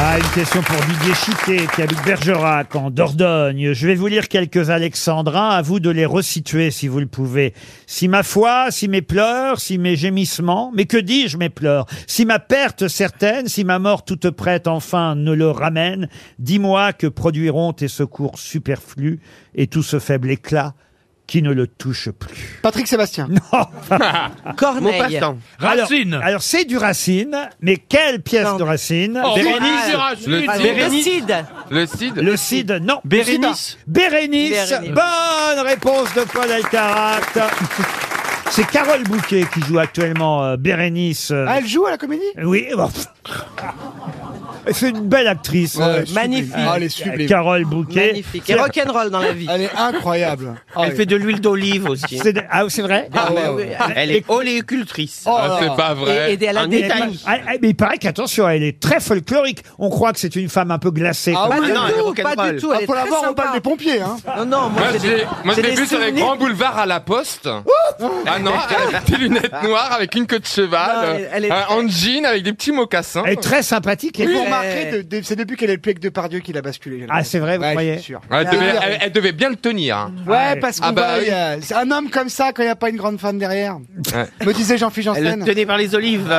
Ah, une question pour Didier Chité, qui habite Bergerac, en Dordogne. Je vais vous lire quelques alexandrins, à vous de les resituer si vous le pouvez. Si ma foi, si mes pleurs, si mes gémissements, mais que dis-je mes pleurs Si ma perte certaine, si ma mort toute prête enfin ne le ramène, dis-moi que produiront tes secours superflus et tout ce faible éclat qui ne le touche plus.
Patrick Sébastien.
Non.
Corneille. Maupassant.
Racine. Alors, c'est du Racine, mais quelle pièce de Racine
Oh, Bérénice. Bérénice.
Le-
Le-
Bérénice.
Cid.
Le CID
Le Cid, non.
Bérénice.
Bérénice.
Bérénice.
Bonne réponse de Paul Alcarat. C'est Carole Bouquet qui joue actuellement euh, Bérénice. euh,
Ah, elle joue à la comédie
Oui, bon. C'est une belle actrice.
Ouais,
euh,
sublime. Magnifique. Ah, elle est sublime.
Carole Bouquet.
Magnifique. Et rock'n'roll dans la vie.
Elle est incroyable. Ah,
Elle
oui.
fait de l'huile d'olive aussi.
C'est de- Ah, c'est vrai
Ah ouais,
Ah
ouais.
ouais.
Elle est oléocultrice.
Oh là Ah, c'est là.
pas vrai.
Et- et elle a
En
des
Italie.
filles.
Ah, ah, mais il paraît qu'attention, elle est très folklorique. On croit que c'est une femme un peu glacée.
Ah
comme
oui,
ça.
non, elle est
Pas
rock'n'roll.
du tout. Elle
Ah,
est
pour
très
l'avoir, on
sympa.
parle des pompiers. Hein.
Non, non, moi,
Moi,
c'est
je l'ai-
des-
moi, je
c'est
l'ai
des
vu sur les
souvenirs.
grands boulevards à la poste. ah non, elle a des lunettes noires avec une queue de cheval,
Non, elle- elle est
euh, en jean avec des petits mocassins.
Elle est très sympathique.
Et
et-
vous remarquerez, de- de- c'est depuis qu'elle est le plaque de Pardieu qu'il a basculé.
Ah, c'est vrai, vous
Ouais, je
croyez
suis sûr.
Ouais, elle,
Je
devait,
veux dire,
elle- elle devait bien le tenir. hein.
Ouais, parce euh, que
Ah bah oui.
c'est un homme comme ça quand il n'y a pas une grande femme derrière.
Ouais.
Me disait Jean-Philippe
Elle
Janssen. Ah.
le tenait par les olives.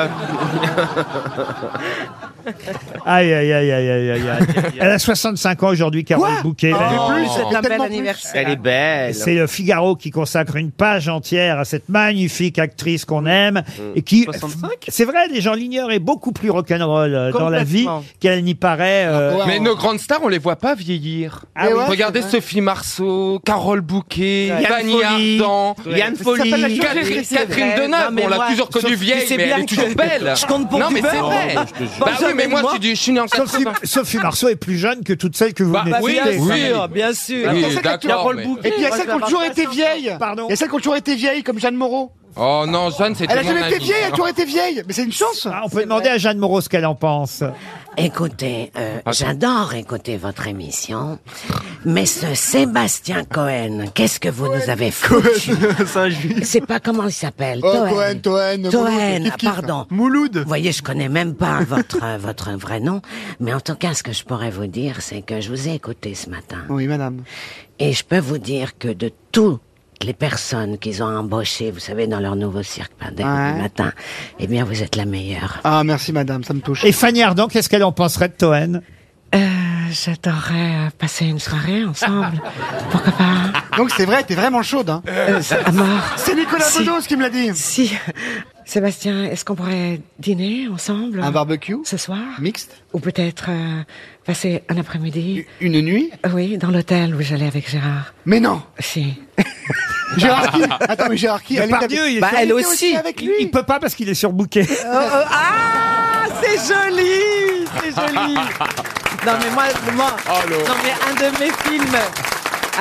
Aïe, aïe, aïe, aïe, aïe, aïe, aïe. Elle a 65 ans aujourd'hui, Carole Bouquet.
Ah,
Ben,
mais plus, elle
C'est un
fait
bel
tellement
anniversaire.
Oh. Elle est belle.
C'est le Figaro qui consacre une page entière à cette magnifique actrice qu'on aime et qui,
65?
c'est vrai, les gens l'ignorent, est beaucoup plus rock'n'roll euh, dans la vie
Complètement.
qu'elle n'y paraît. euh,
Ouais,
Ah, Mais
on-
nos grandes stars, on les voit pas vieillir.
Ah
Mais
oui.
ouais,
Regardez
c'est vrai.
Sophie Marceau, Carole Bouquet,
Yann
Fanny
Folie.
Ardant,
Yann
Ça s'appelle la
Folly.
chirurgie
Catherine,
esthétique.
Catherine
vrai.
Deneuve,
Non, mais
on l'a
moi,
toujours connue
Sophie,
vieille,
c'est
mais elle
bien
est toujours
que-
belle.
je compte pour
non,
du
mais c'est
beurre.
vrai.
Non, je te jure.
Bah oui, mais
Benjamin,
moi,
moi.
je suis- je suis né en
Sophie,
80.
Sophie Marceau est plus jeune que toutes celles que vous venez de
oui,
citer.
oui.
bien
Et puis, il y
sûr.
a
Oui,
celles qui ont-
d'accord. mais-
Et puis il y a celles qui ont toujours été vieilles.
Pardon.
Il y a celles qui ont toujours été vieilles, comme Jeanne Moreau.
Oh non, Jeanne, c'était
Elle a
mon
jamais été
amie.
vieille, elle a toujours été vieille. Mais c'est une chance.
Ah, on peut demander à Jeanne Moreau ce qu'elle en pense.
Écoutez, euh, j'adore écouter votre émission, mais ce Sébastien Cohen, qu'est-ce que vous nous avez foutu C'est pas comment il s'appelle
Oh, Cohen, Mouloud,
Cohen,
kiff,
ah,
kiff.
pardon. Mouloud. Vous voyez, je connais même pas votre euh, votre vrai nom, mais en tout cas, ce que je pourrais vous dire, c'est que je vous ai écouté ce matin.
Oui, madame.
Et je peux vous dire que de toutes les personnes qu'ils ont embauchées, vous savez, dans leur nouveau cirque pendant
Ouais.
du matin, eh bien, vous êtes la meilleure.
Ah, merci madame, ça me touche.
Et Fanny Ardant, qu'est-ce qu'elle en penserait de Toen
J'adorerais euh, passer une soirée ensemble. Pourquoi pas
Donc c'est vrai, t'es vraiment chaude. Hein.
Euh, c'est à mort.
C'est Nicolas
Si.
Bedos qui me l'a dit.
Si. Sébastien, est-ce qu'on pourrait dîner ensemble
Un barbecue
Ce soir
Mixte
Ou peut-être euh, passer un après-midi Euh,
Une nuit
Oui, dans l'hôtel où j'allais avec Gérard.
Mais non
Si.
Gérard qui Attends, mais Gérard qui Elle, Oh, est
Depardieu,
avec-
il est
Bah,
sur-
elle
il était
aussi.
avec lui.
Il peut pas parce qu'il est surbooké.
Euh, ah, c'est joli, c'est joli. Non mais moi, moi, non mais un de mes films,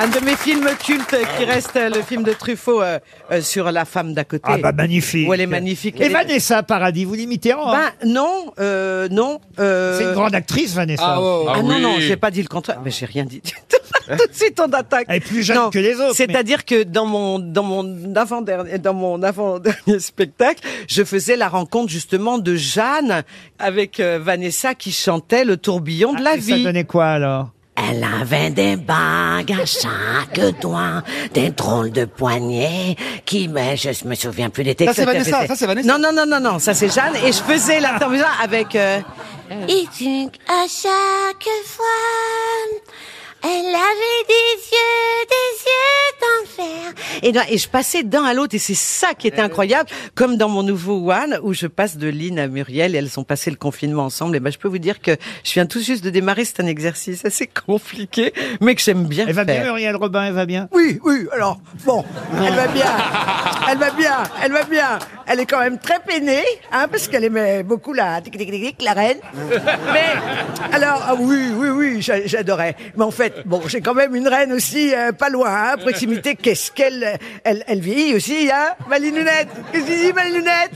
un de mes films cultes
Ah
qui reste euh, le film de Truffaut euh, euh, sur la femme d'à côté.
Ah bah magnifique.
Où elle est magnifique.
Et
elle est-
Vanessa Paradis, vous l'imitez en hein
Ben non, euh, non. euh,
C'est une grande actrice, Vanessa.
Ah,
Ah
non,
oui.
non, j'ai pas dit le contraire, mais j'ai rien dit. Tout de suite, on attaque.
Elle est plus jeune
Non,
que les autres,
C'est-à-dire que dans mon, dans mon avant-dernier, dans mon avant-dernier spectacle, je faisais la rencontre justement de Jeanne avec euh, Vanessa qui chantait le tourbillon de la
Ah, Et Ça
vie.
donnait quoi alors
Elle avait des bagues à chaque doigt, des drôles de poignets qui, mais je me souviens plus des textes.
c'est Vanessa,
C'était-
ça, c'est Vanessa.
Non, non, non, non, non, ça c'est Jeanne. Et je faisais la tourbillon avec, euh,
Et donc, à chaque fois, elle avait des yeux, des yeux d'enfer.
Et, non, et je passais d'un à l'autre et c'est ça qui était incroyable, comme dans mon nouveau One où je passe de Lynn à Muriel et elles ont passé le confinement ensemble. Et ben je peux vous dire que je viens tout juste de démarrer, c'est un exercice assez compliqué, mais que j'aime bien
Elle va bien,
faire.
Muriel Robin, elle va bien
oui, oui, alors, bon, elle va bien, elle va bien, elle va bien. Elle est quand même très peinée, hein, parce qu'elle aimait beaucoup la tic tic tic tic, la reine. Mais, alors, ah oui, oui, oui, j'a- j'adorais. Mais en fait, bon, j'ai quand même une reine aussi, euh, pas loin, hein, à proximité. Qu'est-ce qu'elle, euh, elle, elle vieillit aussi, hein, Malinunette Qu'est-ce que tu dis, Malinunette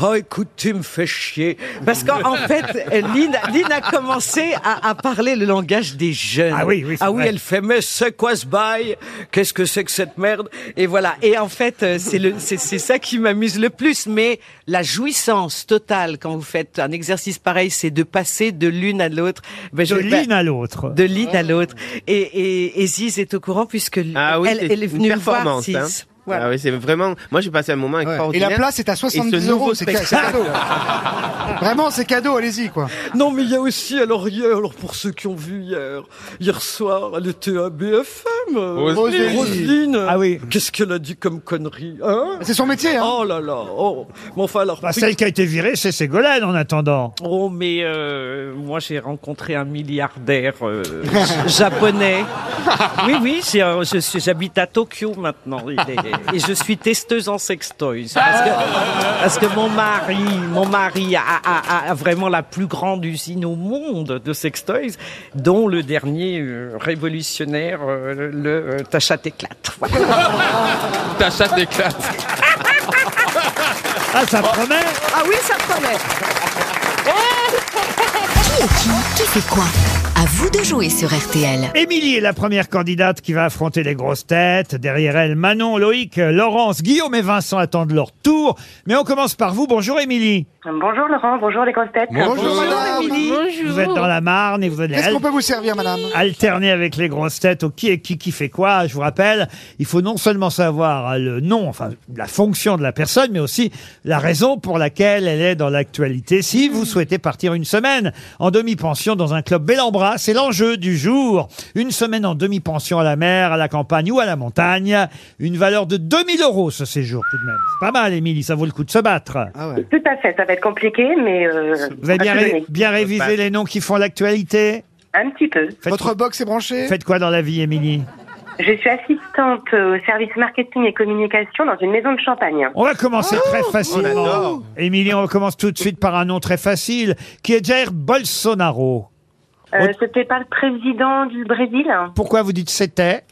Oh, écoute, tu me fais chier. Parce qu'en en fait, euh, Lynn, Lynn a commencé à, à parler le langage des jeunes.
Ah oui, oui, c'est
Ah oui,
vrai.
elle fait, mais c'est quoi ce bail Qu'est-ce que c'est que cette merde Et voilà. Et en fait, euh, c'est le, c'est, c'est ça qui m'amuse le plus. Mais la jouissance totale quand vous faites un exercice pareil, c'est de passer de l'une à l'autre. Ben,
De
je- ben,
l'une à l'autre. Ah.
de l'une à l'autre. Et, et, et Ziz est au courant puisque
Ah oui,
elle,
c'est
elle est
une
venue me voir
performance,
Ziz.
hein.
Voilà.
Ah oui, c'est vraiment. Moi, j'ai passé un moment
Et
extraordinaire.
la place est à
Et
70
ce
euros,
nouveau
c'est ca- c'est
spectacle-
cadeau. Vraiment, c'est cadeau, allez-y quoi.
Non, mais il y a aussi, alors, hier, alors pour ceux qui ont vu hier, hier soir, elle était à BFM. euh,
Roselyne.
Roselyne.
Ah oui.
Qu'est-ce qu'elle a dit comme connerie, hein
C'est son métier. Hein.
Oh là là, oh. Mais enfin, alors.
Bah, celle qui a été virée, c'est Ségolène en attendant.
Oh, mais euh, moi j'ai rencontré un milliardaire euh,
Japonais.
oui, oui, j'ai un- je suis- j'habite à Tokyo maintenant. Il est- et je suis testeuse en sextoys. Parce que, parce que mon mari, mon mari a, a- a- a vraiment la plus grande usine au monde de sextoys, dont le dernier euh, révolutionnaire, euh, le euh, Ta chatte éclate. Voilà.
Ta chatte éclate.
Ah, ça
Oh.
promet
Ah oui, ça promet.
Qui est qui Qui fait quoi À vous de jouer sur RTL.
Émilie est la première candidate qui va affronter les grosses têtes. Derrière elle, Manon, Loïc, euh, Laurence, Guillaume et Vincent attendent leur tour. Mais on commence par vous. Bonjour Émilie.
Bonjour Laurent, bonjour les grosses têtes.
Bonjour, madame.
Vous êtes dans la Marne et vous allez
Qu'est-ce
al-
qu'on peut vous servir, madame
alterner avec les grosses têtes au qui est qui qui fait quoi. Je vous rappelle, il faut non seulement savoir hein, le nom, enfin la fonction de la personne, mais aussi la raison pour laquelle elle est dans l'actualité. Si vous souhaitez partir une semaine en demi-pension dans un club bel en bras, c'est l'enjeu du jour. Une semaine en demi-pension à la mer, à la campagne ou à la montagne. Une valeur de 2000 euros ce séjour tout de même. C'est pas mal, Émilie, ça vaut le coup de se battre.
Ah ouais.
Tout à fait, ça va être compliqué, mais euh,
Vous avez bien,
à se
ré-
donner.
bien révisé les noms qui font l'actualité
un petit peu.
Faites-
Votre box est branchée
Faites quoi dans la vie, Émilie
Je suis assistante au service marketing et communication dans une maison de champagne.
On va commencer très facilement. Émilie, on commence tout de suite par un nom très facile, qui est Jair Bolsonaro.
Euh, C'était pas le président du Brésil hein
Pourquoi vous dites c'était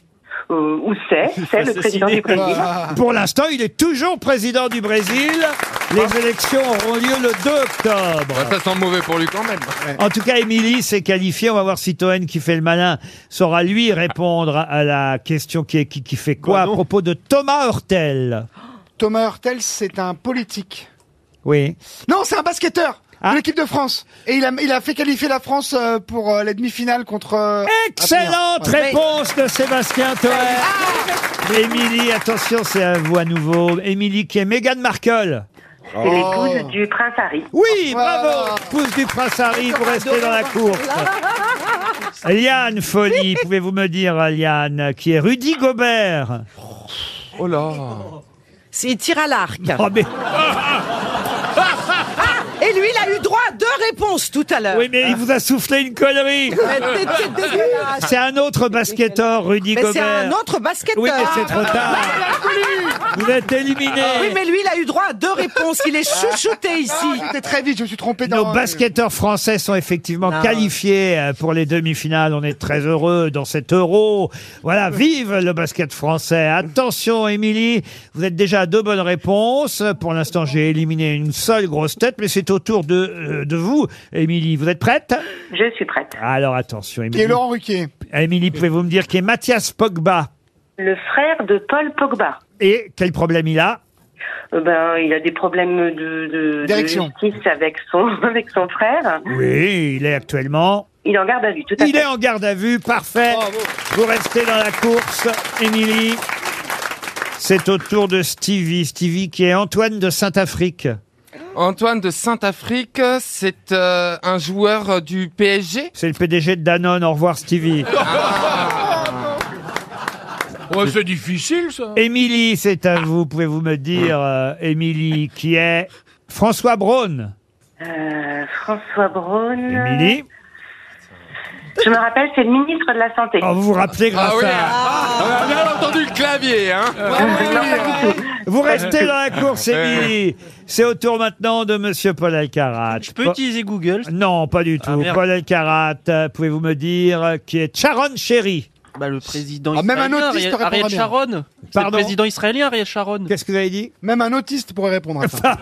euh, où c'est, c'est le président du Brésil.
Bah,
Ah. Pour l'instant, il est toujours président du Brésil.
Ah.
Les élections auront lieu le 2 octobre.
Bah, ça sent mauvais pour lui quand même.
En tout cas, Émilie s'est qualifiée. On va voir si Toen, qui fait le malin, saura lui répondre à la question qui, est- qui, qui fait quoi à propos de Thomas Hurtel.
Thomas Hurtel, c'est un politique.
Oui.
Non, c'est un basketteur de l'équipe de France. Et il a, il a fait qualifier la France euh, pour euh, la demi-finale contre... euh,
Excellente
Avenir. Ouais.
réponse de Sébastien Toen. Émilie, attention, c'est à vous à nouveau. Émilie qui est Meghan Markle. Oh.
C'est l'épouse du prince Harry.
Oui, bravo, épouse du prince Harry, vous restez dans la course. Liane Folie, pouvez-vous me dire, Liane, qui est Rudy Gobert Oh là
C'est il tire à l'arc.
Oh, mais-
Ah, et lui, il a eu droit à deux réponses tout à l'heure.
Oui, mais il vous a soufflé une connerie
Mais t'es- t'es dégueulasse.
C'est un autre basketteur, Rudy
Mais
Gobert.
c'est un autre basketteur. Ah.
Oui, mais c'est trop tard. Vous êtes éliminé.
Oui, mais lui, il a eu droit à deux réponses. Il est chouchouté ici.
Ah, J'étais très vite, je me suis trompé dans... euh,
Nos basketteurs français sont effectivement
Non.
qualifiés euh, pour les demi-finales. On est très heureux dans cet euro. Voilà, vive le basket français. Attention, Émilie, vous êtes déjà à deux bonnes réponses. Pour l'instant, j'ai éliminé une seule grosse tête, mais c'est au tour de, euh, de vous, Émilie. Vous êtes prête
Je suis prête.
Alors attention, Émilie.
Qui est Laurent Ruquier.
Émilie, pouvez-vous me dire qui est Mathias Pogba
Le frère de Paul Pogba.
Et quel problème il a
Euh, Ben, il a des problèmes de, de, de
D'érection.
justice avec son, avec son frère.
Oui, il est actuellement...
Il est en garde à vue, tout à
Il
fait.
est en garde à vue, parfait. Vous restez dans la course, Émilie. C'est au tour de Stevie. Stevie qui est Antoine de Saint-Afrique.
Antoine de Saint-Afrique, c'est euh, un joueur euh, du PSG.
C'est le PDG de Danone. Au revoir, Stevie. ah.
Ouais, c'est difficile, hein. ça.
Émilie, c'est à vous. Pouvez-vous me dire, euh, Émilie, qui est François Braun
Euh, François Braun.
Émilie
Je me rappelle, c'est le ministre de la Santé.
Oh, vous vous rappelez grâce
Ah oui.
à...
On a bien entendu le clavier, hein
Vous restez dans la course, Émilie. C'est au tour maintenant de Monsieur Paul Alcarat. Je
peux utiliser Ah,
Google Non, pas du tout.
merde.
Paul Alcarat, euh, pouvez-vous me dire euh, qui est Sharon Sherry
Bah, le président
Ah, même un
israélien,
autiste
Ariel-
répondra
Ariel
bien.
Sharon. C'est le
Pardon
président israélien, Ariel Sharon.
Qu'est-ce que vous avez dit
Même un autiste pourrait répondre à ça.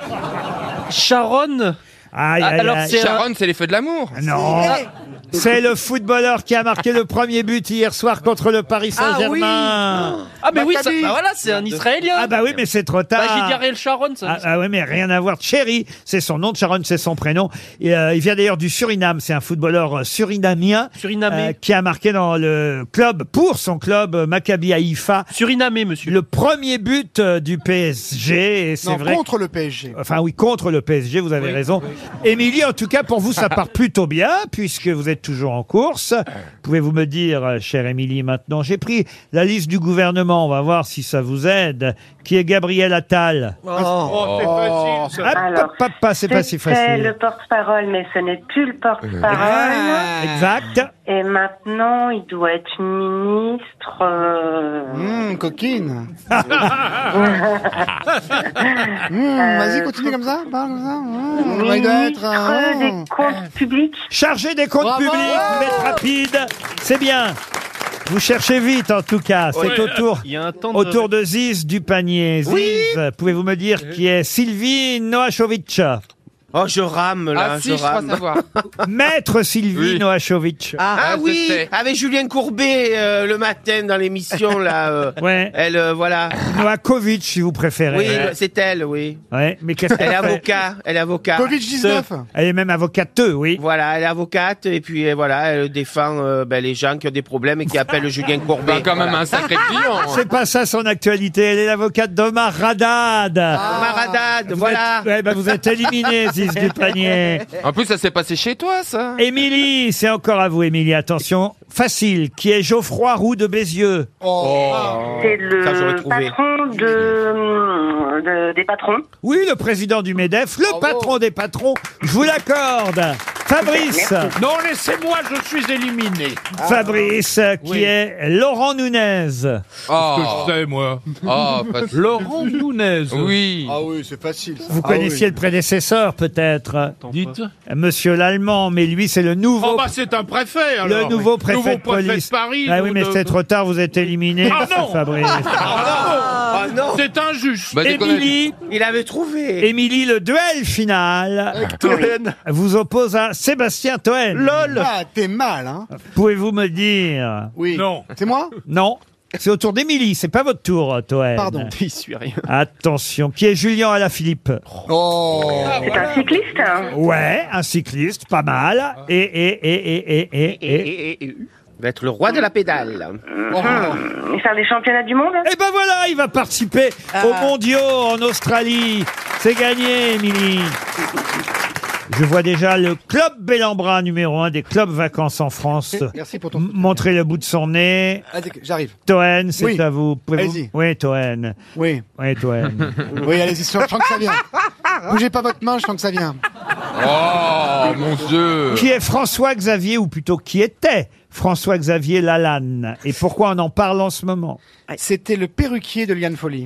Sharon
Aïe,
Ah,
aïe,
alors
aïe.
c'est
Sharon, c'est les feux de l'amour.
Non. C'est le footballeur qui a marqué le premier but hier soir contre le Paris
Ah oui
Saint-Germain.
Ah, mais oui, ça- bah voilà, c'est un Israélien.
Ah bah oui, mais c'est trop
Bah,
tard.
j'ai dit Ariel Sharon,
Ah,
ça.
ah ouais, mais rien à voir. Cherry, c'est son nom. Sharon, c'est son prénom. Et, euh, il vient d'ailleurs du Suriname. C'est un footballeur euh, surinamien.
Surinamé.
qui a marqué dans le club, pour son club, euh, Maccabi Haïfa.
Surinamé, monsieur.
Le premier but euh, du PSG. Et c'est
Non,
vrai.
contre le PSG.
Enfin oui, contre le PSG, vous avez raison. Émilie, en tout cas, pour vous, ça part plutôt bien, puisque vous êtes toujours en course. Pouvez-vous me dire, euh, chère Émilie, maintenant, j'ai pris la liste du gouvernement, on va voir si ça vous aide, qui est Gabriel Attal.
Oh, c'est facile.
Hop, hop, hop, hop, c'est Ah, pas si
C'était
facile.
le porte-parole, mais ce n'est plus le porte-parole.
Ah. Exact.
Et maintenant, il doit être ministre. euh,
Hum, coquine. Hum,
euh,
Vas-y, continue comme ça. parle comme ça. Hum, on va y être,
Ministre
hein.
des comptes publics.
Mmh. Chargé des comptes
Bravo.
publics, vous êtes rapide, c'est bien. Vous cherchez vite, en tout cas. C'est
Ouais.
au tour,
Il y a un temps de-
autour de Ziz du panier. Ziz,
Oui.
pouvez-vous me dire qui est Sylvie Noachovic
Oh, je rame là,
Ah, si, je
je
crois
rame.
savoir.
Maître Sylvie Noachovic.
Ah, ah
je
oui,
sais.
avec Julien Courbet euh, le matin dans l'émission là. euh,
Ouais.
Elle euh, voilà.
Noachovic, si vous préférez.
Oui, c'est elle, oui.
Ouais, mais qu'est-ce qu'elle
Elle est
fait
avocat, elle est avocat.
Elle est même avocate, oui.
Voilà, elle est avocate et puis euh, voilà, elle défend euh, ben, les gens qui ont des problèmes et qui appellent Julien Courbet.
Ben, quand même un sacré client.
C'est pas ça son actualité. Elle est l'avocate d'Omar Radad.
Ah.
Ah. Maradade,
Vous
voilà.
êtes- ouais, bah, vous êtes éliminé, Ziz du panier.
En plus, ça s'est passé chez toi, ça.
Émilie, c'est encore à vous, Émilie. Attention, facile. Qui est Geoffroy Roux de Bézieux
C'est le patron de, de- des patrons.
Oui, le président du MEDEF, le patron des patrons, je vous l'accorde. Fabrice
Non, laissez-moi, je suis éliminé.
Fabrice, qui
Oui.
est Laurent Nunez.
Parce que je sais, moi.
Ah, facile.
Laurent Nunez.
Oui.
Ah oui, c'est facile.
Vous connaissiez le prédécesseur, peut-être hein Euh,
Dites.
Monsieur l'Allemand, mais lui, c'est le nouveau...
Oh, bah, c'est un préfet, alors.
le nouveau préfet,
Nouveau
de police.
de Paris.
Ah
ou
oui, mais
de-
c'est trop tard, vous êtes éliminé,
Ah non
Fabrice.
Ah non, C'est injuste.
Bah, déconnez. Émilie.
Il avait trouvé.
Émilie, le duel final vous oppose à Sébastien Toen.
LOL Ah, t'es mal, hein
Pouvez-vous me dire
Oui. Non. C'est moi
Non. C'est au tour d'Émilie, c'est pas votre tour, Toen.
Pardon.
Il suit rien.
Attention, qui est Julien Alaphilippe
Oh
C'est un cycliste hein
Ouais, un cycliste, pas mal. Et, et, et, et, et, et, et.
Il va être le roi de la pédale.
Oh.
Hum. Et faire les championnats du monde
Et ben voilà, il va participer aux
Ah.
mondiaux en Australie. C'est gagné, Émilie. Je vois déjà le club Bellambra numéro un des clubs vacances en France.
Eh, Merci pour ton.
M- Montrer le bout de son nez.
Ah, d'accord, J'arrive.
Toen, c'est
Oui.
à vous. Pouvez-vous-
Allez-y.
Oui, Toen.
Oui.
Oui, Toen.
Oui, allez-y, je sens que ça vient. Bougez pas votre main, je sens que ça vient.
Oh, mon Dieu
Qui est François-Xavier, ou plutôt qui était François-Xavier Lalanne Et pourquoi on en parle en ce moment
C'était le perruquier de Liane Folly.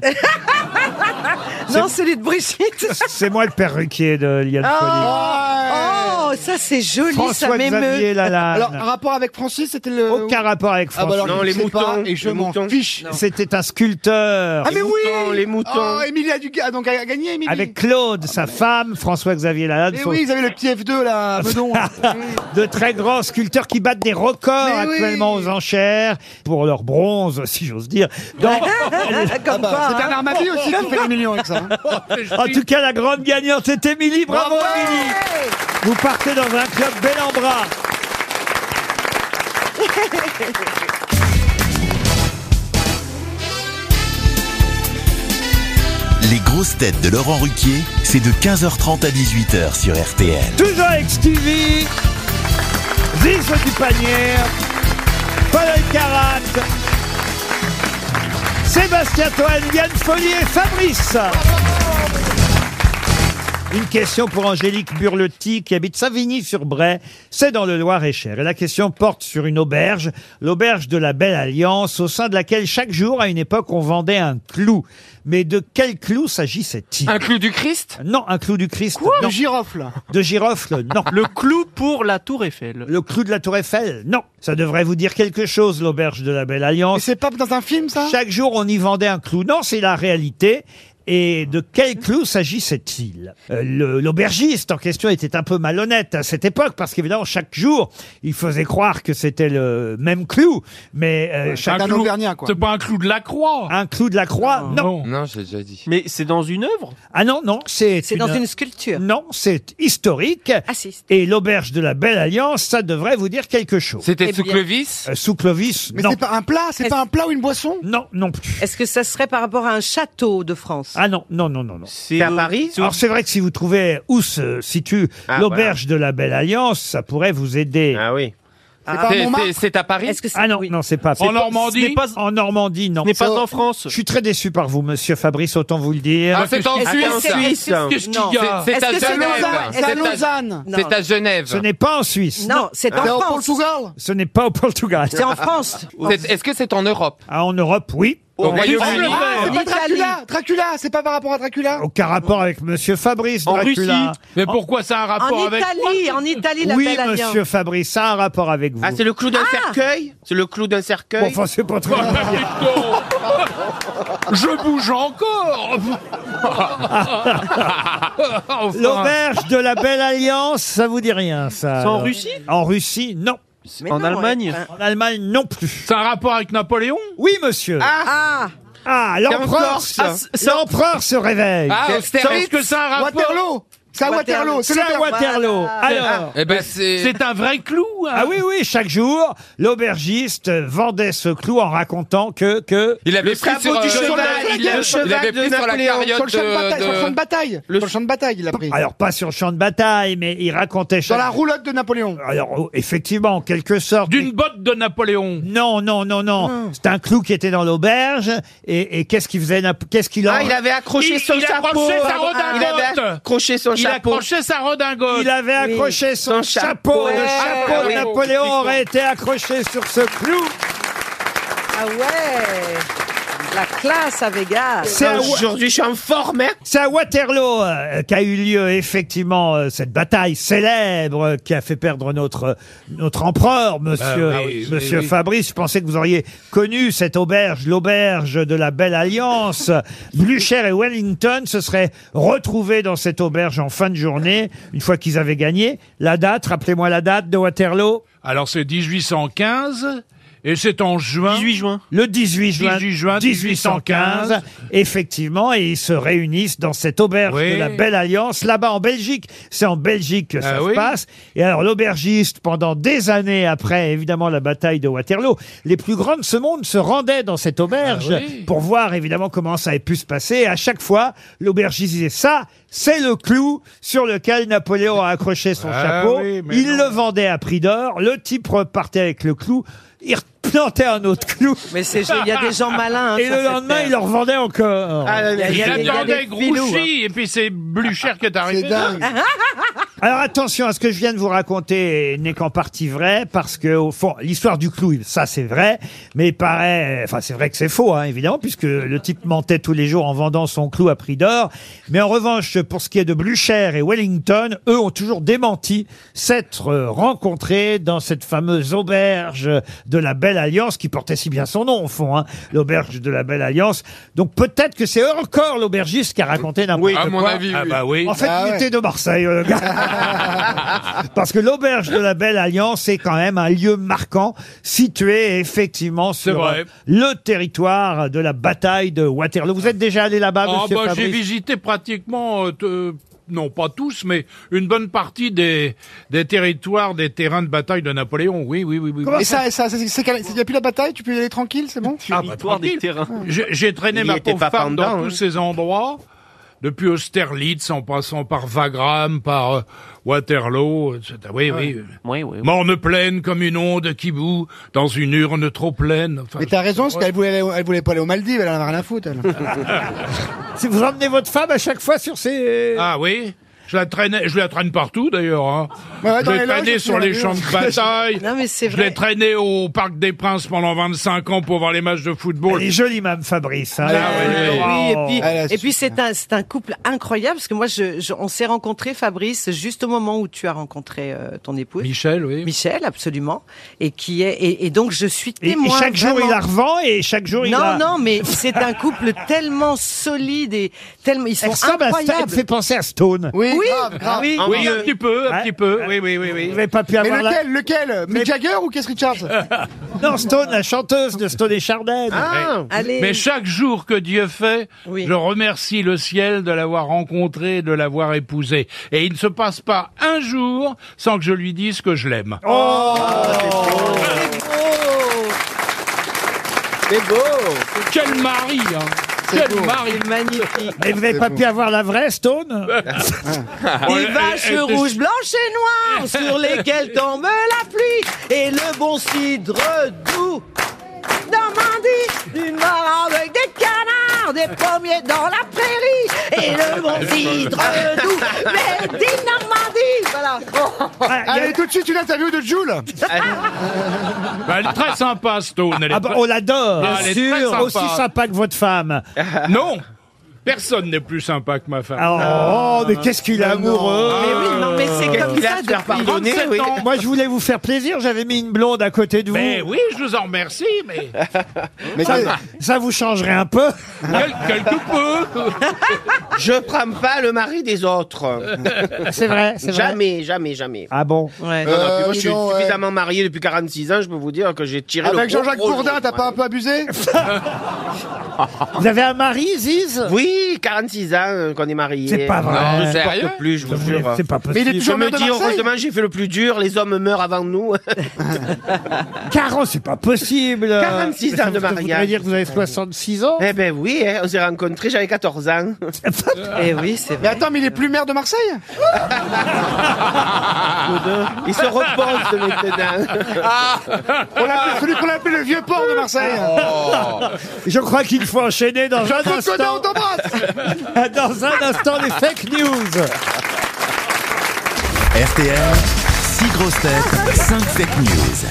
Non, c'est lui de Brigitte.
C'est moi le perruquier de Liane Folie.
Ah.
Oh, ça c'est joli, ça
François-Xavier
m'émeut.
Lalanne.
Alors, un rapport avec Francis, c'était le.
Aucun rapport avec
Ah, bah
François.
alors, je sais pas, et je
les
m'en
moutons.
fiche.
C'était un sculpteur.
Ah, mais oui
les moutons.
Oh, Émilie a, du... a donc a gagné, Émilie. Ah,
Avec Claude, sa femme, François-Xavier Lalanne.
Mais
sont
oui, ils avaient le petit F2 là, à Meudon. là.
de très grands sculpteurs qui battent des records
Mais oui.
actuellement aux enchères pour leur bronze, si j'ose dire. Dans-
Comme
Ah bah,
quoi,
c'est
hein. Oh,
un armadier aussi qui fait des millions avec ça. hein.
en tout cas, la grande gagnante est Émilie. Bravo, Émilie Vous partez dans un club bel en bras.
Les grosses têtes de Laurent Ruquier, c'est de 15h30 à 18h sur RTL.
Toujours avec Stevie, Ziz du panier, Paul Carat, Sébastien Toine, Yann Follier, et Fabrice. Une question pour Angélique Burletti qui habite Savigny-sur-Bray, c'est dans le Loir-et-Cher. Et la question porte sur une auberge, l'auberge de la Belle Alliance, au sein de laquelle chaque jour, à une époque, on vendait un clou. Mais de quel clou s'agissait-il
Un clou du Christ
Non, un clou du Christ.
Le
non.
girofle.
Ah,
Ah,
De girofle, non.
Le clou pour la tour Eiffel.
Le clou de la Tour Eiffel, non. Ça devrait vous dire quelque chose, l'auberge de la Belle
Et
Alliance.
c'est pas dans un film ça
Chaque jour, on y vendait un clou. Non, c'est la réalité. Et de quel clou s'agissait-il Euh, le- L'aubergiste en question était un peu malhonnête à cette époque, parce qu'évidemment, chaque jour, il faisait croire que c'était le même clou. Mais euh, chaque
Un
jour,
auvergnat quoi.
C'est pas un clou de la croix.
un clou de la croix, Ah, non.
Non, j'ai déjà dit.
Mais c'est dans une œuvre
Ah non, non, c'est...
C'est dans une sculpture.
Non, c'est historique.
Ah, si.
Et l'auberge de la Belle Alliance, ça devrait vous dire quelque chose.
C'était
Eh
sous
bien.
Clovis
Euh, Sous Clovis,
Mais
non.
c'est pas un plat, c'est pas un plat ou une boisson
Non, non plus.
Est-ce que ça serait par rapport à un château de France
Ah non, non, non, non, non.
C'est
à
au-
Paris
c'est au-
Alors c'est vrai que si vous trouvez où se situe
Ah,
l'auberge de la Belle Alliance, ça pourrait vous aider. Ah,
Ah oui.
C'est pas un
C'est-
Montmartre
c'est- C'est à Paris
Est-ce que c'est-
non,
oui.
non, c'est pas.
En Normandie.
Ce n'est pas, ce
En Normandie, non.
n'est pas en France.
Je suis très déçu par vous, monsieur Fabrice, autant vous le dire.
Ah, c'est en
Est-ce que
Suisse
c'est-
Suisse.
est-ce
Qu'est-ce
que-
qu'il
Non.
y a
C'est
Est-ce
à
que c'est
C'est à Lausanne,
Genève
c'est à
C'est à-
Lausanne.
Non.
C'est à
ce
Genève
n'est pas en Suisse.
Non, c'est
C'est au
en France.
Portugal
Ce n'est pas au Portugal.
C'est en France.
C'est- Est-ce que c'est en Europe
Ah, en Europe, oui.
Au Royaume-Uni
Ah, c'est
En
pas
Italie.
Dracula Dracula, c'est pas par rapport à Dracula
Aucun rapport avec monsieur Fabrice.
En
Dracula.
Russie.
Mais pourquoi ça a un rapport
En
avec
Italie, en Italie, la
Oui,
Belle Alliance.
monsieur Fabrice, ça a un rapport avec vous.
Ah, c'est le clou d'un cercueil C'est le clou d'un
Bon,
cercueil
enfin, c'est pas très grave.
Oh.
Je bouge encore Enfin.
L'auberge de la Belle Alliance, ça vous dit rien, ça
C'est en
alors
Russie
En Russie, non.
Mais
En
non,
Allemagne
enfin-
En Allemagne, non plus.
C'est un rapport avec Napoléon
Oui, monsieur. Ah,
Ah,
l'empereur,
Corse.
ah, l'empereur se réveille.
Ah, Austerlitz
Est-ce que c'est un rapport
Waterloo C'est à Waterloo, c'est Ah.
c'est
le
à
terme.
Waterloo. Alors,
Eh ben, c'est...
C'est un vrai clou hein.
ah oui, oui, chaque jour, l'aubergiste vendait ce clou en racontant que, que,
Il avait
Le
pris
sabot
sur,
du
euh,
cheval,
il avait-
le cheval
il avait
de
pris sur la
Napoléon,
carriole
Sur le champ de bataille, sur le champ de
de...
bataille. Sur le champ de bataille, il a pris.
alors pas sur le champ de bataille, mais il racontait
Dans
chaque
la roulotte de Napoléon.
Alors, oh, effectivement, en quelque sorte.
D'une botte de Napoléon.
Non, non, non,
Ah.
non. C'est un clou qui était dans l'auberge. Et, et qu'est-ce qu'il faisait Nap- Qu'est-ce qu'il en-
Ah, il avait accroché
Il-
son
il a
chapeau. Ah,
accroché sa
Il avait
redingote.
accroché son
Il accrochait sa redingote.
Il avait accroché son, chapeau. Le
Ah,
chapeau de Napoléon aurait été accroché sur ce clou.
Ah ouais La classe à Vegas.
je suis en forme. hein. C'est à Waterloo euh, qu'a eu lieu effectivement euh, cette bataille célèbre euh, qui a fait perdre notre euh, notre empereur, Monsieur
Ah oui, oui,
Monsieur
oui.
Fabrice. Je pensais que vous auriez connu cette auberge, l'auberge de la Belle Alliance. Blücher et Wellington se seraient retrouvés dans cette auberge en fin de journée une fois qu'ils avaient gagné. La date, rappelez-moi la date de Waterloo.
Alors c'est 1815 et c'est en juin. 18
juin.
Le 18 juin,
18 juin
1815, effectivement, et ils se réunissent dans cette auberge
Oui.
de la Belle Alliance, là-bas en Belgique. C'est en Belgique que ça
Ah
se
oui.
passe. Et alors, l'aubergiste, pendant des années après, évidemment, la bataille de Waterloo, les plus grands de ce monde se rendaient dans cette auberge
Ah oui.
pour voir, évidemment, comment ça a pu se passer. Et à chaque fois, l'aubergiste disait ça, c'est le clou sur lequel Napoléon a accroché son
Ah
chapeau.
oui, mais
Il le vendait à prix d'or. Le type repartait avec le clou. Il replantait un autre clou. Mais
c'est gé- il y a des gens malins, hein,
Et
sur
le
cette
lendemain,
terre. Ah,
il le revendait encore.
il attendait grouchy et puis c'est Blucher qui est arrivé.
Alors attention à ce que je viens de vous raconter n'est qu'en partie vrai parce que au fond l'histoire du clou ça c'est vrai mais il paraît enfin c'est vrai que c'est faux hein, évidemment puisque le type mentait tous les jours en vendant son clou à prix d'or mais en revanche pour ce qui est de Blücher et Wellington eux ont toujours démenti s'être euh, rencontrés dans cette fameuse auberge de la Belle Alliance qui portait si bien son nom au fond hein, l'auberge de la Belle Alliance donc peut-être que c'est encore l'aubergiste qui a raconté n'importe quoi
à mon avis, oui. Bah
en fait il était de Marseille euh, le gars. Parce que l'auberge de la Belle Alliance est quand même un lieu marquant, situé effectivement sur
vrai.
euh, le territoire de la bataille de Waterloo. Vous êtes déjà allé là-bas,
Ah,
monsieur
bah, j'ai
Fabrice
visité pratiquement, euh, te- non pas tous, mais une bonne partie des, des territoires, des terrains de bataille de Napoléon. Oui, oui, oui. oui.
Et ça, et ça, c'est- c'est calme. Il n'y a plus la bataille, tu peux y aller tranquille, c'est bon
Ah, bah, tranquille. J'ai j'ai traîné
Il
ma
était
pauvre
pas
femme
pendant,
dans
hein.
tous ces endroits, depuis Austerlitz, en passant par Wagram, par euh, Waterloo, etc. Oui, oui.
Oui, oui.
Morne pleine comme une onde qui bout dans une urne trop pleine. Enfin,
Mais t'as raison,
c'est
parce qu'elle voulait, aller- elle voulait pas aller aux Maldives, elle en avait rien à foutre. elle.
Si vous emmenez votre femme à chaque fois sur ces...
Ah oui je la traînais, je la traîne partout d'ailleurs. Hein.
Bah
Bah
je
Ouais, ouais, dans
l'ai
les
traînée
loges,
sur
dans
les
les
champs de
loges.
bataille.
Non, mais c'est
Je
vrai.
l'ai traînée au Parc des Princes pendant 25 ans pour voir les matchs de football. Ah
Elle est jolie, Mme Fabrice. hein.
Ah Oui, et puis,
Ah, là,
et puis c'est un, c'est un couple incroyable parce que moi, je, je- on s'est rencontrés, Fabrice, juste au moment où tu as rencontré euh, ton épouse.
Michel, oui.
Michel, absolument. Et qui est, et, et donc je suis
Et, et
témoin.
chaque jour,
vraiment.
il la revend et chaque jour, il
non,
la...
non, mais c'est un couple tellement solide et tellement ils sont
Elle ressemble à Sta- elle me
incroyables.
fait penser à Stone.
Oui, Oui, grave, grave. oui.
Oui, un petit peu, un petit peu. Oui, oui, oui, oui.
Ah. Vous n'avez pas pu
Mais
avoir la...
lequel, lequel Mick Jagger ou Keith Richards
Non, Stone, la chanteuse de Stone et Chardin.
Ah,
Ouais. Mais chaque jour que Dieu fait, je remercie le ciel de l'avoir rencontré, de l'avoir épousé. Et il ne se passe pas un jour sans que je lui dise que je l'aime.
Oh.
C'est beau
Quel mari hein. Quel mari
magnifique.
Mais vous n'avez pas pu avoir la vraie Stone
Ah
Des vaches rouges, blanches et noires sur lesquelles tombe la pluie et le bon cidre doux. Normandie, du nord avec des canards, des pommiers dans la prairie et le
Ah,
bon cidre doux. Mais dis Normandie, voilà.
Ah,
Allez, tout de suite une interview de Jules
Bah, elle est très sympa, Stone. Elle est
Ah bah,
très-
on l'adore.
Ah, elle est très sympa.
Aussi sympa que votre femme.
Non Personne n'est plus sympa que ma femme.
Ah, Oh, mais qu'est-ce qu'il est amoureux
Mais oui, non, mais c'est Ah, Qu'est-ce comme qu'il a ça à se faire depuis pardonner, 37 oui. ans.
Moi, je voulais vous faire plaisir, j'avais mis une blonde à côté de vous.
Mais oui, je vous en remercie, mais...
ça, ça vous changerait un peu
quelque peu
Je prends pas le mari des autres.
C'est vrai, c'est vrai.
Jamais, jamais, jamais.
Ah bon
Non, non, puis moi, je suis
non, ouais. Ah,
suffisamment marié depuis 46 ans, je peux vous dire que j'ai tiré le
Avec
gros
Jean-Jacques
gros
Bourdin,
lot.
t'as pas un peu abusé
Vous avez un mari, Ziz
Oui, 46 ans euh, qu'on est mariés.
C'est pas vrai.
Non, je ne
Sérieux
supporte plus, je vous
Mais
jure.
c'est pas possible. Mais il est toujours
je me
maire de
dis,
Marseille
heureusement, j'ai fait le plus dur, les hommes meurent avant nous.
40, c'est pas possible.
46 ans de
Vous voudriez
mariage.
dire que vous avez 66 ans
Eh ben oui, hein, on s'est rencontrés, j'avais 14 ans.
Eh oui, c'est
Mais attends, mais il est plus maire de Marseille
Il se repose maintenant.
Ah. On l'appelle- Celui qu'on appelle le vieux port de Marseille
Oh. Je crois qu'il faut enchaîner dans un
Jean-Jacques Gaudin, on
instant.
t'embrasse
dans un instant, les fake news.
RTL, 6 grosses têtes, 5 fake news.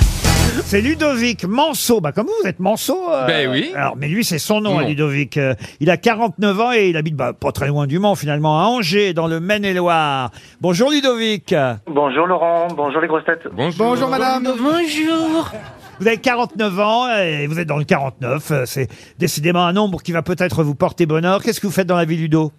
C'est Ludovic Manceau. Bah, comme vous, vous êtes Manceau. euh,
Ben oui.
Alors, mais lui, c'est son nom,
Non.
Ludovic. Euh, il a 49 ans et il habite bah, pas très loin du Mans, finalement, à Angers, dans le Maine-et-Loire. Bonjour, Ludovic.
Bonjour Laurent, bonjour les grosses têtes.
Bonjour. Vous avez 49 ans euh, et vous êtes dans le 49. Euh, C'est décidément un nombre qui va peut-être vous porter bonheur. Qu'est-ce que vous faites dans la vie, Ludo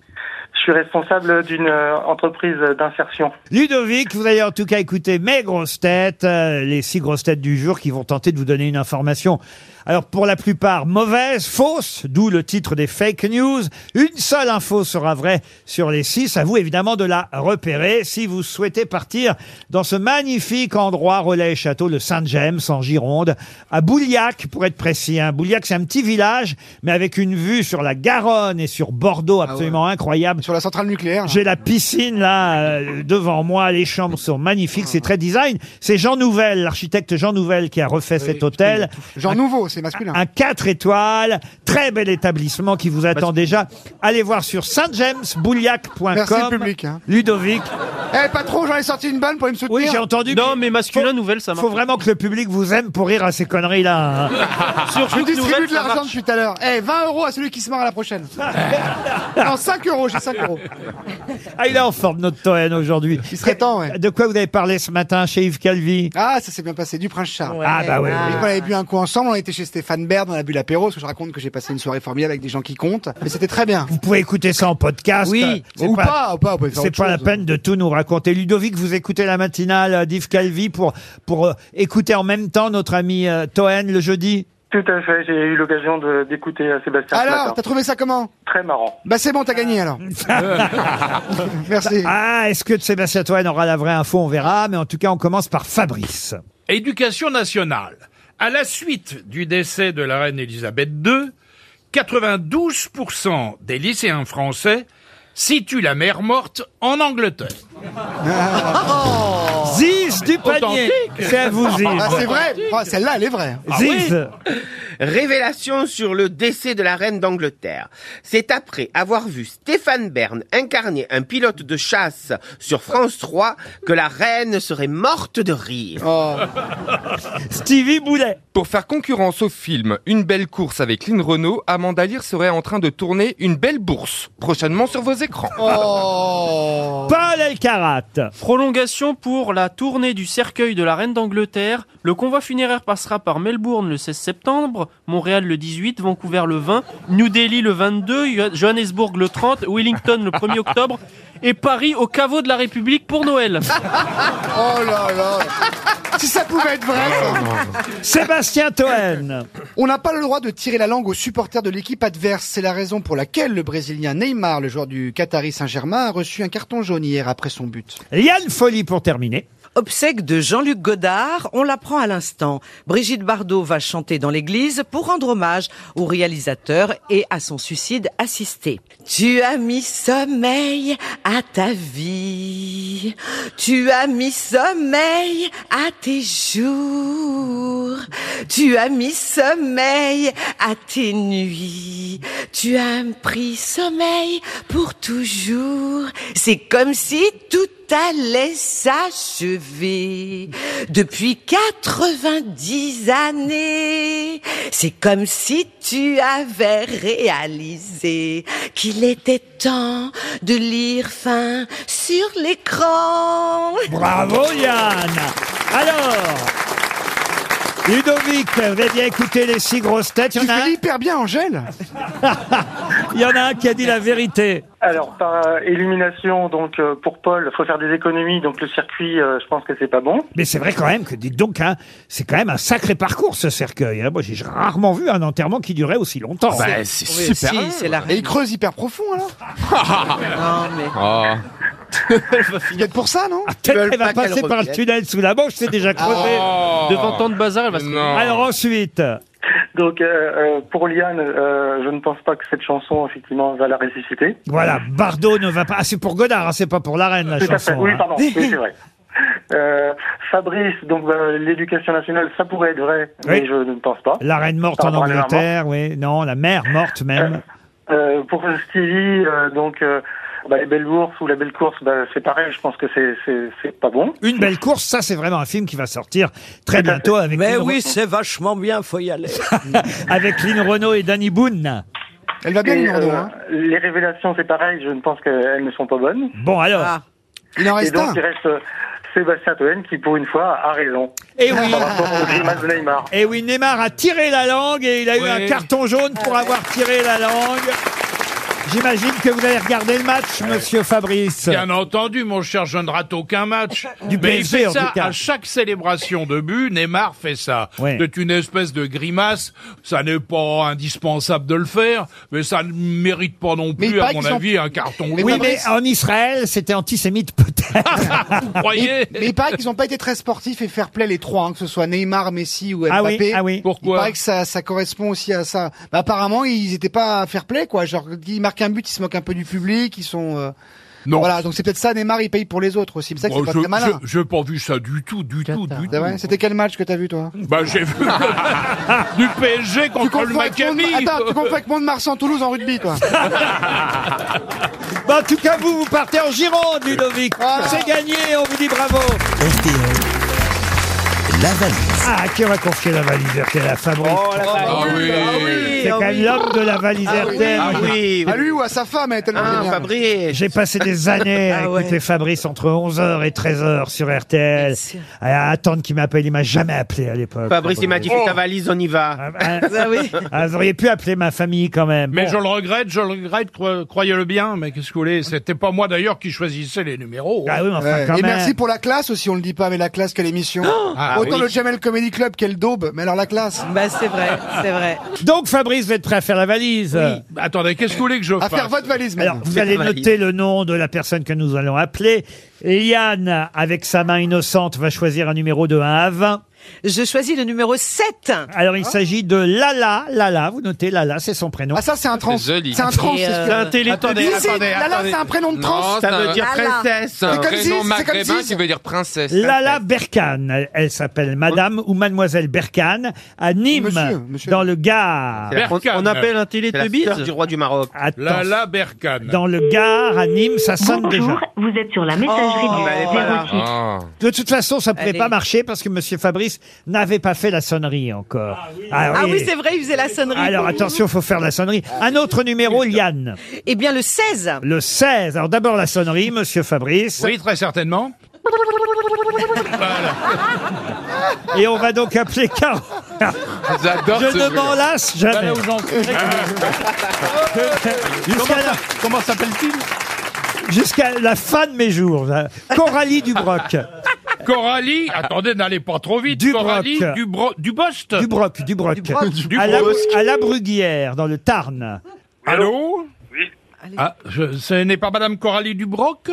Je suis responsable d'une euh, entreprise d'insertion.
Ludovic, vous allez en tout cas écouter mes grosses têtes, euh, les six grosses têtes du jour qui vont tenter de vous donner une information. Alors pour la plupart mauvaise, fausse, d'où le titre des fake news. Une seule info sera vraie sur les six. À vous évidemment de la repérer si vous souhaitez partir dans ce magnifique endroit relais et château, le Saint-James en Gironde, à Bouliac pour être précis. hein. Bouliac c'est un petit village, mais avec une vue sur la Garonne et sur Bordeaux absolument incroyable. Ah Sur la centrale nucléaire. J'ai la piscine là euh, devant moi, les chambres sont magnifiques, c'est très design. C'est Jean Nouvel, l'architecte Jean Nouvel qui a refait cet hôtel.
Genre nouveau, c'est masculin.
Un 4 étoiles, très bel établissement qui vous attend déjà. Allez voir sur saintjamesbouliac.com.
Merci le public, hein.
Ludovic.
Eh, pas trop, j'en ai sorti une balle pour me soutenir.
Oui, j'ai entendu. Non, mais masculin nouvelle, ça marche. Faut vraiment que le public vous aime pour rire à ces conneries-là. hein.
je distribue de l'argent depuis tout à l'heure. Eh, 20 euros à celui qui se marre à la prochaine. non, 5 euros, j'ai 5 euros.
Ah, il est en forme, notre Toen, aujourd'hui. Il serait temps, De quoi vous avez parlé ce matin chez Yves Calvi
Ah, ça s'est bien passé, du prince Charles.
Ah, bah ouais, ouais.
On avait bu un coup ensemble, on était chez Stéphane Baird, on a bu l'apéro, parce que je raconte que j'ai passé une soirée formidable avec des gens qui comptent. Mais c'était très bien.
Vous pouvez écouter ça en podcast.
Oui.
C'est
Ou pas, ou pas, on peut faire
C'est
autre
pas la
chose.
peine de tout nous raconter. Ludovic, vous écoutez la matinale euh, d'Yves Calvi pour, pour euh, écouter en même temps notre ami euh, Toen le jeudi.
Tout à fait, j'ai eu l'occasion de- d'écouter euh, Sébastien. ce matin.
Alors, t'as trouvé ça comment
Très marrant.
Bah c'est bon, t'as gagné alors.
Merci. Ah, est-ce que Sébastien Toen aura la vraie info On verra. Mais en tout cas, on commence par Fabrice.
Éducation nationale. À la suite du décès de la reine Elisabeth II, 92% des lycéens français situent la mère morte en Angleterre.
Ziz du
Authentique.
Ah, c'est vrai. Ah, Celle-là, elle est vraie.
Révélation sur le décès de la reine d'Angleterre. C'est après avoir vu Stéphane Bern incarner un pilote de chasse sur France 3 que la reine serait morte de rire.
Stevie Boulet.
Pour faire concurrence au film Une belle course avec Lynn Renault, Amanda Lear serait en train de tourner Une belle bourse, prochainement sur vos écrans.
Oh.
Oh.
Paul Elkarat.
Prolongation pour la tournée du cercueil de la reine d'Angleterre. Le convoi funéraire passera par Melbourne le 16 septembre, Montréal le 18, Vancouver le 20, New Delhi le 22, Yo- Johannesburg le 30, Wellington le 1er octobre et Paris au caveau de la République pour Noël.
Oh là là. Si ça pouvait être vrai. ça.
Sébastien Toen.
On n'a pas le droit de tirer la langue aux supporters de l'équipe adverse. C'est la raison pour laquelle le Brésilien Neymar, le joueur du Qatari Saint-Germain, a reçu un carton jaune hier après son but.
Yann Folie pour terminer.
Obsèque de Jean-Luc Godard, on l'apprend à l'instant. Brigitte Bardot va chanter dans l'église pour rendre hommage au réalisateur et à son suicide assisté. Tu as mis sommeil à ta vie, tu as mis sommeil à tes jours, tu as mis sommeil à tes nuits, tu as pris sommeil pour toujours. C'est comme si tout allait s'achever depuis 90 années. C'est comme si tu avais réalisé qu'il était temps de lire fin sur l'écran.
Bravo Yann Alors Ludovic, vous avez bien écouté les six grosses têtes. Il y en a
hyper bien, Angèle.
Il y en a un qui a dit la vérité.
Alors par euh, élimination, donc euh, pour Paul, faut faire des économies, donc le circuit, euh, je pense que c'est pas bon.
Mais c'est vrai quand même que, dites donc, hein, c'est quand même un sacré parcours ce cercueil. hein. Moi, j'ai rarement vu un enterrement qui durait aussi longtemps.
Bah, c'est Oui, super si, rare. c'est la
Et il creuse hyper profond alors.
non mais.
Oh.
Peut-être pour ça, non
Peut-être qu'elle va passer par le tunnel sous la Manche, c'est
Ah.
déjà creusé.
Devant tant de bazar, elle va se
Alors ensuite,
Donc euh, euh, pour Liane, euh, je ne pense pas que cette chanson effectivement va la ressusciter.
voilà, Bardot ne va pas. Ah, c'est pour Godard, hein, c'est pas pour la reine la
Tout à
chanson.
fait. Oui,
hein.
pardon, oui, c'est vrai. Euh, Fabrice, donc bah, l'éducation nationale, ça pourrait être vrai, mais je ne pense pas.
La reine morte
Par
en
rapport à la mère morte.
Angleterre, oui. Non, la mère morte même.
Euh, pour Stevie, euh, donc euh, bah, les belles bourses ou la belle course, bah, c'est pareil, je pense que c'est- c'est c'est pas bon.
Une belle course, ça c'est vraiment un film qui va sortir très bientôt avec.
Mais
Lynn
oui,
Re-
c'est vachement bien, faut y aller.
avec Lynn Renault et Danny Boone. Elle va bien,
Et,
Lynn Renault,
euh,
hein.
Les révélations, c'est pareil, je ne pense qu'elles ne sont pas bonnes.
Bon, alors.
Il
en reste
Et donc,
un.
il reste euh, Sébastien Toen qui, pour une fois, a raison.
Et Eh oui.
Par rapport au grimace de Neymar.
Et oui, Neymar a tiré la langue et il a eu
Oui.
un carton jaune pour avoir tiré la langue. J'imagine que vous allez regarder le match, monsieur Fabrice.
Bien entendu, mon cher, je ne rate aucun match.
Du
mais
PSG,
il fait
en
ça
tout cas.
à chaque célébration de but. Neymar fait ça.
Ouais.
C'est une espèce de grimace. Ça n'est pas indispensable de le faire, mais ça ne mérite pas non
Mais il
plus, à
paraît
mon
qu'ils ont-
avis, un carton.
oui, mais en Israël, c'était antisémite peut-être.
Vous croyez
Mais il paraît qu'ils n'ont pas été très sportifs et fair-play les trois, hein, que ce soit Neymar, Messi ou
Ah oui,
Mbappé.
ah oui.
Il
Pourquoi
paraît que ça, ça correspond aussi à ça. Bah, apparemment, ils n'étaient pas fair-play, quoi. Genre, ils marquent un but, ils se moquent un peu du public, ils sont. euh,
Non.
Voilà, donc c'est peut-être ça. Neymar, il paye pour les autres aussi. C'est ça que
Oh,
c'est pas
je,
très malin.
je- j'ai pas vu ça du tout, du tout, du
C'est
tout.
vrai C'était quel match que t'as vu, toi
Bah, j'ai vu du PSG
Tu
contre le
confonds avec
Maccabi.
Mont- Attends, tu confonds avec Mont-de-Marsan-Toulouse en rugby, toi.
Bon, Bah, en tout cas, vous, vous partez en Gironde, Ludovic.
Ah.
C'est gagné, on vous dit bravo.
La valise.
Ah, qui va confier la valise RTL à Fabrice
Ah oui. Ah oui,
C'est
ah
quand même
oui.
l'homme de la valise
Ah oui.
RTL.
Ah oui. À lui ou à sa femme, elle est tellement géniale.
J'ai passé des années à
Ah ouais.
écouter Fabrice entre 11h et 13h sur RTL, à attendre qu'il m'appelle. Il m'a jamais appelé à l'époque. Oh,
Fabrice, il m'a dit, fais
Oh.
ta valise, on y va.
Ah oui. Ah, vous auriez pu appeler ma famille quand même.
Mais
Bon.
je le regrette, je le regrette, cro- croyez-le bien, mais qu'est-ce que vous voulez C'était pas moi d'ailleurs qui choisissais les numéros.
Ah oui, mais enfin,
Et merci pour la classe aussi, on le dit pas, mais la classe quelle émission.
Ah
Autant
oui.
le Jamel Comedy Club, quelle daube, mais alors la classe.
Bah c'est vrai, c'est vrai.
Donc Fabrice, vous êtes prêt à faire la valise
Attendez, qu'est-ce que vous voulez que je
À
fasse
faire votre valise,
Euh, Alors,
maintenant.
vous allez noter le nom de la personne que nous allons appeler. Liane, avec sa main innocente, va choisir un numéro de 1 à 20.
Je choisis le numéro 7.
Alors,
Ah.
il s'agit de Lala. Lala, vous notez Lala, c'est son prénom. Ah,
ça, c'est un
trans.
C'est joli. C'est un trans, Et, c'est ce euh, que- c'est un télé- Attendez, Mais c'est- attendez, Lala, attendez. c'est un prénom de
Non,
trans.
c'est
Ça
un-
veut dire Lala. princesse.
C'est un
C'est comme
prénom
Ziz, c'est comme
maghrébin
Ziz.
qui veut dire princesse.
Lala Berkane, elle, elle s'appelle Madame ou Mademoiselle Berkane, à Nîmes, dans le Gard.
Berkane. C'est la sœur du roi du Maroc.
Lala Berkane.
Dans le Gard, à Nîmes, ça sonne déjà.
Vous êtes sur la messagerie
Oh,
du
bah, elle est pas là.
06.
Oh.
De toute façon, ça ne pouvait
Allez.
pas marcher parce que Monsieur Fabrice n'avait pas fait la sonnerie encore.
Ah oui, c'est vrai, il faisait la sonnerie.
Alors attention, faut faire la sonnerie. Un autre numéro, Liane.
Eh bien le 16.
Le 16. Alors d'abord la sonnerie, Monsieur Fabrice.
Oui, très certainement.
Et on va donc appeler Carole.
J'adore
Je
ce
ne
jeu.
m'en lasse
Bah,
Voilà
jamais.
où j'en suis.
Comment s'appelle-t-il Jusqu'à la fin de mes jours. hein. Coralie Dubroc.
Coralie, attendez, n'allez pas trop vite.
Dubroc.
Coralie Dubro- Dubost.
Dubroc, Dubroc.
Dubroc.
À la, à la Bruguière, dans le Tarn.
Allô
Oui.
Ah, je- ce n'est pas Madame Coralie Dubroc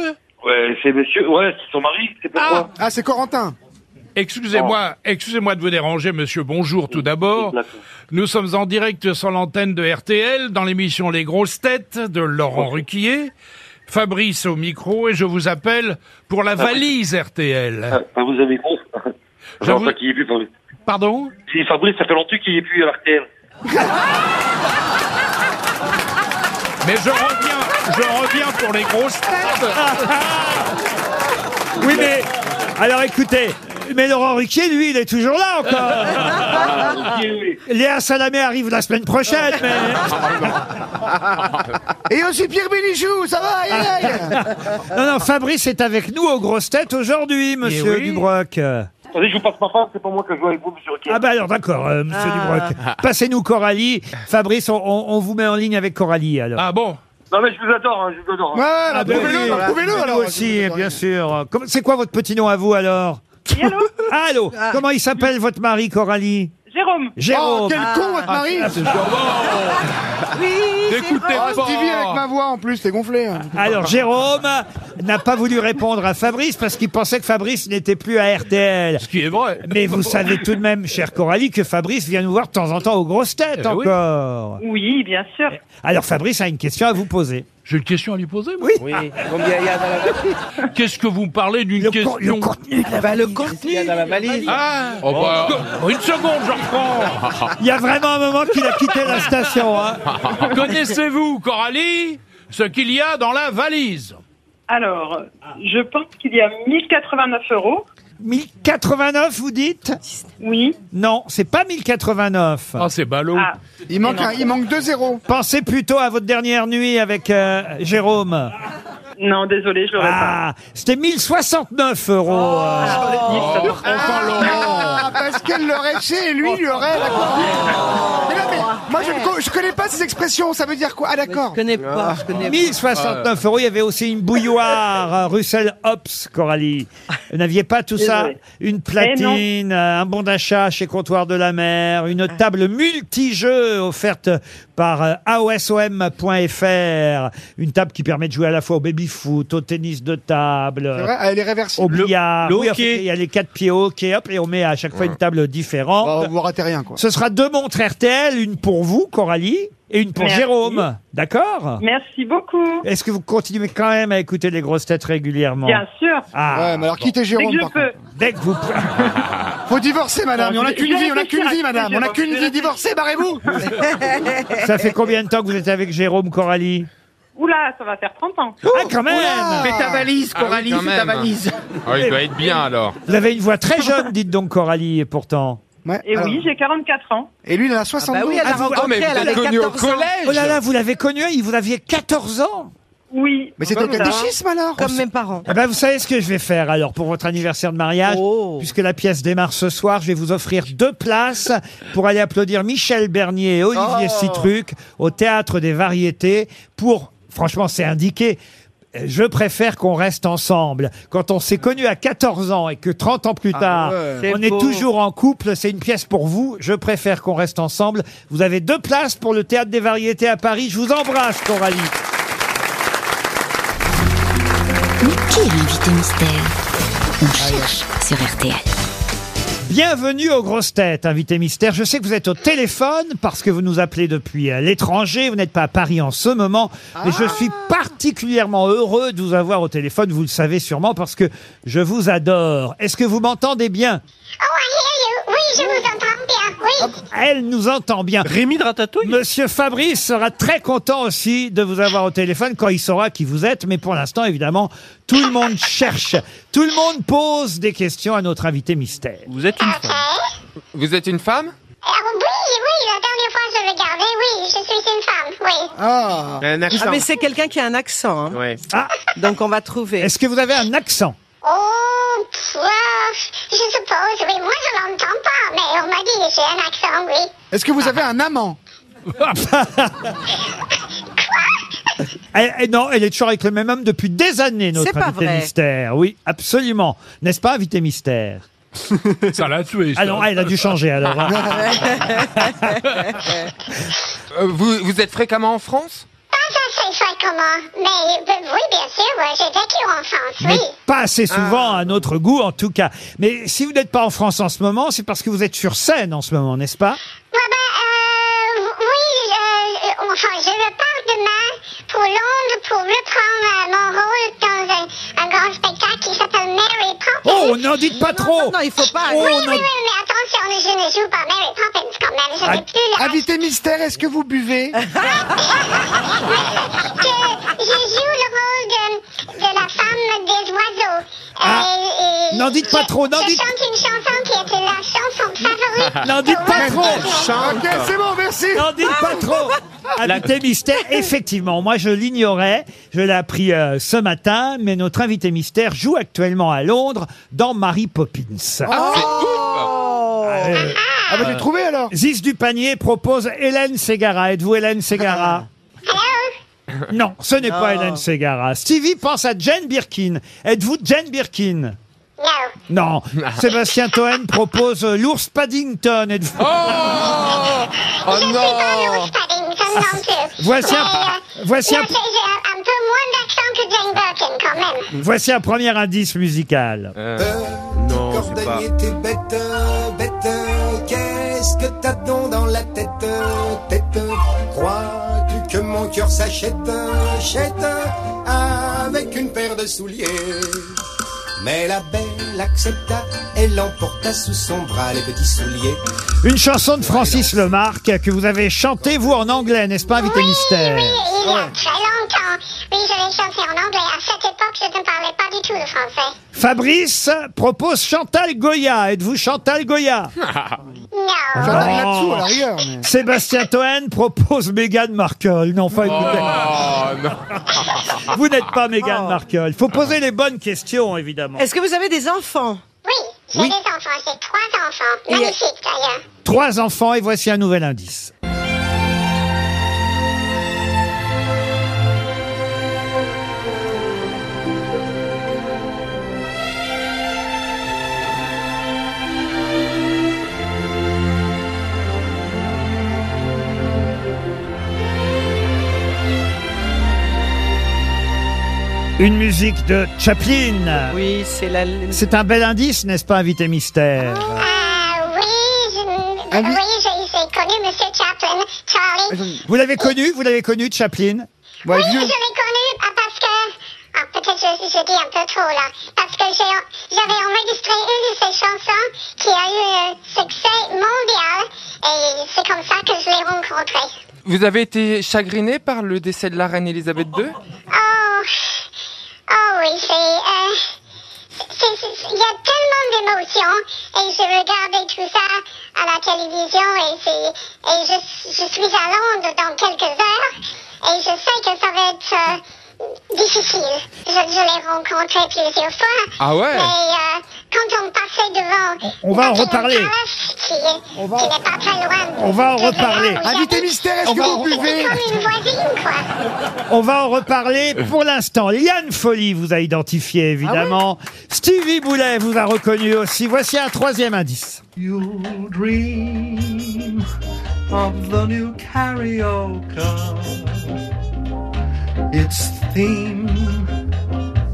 Ouais, c'est monsieur, ouais, c'est son mari, c'est
Oh,
pourquoi
Ah, c'est Corentin.
Oh.
Excusez-moi, excusez-moi de vous déranger, monsieur. Bonjour tout d'abord. Nous sommes en direct sur l'antenne de RTL dans l'émission Les Grosses Têtes de Laurent Ruquier. Fabrice au micro et je vous appelle pour la
Ah oui.
valise RTL.
Ah, ah, vous avez con. Je
J'avoue-
vois pas qu'il y est plus, Fabrice.
Pardon
Si, Fabrice, ça fait longtemps qu'il y est plus à RTL.
Mais je reviens, je reviens pour les grosses têtes.
Oui, mais. Alors écoutez, mais Laurent Ruquier, lui, il est toujours là encore. Léa Salamé arrive la semaine prochaine, mais.
Et aussi Pierre Bénichou, ça va aïe, aïe.
Non, non, Fabrice est avec nous aux grosses têtes
Eh
aujourd'hui, monsieur
oui.
Dubroc.
Attendez, je vous passe ma femme, c'est pas moi qui joue avec vous, monsieur Ruquier.
Ah bah alors d'accord, euh, monsieur Dubroc. Passez-nous Coralie. Fabrice, on, on- on vous met en ligne avec Coralie alors.
Ah bon
Non, mais je vous adore, hein, je vous adore. hein.
Ah bah oui, nous aussi, bien sûr. Comment- C'est quoi votre petit nom à vous alors Allô Ah. Comment il s'appelle votre mari, Coralie
Jérôme.
Jérôme.
Oh, quel con, votre mari
Ah,
Oh. Oui,
Écoutez Ah, Stevie avec ma voix en plus, t'es gonflé. hein.
Alors Jérôme n'a pas voulu répondre à Fabrice parce qu'il pensait que Fabrice n'était plus à RTL. Ce
qui est vrai.
Mais vous savez tout de même, chère Coralie, que Fabrice vient nous voir de temps en temps aux grosses têtes
Eh oui.
encore.
Oui, bien sûr.
Alors Fabrice a une question à vous poser.
J'ai une question à lui poser
Oui.
Qu'est-ce que vous parlez d'une question Le
contenu
le contenu
dans la valise.
Ah,
Oh, bah.
que- Une seconde, je reprends
Il y a vraiment un moment qu'il a quitté la station. hein.
Connaissez-vous Coralie ce qu'il y a dans la valise.
Alors, je pense qu'il y a 1089 euros.
1089, vous dites
Oui.
Non, c'est pas 1089.
Ah, c'est ballot.
Il manque, un- il manque deux zéros.
Pensez plutôt à votre dernière nuit avec euh, Jérôme.
Non, désolé, je l'aurais
Ah, c'était 1069 euros. euh.
Ah, parce qu'elle l'aurait chez et lui, il l'aurait, d'accord. Mais non, mais moi, je, ne co- je connais pas ces expressions, ça veut dire quoi Ah, d'accord. Je connais pas, je
1069 euros, il y avait aussi une bouilloire, euh, Russell Hobbs, Coralie. Vous n'aviez pas tout ça
Désolée.
Une
Eh
platine, euh, un bon d'achat chez Comptoir de la Mer, une table multijeux offerte par euh, aosom.fr, une table qui permet de jouer à la fois au baby-foot, au tennis de table,
C'est vrai, elle est réversible.
au
Le-
billard.
le
Oui, en
hockey.
fait, il y a les quatre pieds au hockey, hop, et on met à chaque fois une table différente.
Bah, vous ratez rien, quoi.
Ce sera deux montres RTL, une pour vous, Coralie, et une pour
Merci.
Jérôme. D'accord
Merci beaucoup.
Est-ce que vous continuez quand même à écouter les grosses têtes régulièrement Ah.
Bien sûr.
Ouais, mais alors quittez Jérôme, Dès que je par peux.
Dès que vous...
Faut divorcer, madame.
Non,
on n'a
je-
qu'une
je
vie, on n'a qu'une vie,
réfléchir à
madame.
ce
On n'a
que
qu'une
j'ai
vie. Divorcez, barrez-vous.
Ça fait combien de temps que vous êtes avec Jérôme, Coralie
Oula, ça va faire 30 ans.
Ah, quand même
Fais ta valise,
Ah oui,
Coralie,
quand
fais ta
même.
valise.
Ah oui, il doit être bien alors.
Vous avez une voix très jeune, dites donc, Coralie, et pourtant.
Et oui, j'ai 44 ans.
Et lui, il en a
Ah bah oui, elle l'a rencontré, elle avait 14 ans.
Oh là là, vous l'avez connu, il vous aviez 14 ans
Oui.
Mais c'était au
Voilà.
catéchisme,
alors Comme mes parents.
Eh ben, vous savez ce que je vais faire alors pour votre anniversaire de mariage,
Oh.
puisque la pièce démarre ce soir. Je vais vous offrir deux places pour aller applaudir Michel Bernier et Olivier
Oh.
Citruc au théâtre des Variétés. Pour, franchement, c'est indiqué. euh, Je préfère qu'on reste ensemble. Quand on s'est connu à 14 ans et que 30 ans plus
Ah
tard,
ouais. C'est
on est
beau.
toujours en couple, c'est une pièce pour vous. Je préfère qu'on reste ensemble. Vous avez deux places pour le théâtre des Variétés à Paris. Je vous embrasse, Coralie.
Mais qui est l'invité mystère On cherche sur RTL.
Bienvenue aux grosses têtes, invité mystère. Je sais que vous êtes au téléphone parce que vous nous appelez depuis euh, l'étranger. Vous n'êtes pas à Paris en ce moment. Mais je suis particulièrement heureux de vous avoir au téléphone. Vous le savez sûrement parce que je vous adore. Est-ce que vous m'entendez bien
Oui, je vous entends bien, oui.
Elle nous entend bien. Rémi de Ratatouille Monsieur Fabrice sera très content aussi de vous avoir au téléphone quand il saura qui vous êtes. Mais pour l'instant, évidemment, tout le monde cherche. Tout le monde pose des questions à notre invité mystère.
Vous êtes une femme. Vous êtes une femme
Alors, oui, oui, la dernière fois, je regardais, oui, je suis une femme, oui.
Ah,
Un accent.
mais c'est quelqu'un qui a un accent. hein. Donc on va trouver.
Ah. Est-ce que vous avez un accent
Oh, pff, ah, je suppose, oui, moi, je l'entends pas, mais on m'a dit, j'ai un accent, oui.
Est-ce que vous avez un amant
Elle- elle- non, elle est toujours avec le même homme depuis des années, notre
C'est pas
invité
vrai.
mystère. Oui, absolument. N'est-ce pas, invité mystère
Ça l'a tué. ça.
Ah non, elle a dû changer alors. hein.
Euh, vous, vous êtes fréquemment en France
Pas assez fréquemment, mais ben, oui, bien sûr, ouais, j'ai vécu en France,
Mais
oui.
pas assez souvent à notre goût, en tout cas. Mais si vous n'êtes pas en France en ce moment, c'est parce que vous êtes sur scène en ce moment, n'est-ce pas
Ouais, ben, euh, oui, euh, euh, enfin, je repars demain pour Londres pour reprendre euh, mon rôle dans un, un grand spectacle qui s'appelle Mary Poppins.
Oh, n'en dites pas trop Oh, Non,
il faut pas
oui, oui, oui, mais attention, je ne joue pas Mary Poppins quand même, je
Ah,
n'ai plus la...
Ah, Invité mystère, est-ce que vous buvez
je, je joue le rôle de, de la femme des oiseaux. Euh, et-
Ah. N'en dites pas
je-
trop, n'en
je
dites-
chante une chanson qui était la chanson favorite.
N'en dites
de
pas
Walt
trop
Disney.
Ok, c'est bon, merci
N'en dites pas trop
Ah.
Invité mystère, effectivement, moi je l'ignorais, je l'ai appris euh, ce matin, mais notre invité mystère joue actuellement à Londres dans Mary Poppins. Ah, euh,
Ah, bah, j'ai trouvé alors
Ziz du panier propose Hélène Ségara. Êtes-vous Hélène
Ah.
Ségara Non, ce n'est pas
Non.
Hélène Ségara. Stevie pense à Jane Birkin. Êtes-vous Jane Birkin Non. Sébastien Toen propose euh, l'ours Paddington.
Oh.
Êtes-vous-
Oh!
Oh
Je suis pas Rose Paddington non plus.
Voici un-
Mais, euh,
voici
non,
un-
c'est- j'ai un, un peu moins d'accent que Jane Birkin quand même.
Voici un premier indice musical.
Euh,
non,
Cordonnier, t'es bête, bête, qu'est-ce que t'as donc dans la tête, tête Crois-tu que mon cœur s'achète, chète, avec une paire de souliers Mais la belle l'accepta et l'emporta sous son bras les petits souliers.
Une chanson de Francis Lemarque que vous avez chantée, vous, en anglais, n'est-ce pas, Invité Mystère
Oui, il
Euh,
y a très longtemps. Oui, je l'ai chanté en anglais. À cette époque, je ne parlais pas du tout le français.
Fabrice propose Chantal Goya. Êtes-vous Chantal Goya
Non.
Chantal Latsou, à l'arrière, Oh. Sébastien Toen propose Meghan Markle. Non, enfin, écoutez. Vous n'êtes pas Meghan Markle. Il faut poser les bonnes questions, évidemment.
Est-ce que vous avez des enfants
J'ai
Oui.
des enfants, j'ai trois enfants. Magnifiques d'ailleurs.
Trois enfants et voici un nouvel indice. Une musique de Chaplin.
Oui, c'est la.
C'est un bel indice, n'est-ce pas, invité mystère
Ah oui, je, oui, j'ai j'ai connu Monsieur Chaplin, Charlie.
Vous l'avez connu Vous l'avez connu, Chaplin
oui, je l'ai connu ah, parce que ah, peut-être je, je dis un peu trop là, parce que j'ai- j'avais enregistré une de ses chansons qui a eu un succès mondial et c'est comme ça que je l'ai rencontré.
Vous avez été chagriné par le décès de la reine Elisabeth II
Oh, oh oui, c'est. euh, c'est- c'est- c'est- Il y a tellement d'émotions et je regardais tout ça à la télévision et, c'est- et je, je suis à Londres dans quelques heures et je sais que ça va être euh, difficile. Je, je l'ai rencontré plusieurs fois.
Ah ouais
Mais euh, quand on passait devant.
On va en
Buckingham
reparler.
Palace, Qui, qui n'est pas très loin.
On va en
de là
reparler.
où j'habite,
Invité mystère, est-ce
on
que
va
vous
en-
buvez
C'est comme une voisine, quoi.
On va en reparler pour l'instant. Liane Folly vous a identifié, évidemment. Stevie Boulet vous a reconnu aussi. Voici un troisième indice.
You'll dream of the new karaoke. Its theme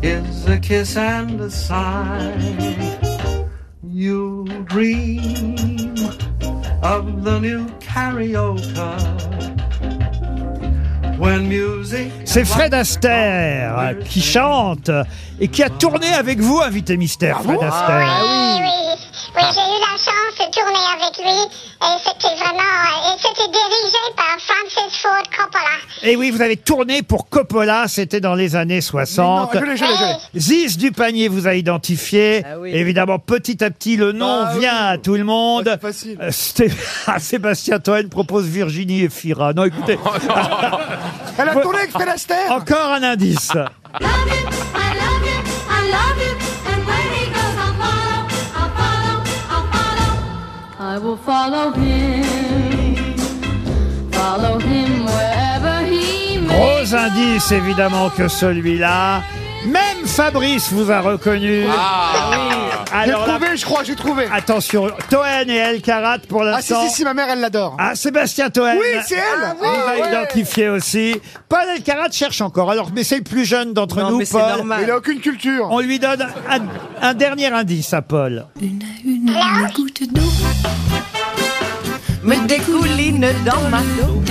is a kiss and a sigh. You'll dream of the new karaoke. When music
C'est Fred Astaire qui chante et qui a tourné avec vous, invité mystère, Fred Astaire.
Oui, oui, oui, j'ai eu la chance de tourner avec lui et c'était vraiment, euh, et c'était dirigé par Francis Ford Coppola.
Et Eh oui, vous avez tourné pour Coppola, c'était dans les années 60.
Mais non, je l'ai, je l'ai, je
Ziz du panier vous a identifié. Évidemment, petit à petit, le nom vient à tout le monde. Euh, Sté- Ah, Sébastien Toen propose Virginie et Fira. Non, écoutez.
Elle a tourné avec Fred Astaire.
Encore un indice.
I will follow him, follow him wherever he may.
Gros indice, évidemment, que celui-là. Même Fabrice vous a reconnu.
J'ai trouvé,
je crois, j'ai trouvé. Attention, Toen et El Karat pour
Ah si,
l'instant.
si, si, ma mère, elle l'adore.
Ah, Sébastien Toen.
Oui, c'est elle.
Ah, oui, On va
ouais.
identifier aussi. Paul Elkarat cherche encore. Alors, mais c'est le plus jeune d'entre
Non,
nous,
mais c'est
Paul.
normal. Il
a aucune culture. On lui donne un, un dernier indice à Paul.
Une goutte d'eau me découline dans ma dos.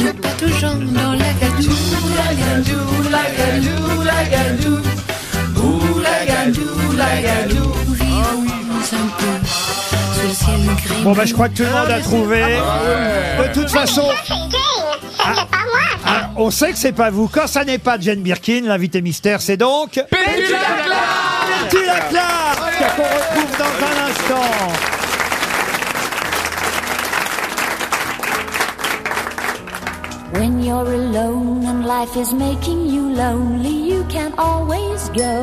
Nous pataugeons dans la gadoue, la gadoue, la gadoue, la gadoue. Ouh, la gadoue, la Ah gadoue. Vivons un peu sous le ciel Ah, gris.
Bon, bah, je crois que tout le monde a trouvé. De toute façon. Ah, on sait que c'est pas vous. Quand ça n'est pas Jane Birkin, l'invité mystère, c'est donc. Pétula Clark Pétula Clark Qu'on retrouve dans un instant.
When you're alone and life is making you lonely, you can always go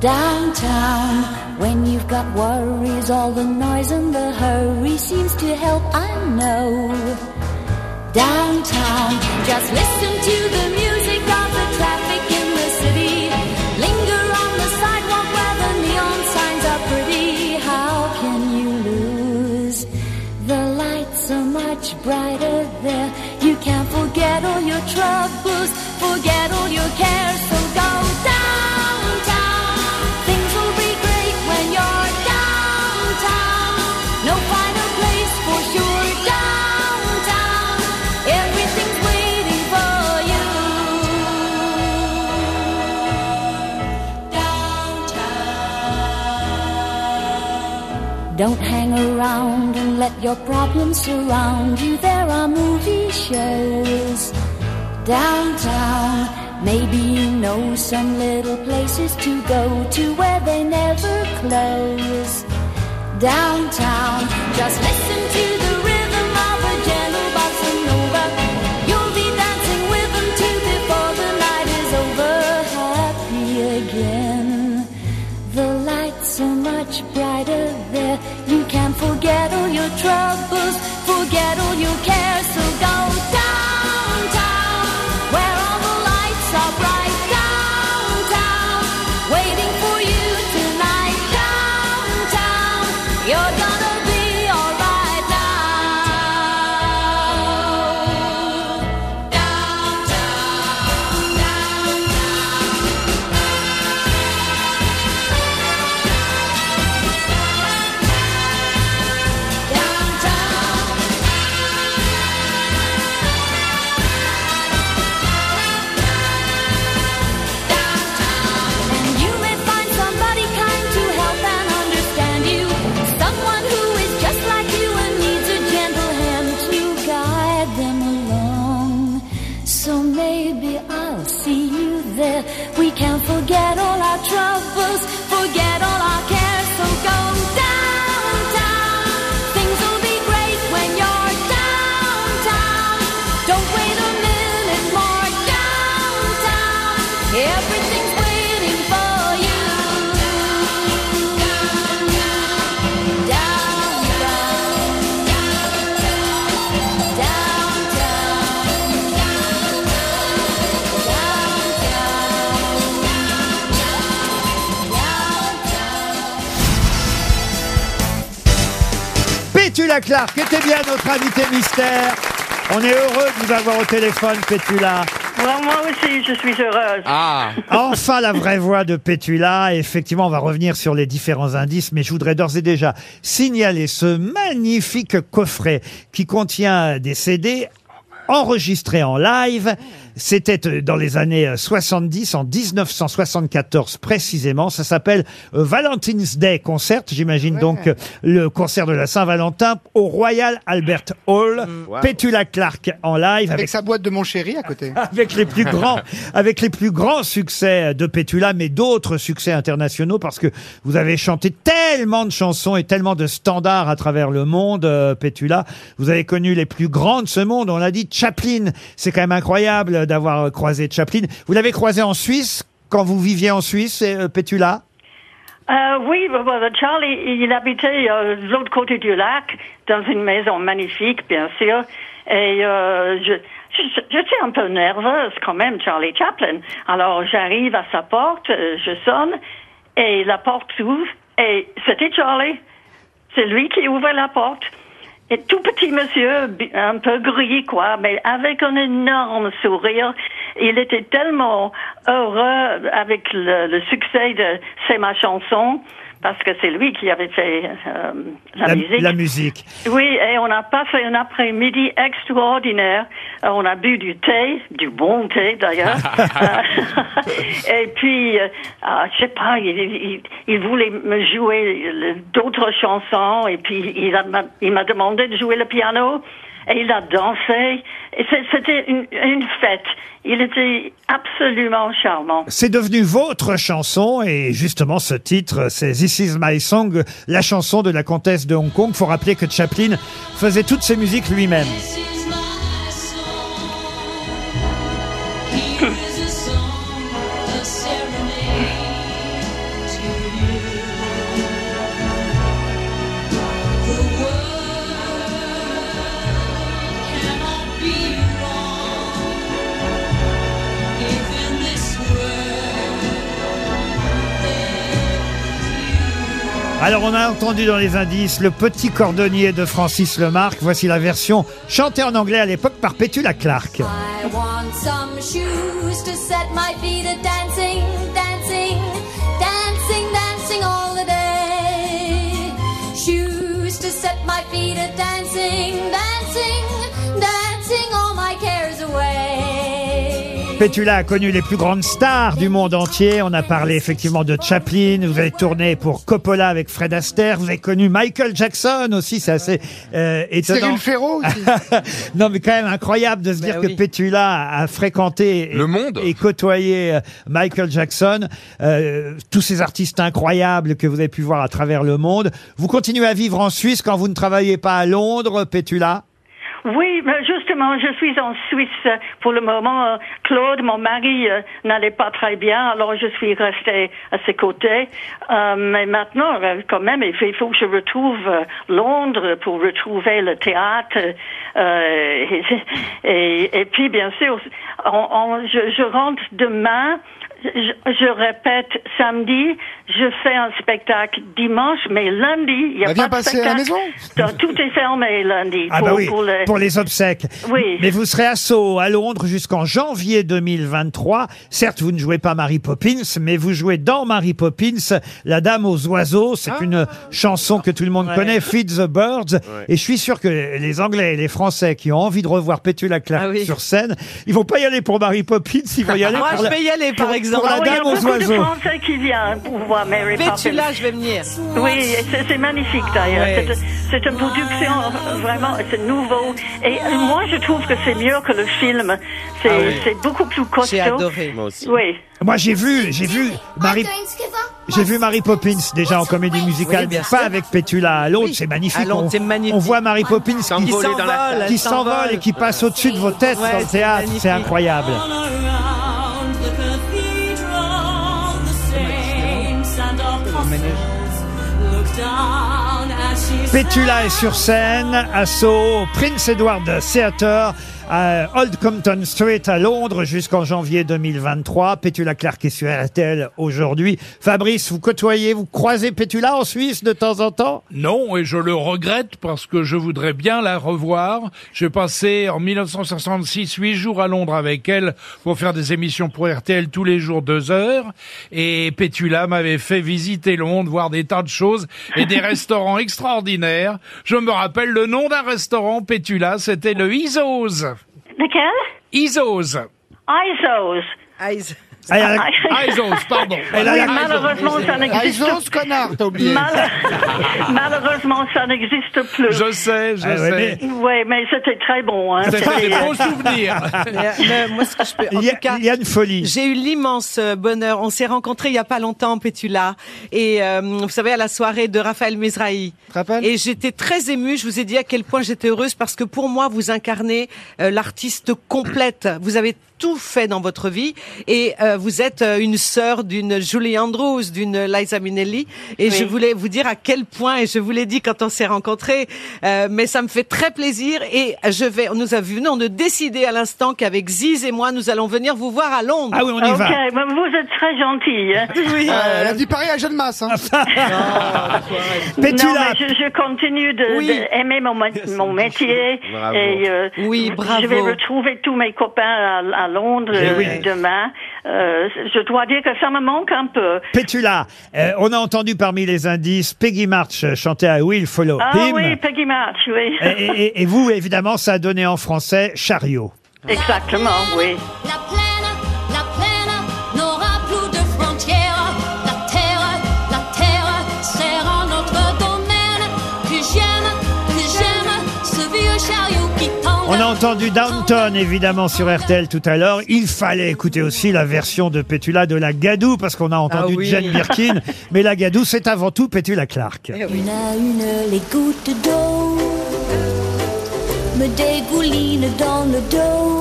downtown. When you've got worries, all the noise and the hurry seems to help, I know. Downtown, just listen to the music of the traffic in the city. Linger on the sidewalk where the neon signs are pretty. How can you lose? The lights are much brighter there. You can't forget all your troubles, forget all your cares. So go downtown. Things will be great when you're downtown. No final place for sure downtown. Everything's waiting for you. Don't hang around and let your problems surround you. There are movie shows downtown. Maybe you know some little places to go to where they never close. Downtown, just listen to the rhythm of a gentle bossa nova. You'll be dancing with them too before the night is over. Happy again. The lights are much brighter there. You can forget all your troubles, forget all your cares. So go downtown, where all the lights are bright. Downtown, waiting for you tonight. Downtown, you're gonna be alright now. And you may find somebody kind to help and understand you. Someone who is just like you and needs a gentle hand to guide them along. So maybe I'll see you there. We can forget all our troubles, forget all our cares. So go downtown. Things will be great when you're downtown. Don't wait a minute more downtown. Everything's waiting for you.
Pétula Clark était bien notre invité mystère. On est heureux de vous avoir au téléphone, Pétula.
Moi, moi aussi, je suis heureuse.
Ah
Enfin, la vraie voix de Pétula. Et Effectivement, on va revenir sur les différents indices, mais je voudrais d'ores et déjà signaler ce magnifique coffret qui contient des CD enregistrés en live. C'était euh, dans les années euh, 70, en 1974 précisément. Ça s'appelle euh, Valentine's Day Concert. J'imagine donc euh, le concert de la Saint-Valentin au Royal Albert Hall.
Mm. Wow.
Pétula Clark en live
Avec sa boîte de mon chéri à côté.
avec les plus grands, avec les plus grands succès de Pétula, mais d'autres succès internationaux, parce que vous avez chanté tellement de chansons et tellement de standards à travers le monde, euh, Pétula. Vous avez connu les plus grands de ce monde. On l'a dit, Chaplin. C'est quand même incroyable d'avoir croisé Chaplin. Vous l'avez croisé en Suisse quand vous viviez en Suisse, euh, Pétula.
Euh, oui, bah, bah, Charlie, il habitait euh, de l'autre côté du lac, dans une maison magnifique, bien sûr. Et euh, je, je- j'étais un peu nerveuse quand même, Charlie Chaplin. Alors j'arrive à sa porte, euh, je sonne, et la porte s'ouvre, et c'était Charlie. C'est lui qui ouvrait la porte. Et tout petit monsieur, bi- un peu gris, quoi, mais avec un énorme sourire. Il était tellement heureux avec le, le succès de C'est ma chanson, parce que c'est lui qui avait fait euh, la, musique.
La musique.
Oui, et on a passé un après-midi extraordinaire. Euh, on a bu du thé, du bon thé d'ailleurs. Euh, et puis, euh, ah, je sais pas, il, il- il voulait me jouer le- d'autres chansons et puis il a- m'a- il m'a demandé de jouer le piano. Et il a dansé. Et c'est- C'était une, une fête. Il était absolument charmant.
C'est devenu votre chanson et justement ce titre, c'est This Is My Song, la chanson de la comtesse de Hong Kong. Faut rappeler que Chaplin faisait toutes ses musiques lui-même. Alors on a entendu dans les indices le petit cordonnier de Francis Lemarque. Voici la version chantée en anglais à l'époque par Petula Clark.
I want some shoes to set my feet a dancing, dancing, dancing, dancing all the day. Shoes to set my feet a dancing, dancing, dancing all my cares away.
Pétula a connu les plus grandes stars du monde entier. On a parlé effectivement de Chaplin. Vous avez tourné pour Coppola avec Fred Astaire. Vous avez connu Michael Jackson aussi. C'est assez euh, étonnant.
Cyril Ferraud aussi.
non, mais quand même incroyable de se dire que Pétula a fréquenté le monde et côtoyé euh, Michael Jackson, euh, tous ces artistes incroyables que vous avez pu voir à travers le monde. Vous continuez à vivre en Suisse quand vous ne travaillez pas à Londres, Pétula
Oui, mais justement, je suis en Suisse euh, pour le moment. Euh, Claude, mon mari, euh, n'allait pas très bien, alors je suis restée à ses côtés. Euh, mais maintenant, euh, quand même, il fait- il faut que je retrouve euh, Londres pour retrouver le théâtre. euh, et, et- et puis, bien sûr, on- on- je, je rentre demain. Je, je répète samedi, je fais un spectacle dimanche, mais lundi, il n'y a
Bah, viens
pas de
passer à
spectacle.
la
Donc, Tout est fermé lundi
Ah
pour,
bah oui,
pour les-
obsèques.
Oui.
Mais vous serez à Sceaux, à Londres, jusqu'en janvier 2023. Certes, vous ne jouez pas Mary Poppins, mais vous jouez dans Mary Poppins, La Dame aux Oiseaux. C'est
Ah.
une chanson que tout le monde
Ouais.
connaît, Feed the Birds. Et je suis sûr que les Anglais et les Français qui ont envie de revoir Petula Clark sur scène, ils vont pas y aller pour Mary Poppins, ils vont y aller
Ah Moi,
pour
je
la-
vais y aller, par
pour-
exemple.
Pour
Ah
La
oui,
Dame
il y a
aux
beaucoup de
Oiseaux.
Français qui viennent pour voir Mary Poppins.
Pétula, je vais venir.
Oui, et c'est c'est magnifique d'ailleurs.
Ouais.
C'est- C'est une production euh, vraiment, c'est nouveau. Et euh, moi, je trouve que c'est mieux que le film. C'est
Ah oui.
c'est beaucoup plus costaud.
adoré.
Moi aussi. Oui.
Moi, j'ai vu, j'ai vu Mary, j'ai vu Mary Poppins déjà en comédie musicale,
Oui, bien
pas
sûr.
avec Pétula à Londres, c'est magnifique.
À Londres,
on,
c'est magnifique.
on voit Mary Poppins qui
S'envoler dans la salle.
qui s'envole et qui passe au-dessus de vos têtes
Ouais,
dans le
c'est
théâtre,
magnifique.
c'est incroyable.
Around the cathedral, the saints and our apostles look down as she
Pétula est sur scène à Sceaux, au Prince Edward Theatre, à Old Compton Street à Londres jusqu'en janvier 2023. Pétula Clark est sur RTL aujourd'hui. Fabrice, vous côtoyez, vous croisez Pétula en Suisse de temps en temps
Non, et je le regrette parce que je voudrais bien la revoir. J'ai passé en 1966 huit jours à Londres avec elle pour faire des émissions pour RTL tous les jours deux heures. Et Pétula m'avait fait visiter Londres, voir des tas de choses et des restaurants extraordinaires. Je me rappelle le nom d'un restaurant Pétula, c'était le Isos.
Lequel
Isos.
ISOs.
Isos, pardon.
Oui, malheureusement, ça n'existe
Ah, Isos, connard, t'as oublié.
Mal- Malheureusement, ça n'existe plus.
Je sais,
je Ah ouais, sais.
Oui, mais c'était très bon. Hein.
Mais- euh, mais moi, ce que je peux- en
Il y a-
tout cas,
il y a une folie.
J'ai eu l'immense euh, bonheur. On s'est rencontrés il y a pas longtemps, Pétula, et euh, vous savez à la soirée de Raphaël Mizrahi. Et j'étais très émue. Je vous ai dit à quel point j'étais heureuse parce que pour moi, vous incarnez euh, l'artiste complète. Vous avez tout fait dans votre vie et euh, vous êtes euh, une sœur d'une Julie Andrews, d'une Liza Minnelli. Et je voulais vous dire à quel point, et je vous l'ai dit quand on s'est rencontrés, euh, mais ça me fait très plaisir. Et je vais, on nous a vu, on de décider à l'instant qu'avec Ziz et moi, nous allons venir vous voir à Londres.
Ah oui, on y va.
Ok, mais vous êtes très gentil. hein.
Oui.
Euh, elle a dit pareil à Jeanne
Ah,
Masse. Hein.
Ah,
Non,
Pétula.
mais je, je continue de-
Oui.
d'aimer mon, ma- mon métier.
Bravo.
Et, euh,
Oui, bravo.
Je vais retrouver tous mes copains à, à Londres
Eh
euh,
oui.
demain. Euh, je dois dire que ça me manque un peu.
Pétula, euh, on a entendu parmi les indices Peggy March euh, chanter à Will Follow
Ah
Him.
oui, Peggy March, oui.
Eh,
Et, et- et vous, évidemment, ça a donné en français chariot.
eh.
Exactement, oui.
La plaine, la plaine n'aura plus de frontières. La terre, la terre sera notre domaine. Plus j'aime, plus j'aime ce vieux chariot qui tombe.
On a entendu Downton, évidemment, sur RTL tout à l'heure. Il fallait écouter aussi la version de Pétula de la Gadou, parce qu'on a entendu
Ah oui.
Jane Birkin. Mais la Gadou, c'est avant tout Pétula Clark.
Une à une, les gouttes d'eau me dégoulinent dans le dos.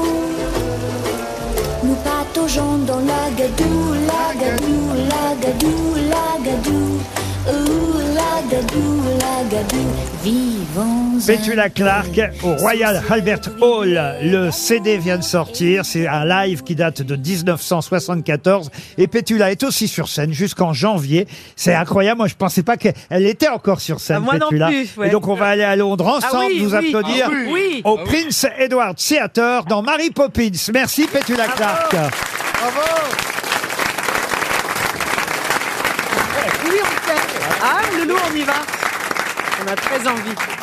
Nous pataugeons dans la gadoue, la gadoue, la gadoue, la gadoue. Ouh, la gadoue, la gadoue. Vivons.
Pétula Clark au Royal Albert Hall. Le CD vient de sortir. C'est un live qui date de 1974. Et Pétula est aussi sur scène jusqu'en janvier. C'est incroyable. Moi, je pensais pas qu'elle était encore sur scène,
Ah, moi non
Pétula.
plus, ouais.
Et donc, on va aller à Londres ensemble,
Ah oui,
nous
oui.
applaudir
Ah oui.
au
Ah oui.
Prince Edward Theatre dans Mary Poppins. Merci, Pétula Clark.
Eh, Oui, on le fait. Ah, Loulou, on y va. On a très envie.